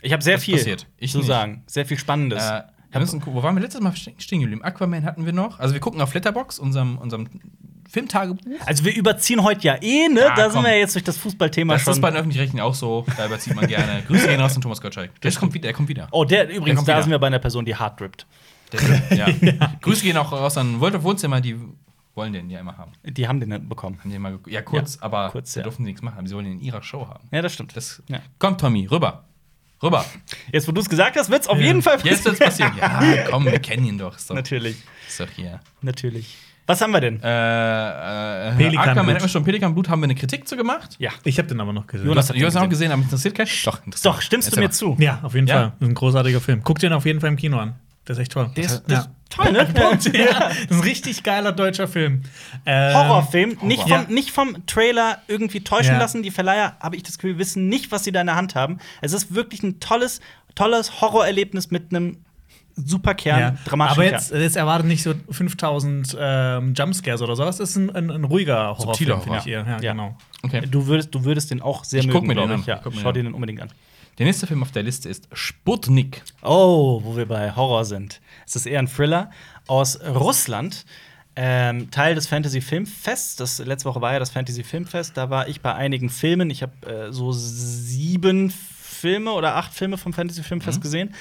Ich habe sehr
Was
viel
passiert? Ich
zu
nicht.
sagen. Sehr viel Spannendes.
Äh, wir müssen, gucken, wo waren wir letztes Mal ste- stehen geblieben? Aquaman hatten wir noch. Also wir gucken auf Letterbox, unserem, unserem Filmtagebuch.
also wir überziehen heute ja eh, ne?
Ja,
da sind
komm.
wir ja jetzt durch das Fußballthema
Das
schon.
ist bei den Öffentlich-Rechtlichen auch so. Da überzieht man gerne. Grüße gehen raus an Thomas Gottschalk. Der kommt wieder. Der kommt wieder.
oh, der übrigens,
kommt
da
wieder.
sind wir bei einer Person, die hart rippt.
Der, ja. Grüße gehen auch raus an World of Wohnzimmer. Die wollen den ja immer haben.
Die haben den dann bekommen.
Haben den mal, ge- ja, kurz, aber
kurz,
da
ja.
durften sie nichts machen. Sie wollen den in ihrer Show haben.
Ja, das stimmt.
Das,
Ja.
Komm, Tommy, rüber. Rüber.
Jetzt, wo du es gesagt hast, wird's auf
Ja.
jeden Fall
Jetzt wird's passieren. Ja, komm, wir kennen ihn doch. Ist doch,
Natürlich,
ist doch hier.
natürlich. Was haben wir denn?
Äh, äh,
Pelikanblut.
Aquaman hatten wir schon. Pelikanblut haben wir eine Kritik zu gemacht.
Ja.
Ich habe den aber noch gesehen.
Jonas,
hat
Jonas
den
hat auch gesehen, aber mich interessiert kein. Doch, interessiert.
Doch, stimmst du
Erzähl
mir
mal.
zu?
Ja, auf jeden
Ja.
Fall. Ein großartiger Film. Guck den auf jeden Fall im Kino an. Der ist echt toll.
Der ist-
ja.
Toll, ne?
Punkt. Ja, das ist ein richtig geiler deutscher Film. Ähm,
Horrorfilm, Nicht, vom,
Ja.
nicht vom Trailer irgendwie täuschen
Ja.
lassen. Die Verleiher, habe ich das Gefühl, wissen nicht, was sie da in der Hand haben. Es ist wirklich ein tolles, tolles Horrorerlebnis mit einem super Kern,
Ja.
dramatischen
Aber jetzt, jetzt erwartet nicht so 5000 ähm, Jumpscares oder sowas. Das ist ein, ein, ein ruhiger
Subtiler
Horrorfilm, finde ich eher. Ja,
Ja.
genau.
Okay.
Kern. Du würdest, du würdest den auch sehr
Ich guck
mögen,
mir den
glaub
an.
ich. Ja,
Ich guck mir
schau
den
dir den unbedingt an.
Der nächste Film auf der Liste ist Sputnik.
Oh, wo wir bei Horror sind. Es ist eher ein Thriller aus Russland. Ähm, Teil des Fantasy Filmfests. Das letzte Woche war ja das Fantasy Filmfest. Da war ich bei einigen Filmen. Ich habe äh, so sieben Filme oder acht Filme vom Fantasy Filmfest gesehen.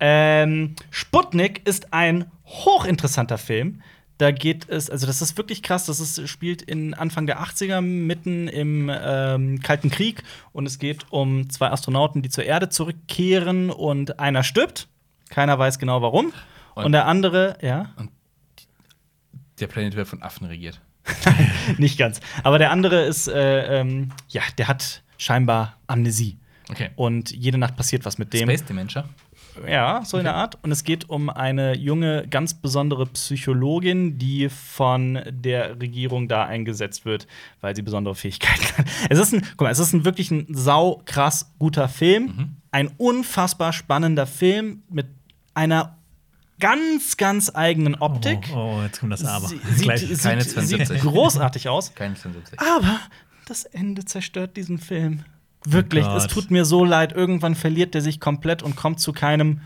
Ähm, Sputnik ist ein hochinteressanter Film. Da geht es, also das ist wirklich krass, das ist, spielt in Anfang der 80er, mitten im ähm, Kalten Krieg. Und es geht um zwei Astronauten, die zur Erde zurückkehren und einer stirbt. Keiner weiß genau warum. Und,
Und-
der andere, ja,
Der Planet wird von Affen regiert.
nicht ganz. Aber der andere ist, äh, ähm, ja, der hat scheinbar Amnesie.
Okay.
Und jede Nacht passiert was mit dem.
Space Dementia.
Ja, so in der Art. Und es geht um eine junge, ganz besondere Psychologin, die von der Regierung da eingesetzt wird, weil sie besondere Fähigkeiten hat. Es ist ein, guck mal, es ist ein wirklich ein sau krass guter Film.
Mhm.
Ein unfassbar spannender Film mit einer ganz, ganz eigenen Optik.
Oh, oh, jetzt kommt das Aber.
Sie- Sieht,
Gleich.
sieht,
Keine
sieht
72.
großartig aus.
Keine 75.
Aber das Ende zerstört diesen Film. Wirklich,
Oh Gott.
es tut mir so leid. Irgendwann verliert der sich komplett und kommt zu keinem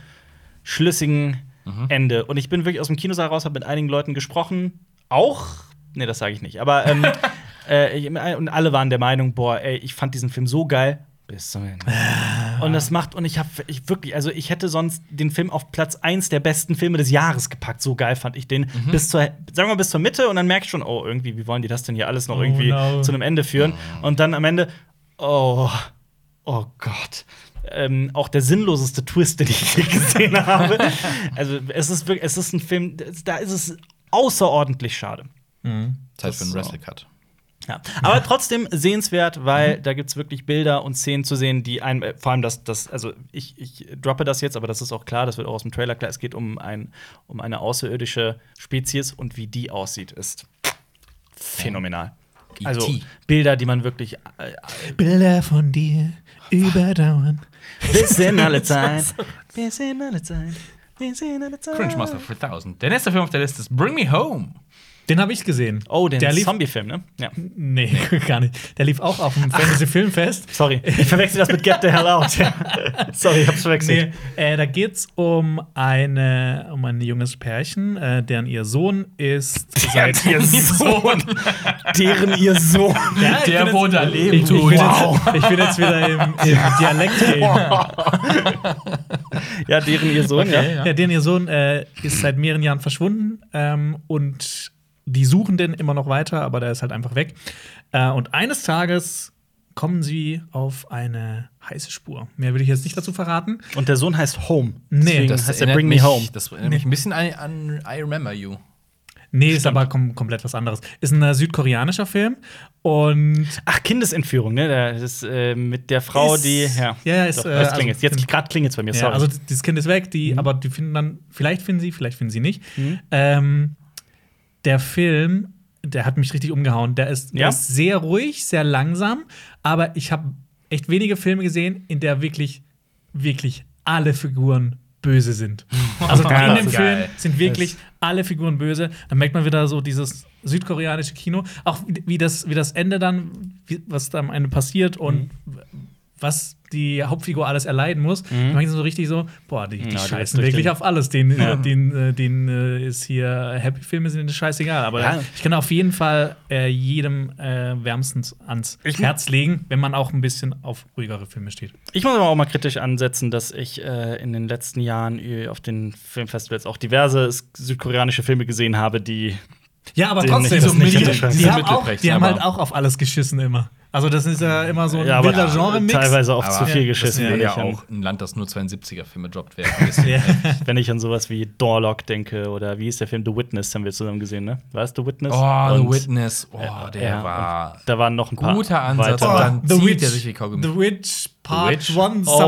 schlüssigen
Mhm.
Ende. Und ich bin wirklich aus dem Kinosaal raus, habe mit einigen Leuten gesprochen. Auch, nee, das sage ich nicht. Aber ähm, äh, ich- und alle waren der Meinung, boah, ey, ich fand diesen Film so geil. Bis zum Ende.
Ah.
Und das macht, und ich habe ich wirklich, also ich hätte sonst den Film auf Platz 1 der besten Filme des Jahres gepackt. So geil fand ich den.
Mhm.
Bis zur, sagen wir mal, bis zur Mitte und dann merke ich schon, oh, irgendwie, wie wollen die das denn hier alles noch
Oh,
irgendwie
no.
zu einem Ende führen? Und dann am Ende, oh, oh Gott. Ähm, auch der sinnloseste Twist, den ich je gesehen habe. Also, es ist wirklich, es ist ein Film, da ist es außerordentlich schade.
Zeit für einen
so.
Wrestle-Cut.
Ja. Mhm. Aber trotzdem sehenswert, weil da gibt es wirklich Bilder und Szenen zu sehen, die einem, äh, vor allem das, das also ich, ich droppe das jetzt, aber das ist auch klar, das wird auch aus dem Trailer klar, es geht um, ein, um eine außerirdische Spezies und wie die aussieht, ist phänomenal.
E.T..
Also Bilder, die man wirklich äh,
Bilder von dir überdauern.
bis in alle Zeit, bis in alle Zeit, bis in alle Zeit.
Cringe Master 3000. Der nächste Film auf der Liste ist Bring Me Home.
Den habe ich gesehen.
Oh, den
der lief,
Zombie-Film, ne? Ja.
Nee, gar nicht. Der lief auch auf dem Fantasy-Filmfest.
Sorry, ich verwechsel das mit Get the Hell Out. Sorry, ich hab's verwechselt.
Nee, äh, da geht's um eine um ein junges Pärchen, äh, deren ihr Sohn ist seit
Ihr Sohn. Deren ihr Sohn.
Ja, ich
Der,
bin
wo
jetzt-
da leben
ich, ich, bin
tut.
jetzt, ich bin jetzt wieder im, im Dialekt. Wow.
Ja, deren ihr Sohn,
Okay,
ja.
ja.
Ja, deren ihr Sohn äh, ist seit mehreren Jahren verschwunden ähm, und die suchen den immer noch weiter, aber der ist halt einfach weg. Äh, und eines Tages kommen sie auf eine heiße Spur. Mehr will ich jetzt nicht dazu verraten.
Und der Sohn heißt Home.
Nee,
Deswegen
das
heißt er Bring Me Home.
Das erinnert mich ein bisschen an, an I Remember You.
Nee, ist aber kom komplett was anderes. Ist ein äh, südkoreanischer Film und
Ach, Kindesentführung, ne? Der- Das ist äh, mit der Frau,
Ist-
die.
ja, ja, ist,
Doch,
äh,
das
also-
klingelt. Jetzt gerade klingelt bei mir,
Ja,
sorry. Mhm.
also dieses Kind ist weg, die, aber die finden dann, vielleicht finden sie, vielleicht finden sie nicht. Ähm, der Film, der hat mich richtig umgehauen. Der ist, der
Ja?
ist sehr ruhig, sehr langsam, aber ich habe echt wenige Filme gesehen, in der wirklich, wirklich alle Figuren böse sind. Also
Ja,
in
Mhm. das
dem
ist
Film
geil.
sind wirklich alle Figuren böse. Da merkt man wieder so dieses südkoreanische Kino, auch wie wie das, wie das Ende dann, wie, was da am Ende passiert und
Mhm.
was die Hauptfigur alles erleiden muss. Mhm. Man so richtig so, boah, die, die
Ja, die ist
scheißen
durch
wirklich
den-
auf alles. Den, den, äh, den äh, ist hier Happy Filme sind denen scheißegal. Aber
Ja.
ich kann auf jeden Fall äh, jedem äh, wärmstens ans
Ich-
Herz legen, wenn man auch ein bisschen auf ruhigere Filme steht.
Ich muss aber auch mal kritisch ansetzen, dass ich äh, in den letzten Jahren äh, auf den Filmfestivals auch diverse s- südkoreanische Filme gesehen habe, die.
Ja, aber
Den
trotzdem,
nicht- das nicht
die,
unterschreiben.
die,
Diese
haben auch,
Mittelprächsen,
die haben
aber-
halt auch auf alles geschissen immer. Also, das ist ja immer so ein
Ja, aber
wilder Genre-Mix.
teilweise auch
Aber
zu viel
Ja,
Das
geschissen,
wäre
wenn,
ja
ich an,
auch ein Land, das nur 72er-Filme droppt werden. Deswegen-
Ja.
wenn ich an sowas wie Dorlock denke oder wie hieß der Film The Witness, haben wir zusammen gesehen, ne? War es The Witness?
Oh, The
Und-
Witness. Oh,
Ja,
der
ja,
war.
und Da waren noch ein paar.
Guter Ansatz,
weitere.
aber dann-
Oh, The
zieht
Witch,
er sich wie Kaugummi.
The Witch Part
Witch?
1
Oh, ja.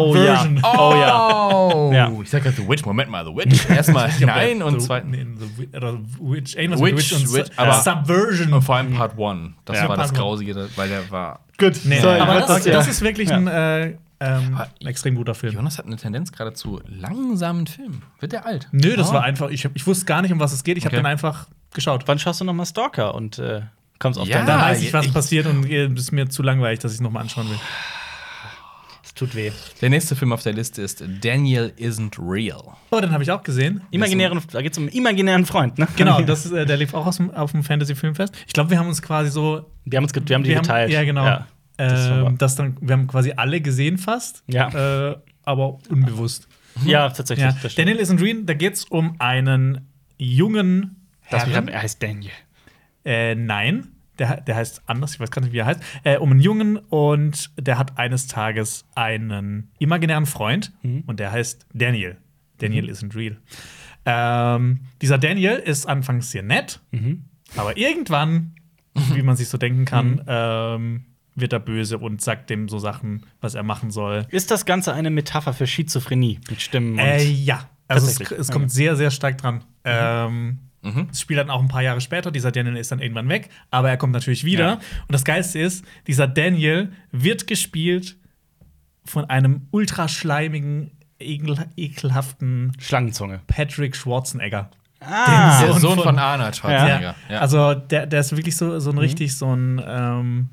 Subversion.
Oh, ja.
Oh,
Ja.
Ich sag grad The Witch. Moment mal, The Witch. Erstmal hinein und
The,
zweitens.
nee, The Wi- oder Witch, irgendwas mit
Witch,
Witch und
Witch,
Su-
aber- Oh,
Subversion.
Und vor allem Part 1. Das
Ja.
war das
Part One.
Grausige, weil der war.
Gut,
Nee,
sorry,
aber
das-
das,
ja.
das ist wirklich
Ja.
ein äh, ähm, extrem guter Film.
Jonas hat eine Tendenz gerade zu langsamen Filmen. Wird der alt?
Nö, das
Oh.
war einfach, ich, hab- ich wusste gar nicht, um was es geht, ich habe
Okay.
den einfach geschaut.
Wann schaust du nochmal Stalker und äh, kommst auf
Ja.
dein
Da
Ah,
weiß ich, was
ich-
passiert und äh, ist mir zu langweilig, dass ich es nochmal anschauen will.
Es tut weh.
Der nächste Film auf der Liste ist Daniel Isn't Real.
Oh, den habe ich auch gesehen.
Imaginären, da geht es um einen imaginären Freund, ne?
Genau, das ist, äh, der lief auch aus dem, auf dem Fantasy-Filmfest. Ich glaube, wir haben uns quasi so.
Wir haben, uns ge wir haben die
wir
geteilt.
Haben, ja, genau.
Das ist schon wahr.
ähm, das dann, wir haben quasi alle gesehen fast.
Ja.
Äh, aber unbewusst.
Ja, tatsächlich.
Ja.
das stimmt.
Daniel Isn't Real, da geht es um einen jungen
Das
Herren.
mit- er heißt Daniel.
Äh, nein, der, der heißt anders, ich weiß gar nicht, wie er heißt. Äh, um einen Jungen und der hat eines Tages einen imaginären Freund
Mhm.
und der heißt Daniel. Daniel isn't real. Ähm, dieser Daniel ist anfangs sehr nett,
Mhm.
aber irgendwann, wie man sich so denken kann, ähm, wird er böse und sagt dem so Sachen, was er machen soll.
Ist das Ganze eine Metapher für Schizophrenie mit Stimmen und
Äh, ja. Also es,
Tatsächlich.
es kommt sehr, sehr stark
Mhm.
dran. Ähm, Das spielt dann auch ein paar Jahre später. Dieser Daniel ist dann irgendwann weg, aber er kommt natürlich wieder.
Ja.
Und das Geilste ist, dieser Daniel wird gespielt von einem ultraschleimigen, ekel ekelhaften
Schlangenzunge?
Patrick Schwarzenegger.
Ah,
Der
Sohn
Sohn
von
von Arnold Schwarzenegger. Ja. Mhm.
Also der, der ist wirklich so, so ein richtig so ein ähm,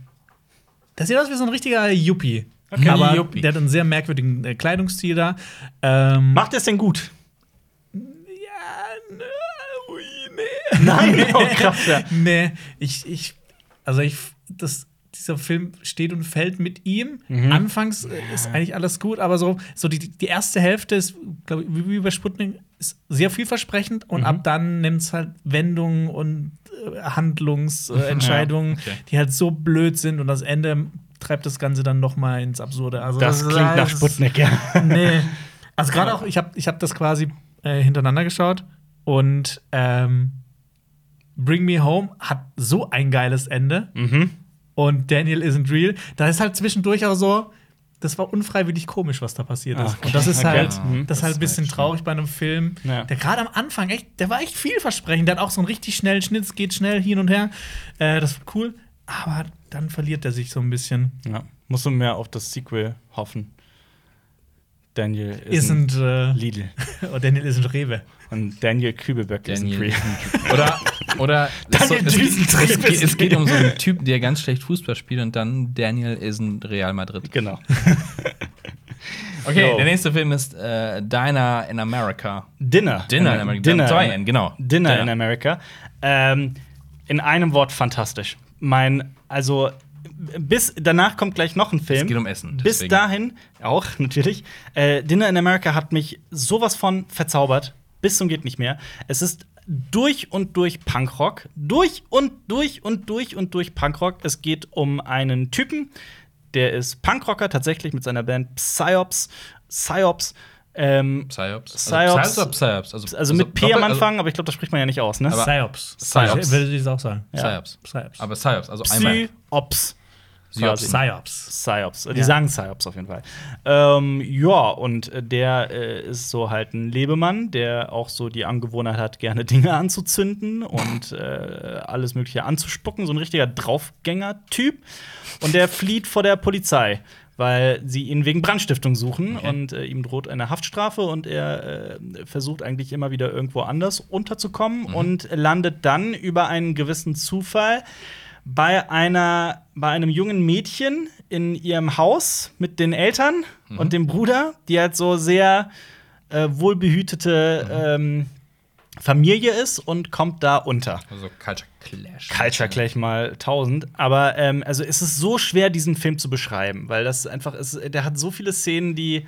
der sieht aus wie so ein richtiger Yuppie.
Okay.
Aber
Yuppie.
der hat einen sehr merkwürdigen äh, Kleidungsstil da. Ähm,
macht er es denn gut?
Ui, nee.
Nein, oh, krass, ja.
Nee, ich, ich, also ich, das, dieser Film steht und fällt mit ihm.
Mhm.
Anfangs äh, ist eigentlich alles gut, aber so, so die, die erste Hälfte ist, glaube ich, wie wie bei Sputnik, ist sehr vielversprechend und
Mhm.
ab dann nimmt es halt Wendungen und äh, Handlungsentscheidungen,
okay.
die halt so blöd sind und das Ende treibt das Ganze dann noch mal ins Absurde. Also,
Das klingt nach
ist-
Sputnik, ja.
Nee. Also gerade auch, ich habe ich hab das quasi äh, hintereinander geschaut und ähm, Bring Me Home hat so ein geiles Ende und Daniel isn't real. Da ist halt zwischendurch auch so, das war unfreiwillig komisch, was da passiert ist.
Okay,
Und das ist
okay.
halt,
Mhm.
das ist halt ein bisschen traurig bei einem Film,
Ja.
der gerade am Anfang echt, der war echt vielversprechend. Der hat auch so einen richtig schnellen Schnitt, es geht schnell hin und her. Äh, das war cool, aber dann verliert er sich so ein bisschen.
ja. Musst du mehr auf das Sequel hoffen? Daniel
Ist ein äh,
Lidl.
und Daniel ist ein Rewe.
Und Daniel Kübelböck ist ein
Daniel.
Pre.
Oder, oder es,
Daniel
es,
Düsentrieb
es,
ist
es, es geht um so einen Typen, der ganz schlecht Fußball spielt und dann Daniel ist ein Real Madrid.
Genau.
Okay,
Yo.
der nächste Film ist äh, Diner in America.
Dinner.
Dinner in America.
Dinner.
Zwei N, genau.
Dinner,
Dinner.
in America. Ähm, in einem Wort fantastisch. Mein, also bis danach kommt gleich noch ein Film.
Es geht um Essen,
Bis
deswegen.
dahin auch natürlich. Äh, Dinner in America hat mich sowas von verzaubert. Bis zum geht nicht mehr. Es ist durch und durch Punkrock, durch und durch und durch und durch Punkrock. Es geht um einen Typen, der ist Punkrocker tatsächlich mit seiner Band Psyops. Psyops. Ähm,
Psyops.
Psyops.
Also Psyops, oder Psyops. Also,
also mit P am
doppelt- also
Anfang, aber ich glaube, das spricht man ja nicht aus, ne?
Aber-
Psyops.
Psyops.
Würde ich das auch sagen.
Psyops.
Psyops.
Aber Psyops, also einmal.
Psyops.
Psyops.
quasi.
Psyops.
Psyops. Die
Ja.
sagen Psyops auf jeden Fall. Ähm, ja, und äh, der äh, ist so halt ein Lebemann, der auch so die Angewohnheit hat, gerne Dinge anzuzünden und äh, alles Mögliche anzuspucken. So ein richtiger Draufgänger-Typ. Und der flieht vor der Polizei, weil sie ihn wegen Brandstiftung suchen
Okay.
und äh, ihm droht eine Haftstrafe und er äh, versucht eigentlich immer wieder irgendwo anders unterzukommen
Mhm.
und landet dann über einen gewissen Zufall bei einer bei einem jungen Mädchen in ihrem Haus mit den Eltern und dem Bruder, die halt so sehr äh, wohlbehütete ähm, Familie ist und kommt da unter.
Also Culture Clash.
Culture gleich mal 1000. Aber ähm, also es ist so schwer, diesen Film zu beschreiben, weil das einfach ist. Der hat so viele Szenen, die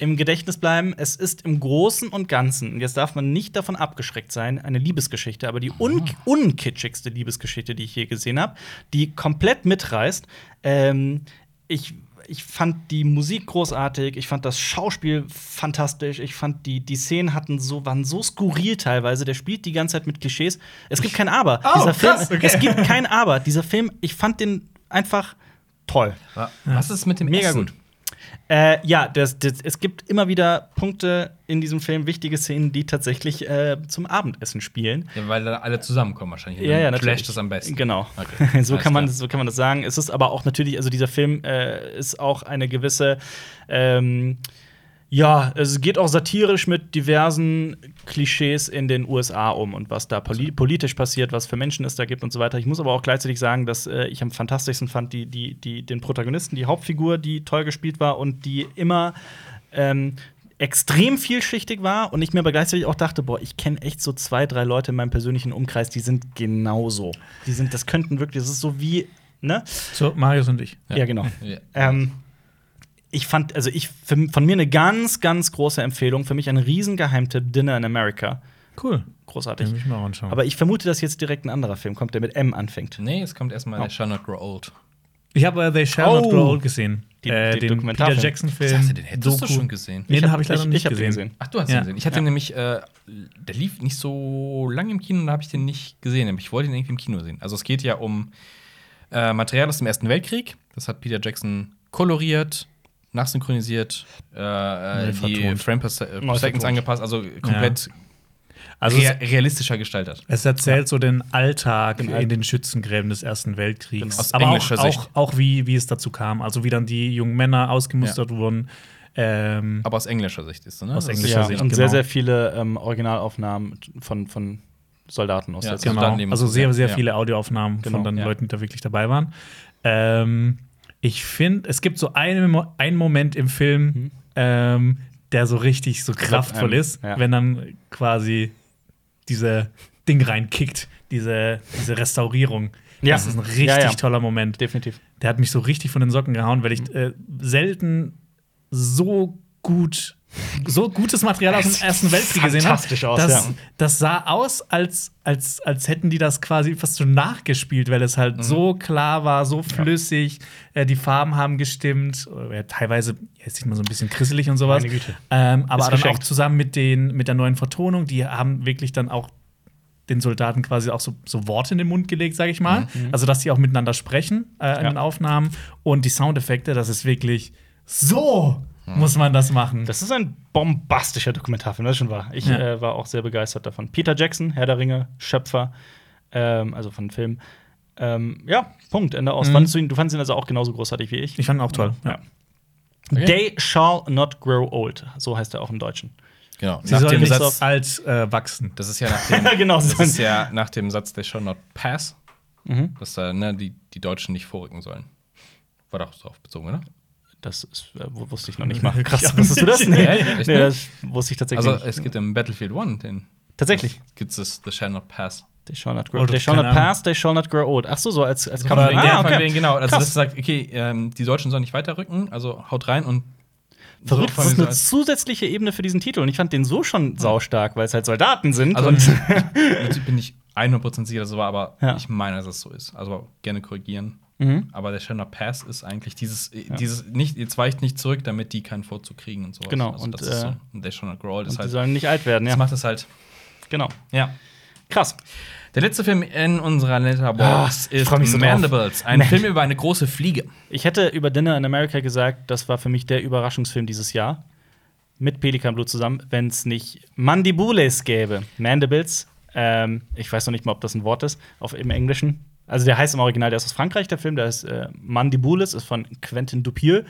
im Gedächtnis bleiben. Es ist im Großen und Ganzen, und jetzt darf man nicht davon abgeschreckt sein, eine Liebesgeschichte, aber die un
Ah.
unkitschigste Liebesgeschichte, die ich je gesehen habe, die komplett mitreißt. Ähm, ich ich fand die Musik großartig, ich fand das Schauspiel fantastisch, ich fand die, die Szenen hatten so, waren so skurril teilweise, der spielt die ganze Zeit mit Klischees. Es gibt kein Aber.
Oh,
Dieser Film,
krass, okay.
Es gibt kein Aber. Dieser Film, ich fand den einfach toll.
Wa- Was ist mit dem
Mega
Essen?
gut. Äh, ja, das, das, es gibt immer wieder Punkte in diesem Film, wichtige Szenen, die tatsächlich äh, zum Abendessen spielen.
Ja, weil da alle zusammenkommen wahrscheinlich. Dann
natürlich.
clasht das am besten.
Genau.
Okay,
so,
alles
kann man
klar.
das, so kann man das sagen. Es ist aber auch natürlich, also dieser Film äh, ist auch eine gewisse. Ähm, ja, es geht auch satirisch mit diversen Klischees in den USA um und was da poli politisch passiert, was für Menschen es da gibt und so weiter. Ich muss aber auch gleichzeitig sagen, dass äh, ich am fantastischsten fand die, die, die, den Protagonisten, die Hauptfigur, die toll gespielt war und die immer ähm, extrem vielschichtig war und ich mir aber gleichzeitig auch dachte, boah, ich kenne echt so zwei, drei Leute in meinem persönlichen Umkreis, die sind genauso. Die sind, das könnten wirklich, das ist so wie, ne?
So, Marius und ich.
Ja, genau.
Ja.
Ähm, ich fand, also ich, für, von mir eine ganz, ganz große Empfehlung, für mich ein riesen Geheimtipp, Dinner in America.
Cool.
Großartig.
Den will ich mal anschauen.
Aber ich vermute, dass jetzt direkt ein anderer Film kommt, der mit M anfängt.
Nee, es kommt erstmal der Shall Not Grow Old.
ich habe äh, They Shall
Oh.
Not Grow Old gesehen.
Die-
äh,
die
den Peter
Dokumentarfilm.
Ich
Jackson-Film.
dachte, den hättest du
Doku.
schon gesehen.
Nee, den habe
Ich
ich
hab- ich-
leider nicht
ich hab den
gesehen.
gesehen.
Ach, du hast
Ja.
ihn gesehen. Ich hatte ihn nämlich, äh, der lief nicht so lange im Kino, da habe ich den nicht gesehen. Ich wollte ihn irgendwie im Kino sehen. Also es geht ja um äh, Material aus dem Ersten Weltkrieg. Das hat Peter Jackson koloriert, nachsynchronisiert, äh, äh, die
Neu vertont.
Frame per Se- äh,
Neu
Seconds
vertont.
angepasst, also komplett
Also,
rea
es,
realistischer gestaltet.
es erzählt so den Alltag
Den Al-
in den Schützengräben des Ersten Weltkriegs.
Genau.
Aus
Aber auch,
englischer Sicht.
auch, auch wie, wie es dazu kam. Also, wie dann die jungen Männer ausgemustert wurden. Ähm,
Aber aus englischer Sicht ist, ne?
Aus
Das ist-
englischer
Ja,
Sicht,
und
genau.
sehr, sehr viele ähm, Originalaufnahmen von, von Soldaten aus
Ja,
der Zeit.
Soldaten,
Genau.
die
Also
müssen-
sehr,
ja,
sehr
ja.
viele Audioaufnahmen
Genau,
von den
ja.
Leuten, die da wirklich dabei waren. Ähm, ich finde, es gibt so einen, Mo- einen Moment im Film, ähm, der so richtig so kraftvoll
Mhm. einem,
ist,
ja.
wenn dann quasi diese Ding reinkickt, diese, diese Restaurierung.
Ja.
Das ist ein richtig
Ja, ja.
toller Moment.
Definitiv.
Der hat mich so richtig von den Socken gehauen, weil
Mhm.
ich äh, selten so gut so gutes Material aus
Es
dem Ersten Weltkrieg gesehen habe.
fantastisch aus,
das,
ja.
das sah aus, als, als, als hätten die das quasi fast so nachgespielt, weil es
Mhm.
halt so klar war, so flüssig, äh, die Farben haben gestimmt, äh, ja, teilweise ja, ist man so ein bisschen krisselig und sowas.
Meine Güte.
Ähm, aber
Ist
dann
geschenkt.
auch zusammen mit, den, mit der neuen Vertonung, die haben wirklich dann auch den Soldaten quasi auch so, so Worte in den Mund gelegt, sage ich mal. Also, dass die auch miteinander sprechen äh, in
Ja.
den Aufnahmen. Und die Soundeffekte, das ist wirklich so, muss man das machen.
Das ist ein bombastischer Dokumentarfilm, das ist schon wahr. Ich
Ja.
äh, war auch sehr begeistert davon. Peter Jackson, Herr der Ringe, Schöpfer, ähm, also von Filmen. Ähm, ja, Punkt, Ende aus. Fandest du, ihn, du fandest ihn also auch genauso großartig wie Mhm. ich?
ich fand ihn auch toll. Ja.
Okay.
They shall not grow old. So heißt er auch im Deutschen.
Genau.
Sie sollen nicht so alt äh, wachsen.
Das ist ja nach dem,
Ja, genau,
das
so ein-
ist ja nach dem Satz, they shall not pass,
Mhm.
dass da ne, die, die Deutschen nicht vorrücken sollen. War doch darauf bezogen, oder?
Das ist, äh, wu- wusste ich noch nicht mal.
Ich
Krass,
auch
wusstest du das?
nicht.
Nee,
Ja, ja,
nee
echt
das wusste ich tatsächlich
Also
nicht.
es gibt im Battlefield One den.
Tatsächlich.
Gibt es The Shall Not Pass.
They shall not grow
Oder
They shall
keine
not pass, they shall not grow old. Ach so, so als, als
Von
Kampf.
wegen, ja, von wegen, genau. Also
Krass.
das sagt, okay, ähm, die Deutschen sollen nicht weiterrücken, also haut rein und
Verrückt,
von
das ist
wegen
eine
so
zusätzliche Ebene für diesen Titel. Und ich fand den so schon saustark, weil es halt Soldaten sind.
als- also
und
ich, ich bin nicht 100% sicher, dass es war, aber
Ja.
ich meine, dass es so ist. Also gerne korrigieren.
Mhm.
Aber der Shall Not Pass ist eigentlich dieses, äh, dieses nicht, jetzt weicht nicht zurück, damit die keinen Vorzug kriegen und sowas.
Genau,
Also,
und,
das ist
äh,
so. Und der Shall Not Grow Old
und
ist
die
halt.
sollen nicht alt werden,
Das
ja.
macht es halt.
Genau.
Ja.
Krass.
Der letzte Film in unserer Letterbox
Ah, ich
ist
freu mich so drauf.
Mandibles, ein
Nee.
Film über eine große Fliege.
Ich hätte über Dinner in America gesagt, das war für mich der Überraschungsfilm dieses Jahr. Mit Pelikanblut zusammen, wenn es nicht Mandibules gäbe. Mandibles. Ähm, ich weiß noch nicht mal, ob das ein Wort ist auf, im Englischen. Also der heißt im Original, der ist aus Frankreich, der Film, der ist äh, Mandibules, ist von Quentin Dupieux,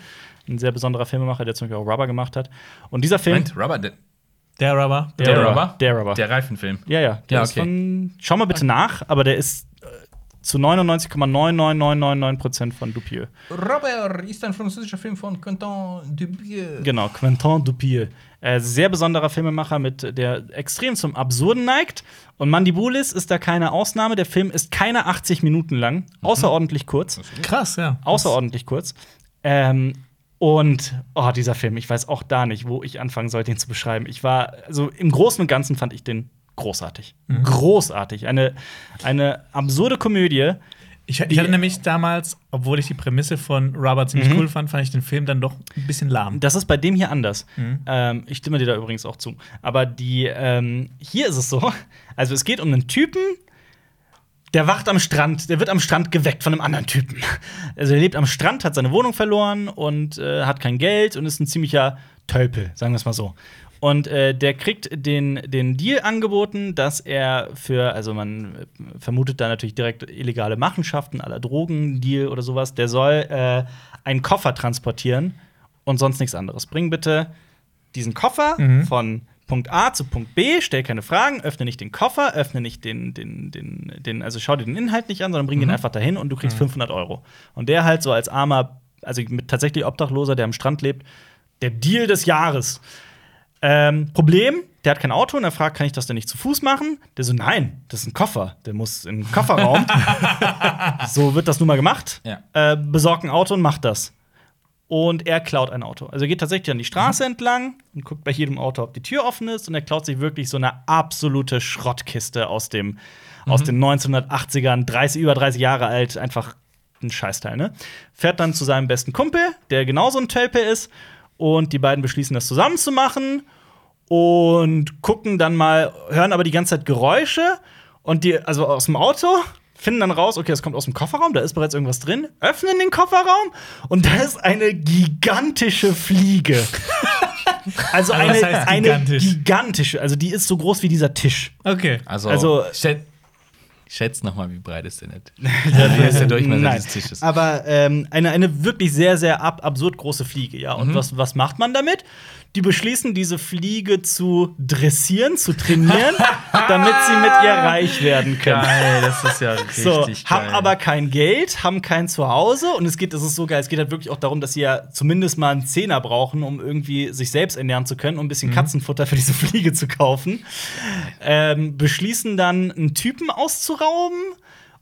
ein sehr besonderer Filmemacher, der zum Beispiel auch Rubber gemacht hat. hat. Und dieser Film.
Moment, Rubber, der,
Der Rubber.
der,
Rubber.
Rubber?
Der Rubber.
Der Reifenfilm.
Ja, ja. Der
Ja,
ist
okay.
von, schau mal bitte nach, aber der ist äh, zu 99,99999% von Dupieux.
Robert ist ein französischer Film von Quentin Dubieux.
Genau, Quentin Dupieux. Äh, sehr besonderer Filmemacher, mit der extrem zum Absurden neigt. Und Mandibulis ist da keine Ausnahme. Der Film ist keine 80 Minuten
Mhm.
lang, außerordentlich kurz.
Krass, ja.
Außerordentlich kurz. Ähm, und oh, dieser Film, ich weiß auch da nicht, wo ich anfangen sollte, ihn zu beschreiben. Ich war, also im Großen und Ganzen fand ich den großartig. Großartig. Eine, eine absurde Komödie.
Ich, ich hatte nämlich damals, obwohl ich die Prämisse von Rubber ziemlich cool fand, fand ich den Film dann doch ein bisschen lahm.
Das ist bei dem hier anders. Ähm, ich stimme dir da übrigens auch zu. Aber die, ähm, hier ist es so: also, es geht um einen Typen, der wacht am Strand, der wird am Strand geweckt von einem anderen Typen. Also, er lebt am Strand, hat seine Wohnung verloren und äh, hat kein Geld und ist ein ziemlicher Tölpel, sagen wir es mal so. Und äh, der kriegt den, den Deal angeboten, dass er für, also man äh, vermutet da natürlich direkt illegale Machenschaften aller Drogen, Deal oder sowas, der soll äh, einen Koffer transportieren und sonst nichts anderes. Bring bitte diesen Koffer von Punkt A zu Punkt B, stell keine Fragen, öffne nicht den Koffer, öffne nicht den, den, den, den also schau dir den Inhalt nicht an, sondern bring ihn einfach dahin und du kriegst 500 Euro. Und der halt so als armer, also mit tatsächlich Obdachloser, der am Strand lebt, der Deal des Jahres. Ähm, Problem, der hat kein Auto und er fragt, kann ich das denn nicht zu Fuß machen? Der so, nein, das ist ein Koffer, der muss in den Kofferraum. so wird das nun mal gemacht.
Ja.
Äh, besorgt ein Auto und macht das und er klaut ein Auto. Also er geht tatsächlich an die Straße entlang und guckt bei jedem Auto, ob die Tür offen ist und er klaut sich wirklich so eine absolute Schrottkiste aus dem aus den 1980ern, 30 über 30 Jahre alt, einfach ein Scheißteil, ne? Fährt dann zu seinem besten Kumpel, der genauso ein Tölpel ist und die beiden beschließen das zusammen zu machen und gucken dann mal, hören aber die ganze Zeit Geräusche und die, also aus dem Auto, finden dann raus, okay, es kommt aus dem Kofferraum, da ist bereits irgendwas drin, öffnen den Kofferraum und da ist eine gigantische Fliege. also
Also,
eine,
was heißt
eine
gigantisch?
gigantische, also die ist so groß wie dieser Tisch.
Okay. Oh,
Also,
Also-
schät, schätzt noch mal, wie breit ist der nicht? Wie ist der Durchmesser
Nein.
dieses Tisches?
Aber ähm, eine, eine wirklich sehr, sehr ab absurd große Fliege, ja. Und was, was macht man damit? Die beschließen, diese Fliege zu dressieren, zu trainieren, damit sie mit ihr reich werden können.
Geil, das ist ja richtig
So, haben aber kein Geld, haben kein Zuhause und es geht, es ist so geil, es geht halt wirklich auch darum, dass sie ja zumindest mal einen Zehner brauchen, um irgendwie sich selbst ernähren zu können, um ein
Mhm.
bisschen Katzenfutter für diese Fliege zu kaufen. Ähm, beschließen dann, einen Typen auszurauben.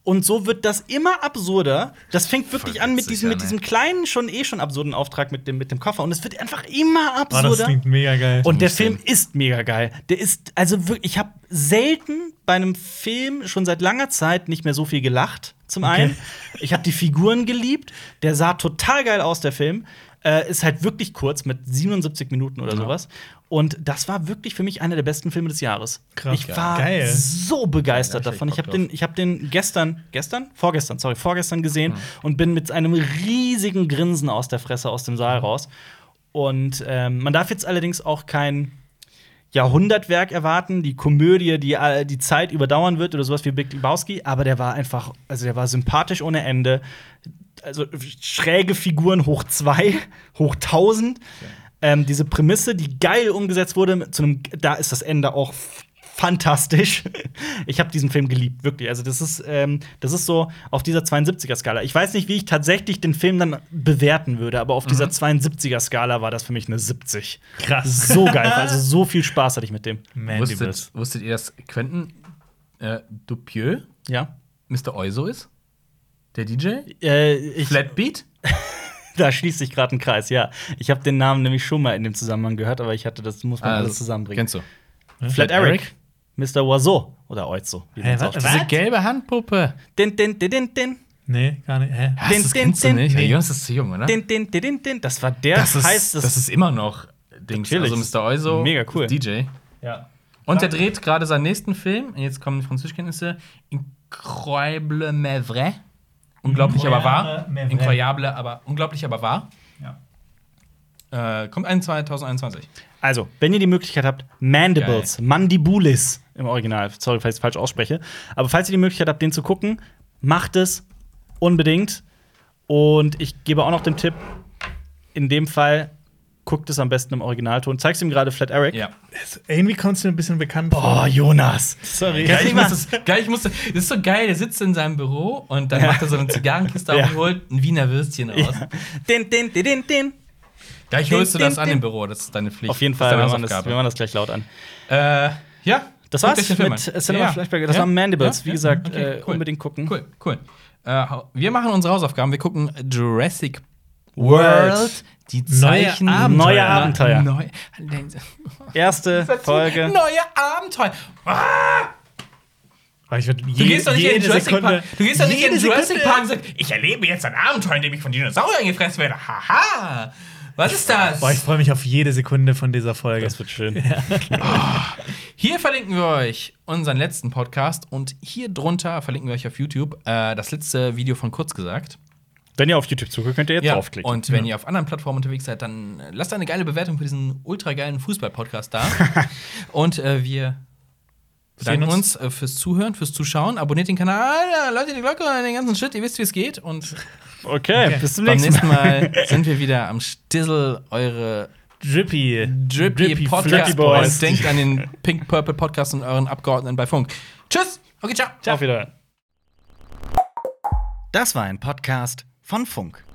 Und so wird das immer absurder. Das fängt wirklich
Voll
an mit
witzig,
diesem,
ja,
mit
ne?
diesem kleinen, schon eh schon absurden Auftrag mit dem, mit dem Koffer. Und es wird einfach immer
Ah,
Oh,
absurder.
das klingt mega geil.
Und der
Muss
Film ist mega geil. Der ist, also wirklich, ich habe selten bei einem Film schon seit langer Zeit nicht mehr so viel gelacht. Zum einen. Ich habe die Figuren geliebt. Der sah total geil aus, der Film. Äh, ist halt wirklich kurz, mit 77 Minuten
Genau.
oder sowas. Und das war wirklich für mich einer der besten Filme des Jahres.
Krass.
ich war
Geil.
so begeistert
Ja, da hab ich
davon. Ich habe
Bock
den, ich hab den gestern, gestern? Vorgestern, sorry, vorgestern gesehen und bin mit einem riesigen Grinsen aus der Fresse aus dem Saal raus. Und ähm, man darf jetzt allerdings auch kein Jahrhundertwerk erwarten, die Komödie, die all- die Zeit überdauern wird oder sowas wie Big Lebowski, aber der war einfach, also der war sympathisch ohne Ende. also schräge Figuren hoch zwei, hoch tausend. Ähm, diese Prämisse, die geil umgesetzt wurde, zu einem, da ist das Ende auch f- fantastisch. Ich habe diesen Film geliebt, wirklich. Also das ist, ähm, das ist so auf dieser 72er-Skala. Ich weiß nicht, wie ich tatsächlich den Film dann bewerten würde, aber auf dieser 72er-Skala war das für mich eine 70.
Krass.
So geil, also so viel Spaß hatte ich mit dem.
Wusstet, wusstet ihr, dass Quentin äh, Dupieux
Ja.
Mr. Oizo ist? Der DJ?
Äh, ich,
Flatbeat?
da schließt sich gerade ein Kreis, ja. Ich habe den Namen nämlich schon mal in dem Zusammenhang gehört, aber ich hatte das, muss
Ah,
man alles zusammenbringen.
Also, Kennst du?
Flat Eric, Mr. Oiseau oder Oizo. wie
Hä,
man's
wa-
ausspricht.
was?
Diese gelbe Handpuppe.
Din, din, din, din, din,
Nee, gar nicht. Hä?
Was,
Din,
das
din,
kennst du
din.
nicht?
Nee.
Der Jonas ist zu jung, oder?
din, din, din, din, din. Das war der
Das ist,
heißt
das ist immer noch Dings.
Natürlich.
Also Mr. Oizo,
Mega cool.
ist DJ.
Ja.
Und er dreht gerade seinen nächsten Film. Jetzt kommen die Französischkenntnisse. Incroyable mais vrai. Unglaublich, aber wahr.
Incroyable, mais vrai.
Incroyable, aber unglaublich, aber wahr.
Ja.
Äh, kommt ein 2021.
Also, wenn ihr die Möglichkeit habt, Mandibles, Mandibulis im Original, sorry, falls ich es falsch ausspreche, aber falls ihr die Möglichkeit habt, den zu gucken, macht es unbedingt. Und ich gebe auch noch den Tipp, in dem Fall guckt es am besten im Originalton. Zeigst du ihm gerade Flat Eric?
Ja.
Irgendwie kommst du mir ein bisschen bekannt vor.
Boah, Jonas.
Sorry.
Geil,
Ja,
ich
immer.
muss das, geil, ich muss das, das ist so geil, der sitzt in seinem Büro und dann macht er so eine Zigarrenkiste auf
Ja.
und holt ein Wiener Würstchen raus.
Din, din, din, din, din.
Gleich holst du
Ding,
das an
ding,
im Büro, das ist deine Pflicht.
Auf jeden
Das ist
Fall, wir
deine
machen, das, wir
Hausaufgabe.
machen das gleich laut an.
Äh, ja.
Das
Guckt
war's
euch den Film
mit,
an.
äh, Cinema Flashback. Das waren Mandibles. Wie gesagt, äh,
cool.
unbedingt gucken.
Cool, cool. Äh, hau- wir machen unsere Hausaufgaben. Wir gucken Jurassic World. Die Zeichen.
Abenteuer.
Neue Abenteuer.
Neue,
Erste Folge.
Neue Abenteuer. Ah!
Aber ich würd
Du
je-
gehst doch nicht in den
jede
Jurassic
Sekunde-
Park. Du gehst doch nicht in den
jede
Jurassic
Sekunde-
Park und sagst, ich erlebe jetzt ein Abenteuer, in dem ich von Dinosauriern gefressen werde. Haha. Was ist das?
Boah, ich freue mich auf jede Sekunde von dieser Folge.
Das wird schön.
Hier verlinken wir euch unseren letzten Podcast und hier drunter verlinken wir euch auf YouTube äh, das letzte Video von Kurz gesagt.
Wenn ihr auf YouTube zuguckt, könnt ihr jetzt draufklicken.
Und wenn ihr auf anderen Plattformen unterwegs seid, dann äh, lasst eine geile Bewertung für diesen ultra geilen Fußball-Podcast da. und äh, wir bedanken
Sehen
uns
uns.
äh, fürs Zuhören, fürs Zuschauen. Abonniert den Kanal, äh, läutet die Glocke und den ganzen Shit. Ihr wisst, wie es geht. Und
Okay, bis zum
beim
nächsten Mal.
nächsten Mal sind wir wieder am Stissel, eure
Drippy.
Drippy, Podcast.
Flappy Boys.
Und denkt an den Pink Purple Podcast und euren Abgeordneten bei Funk. Tschüss. Okay, ciao.
Auf Wiederhören. Das war ein Podcast von Funk.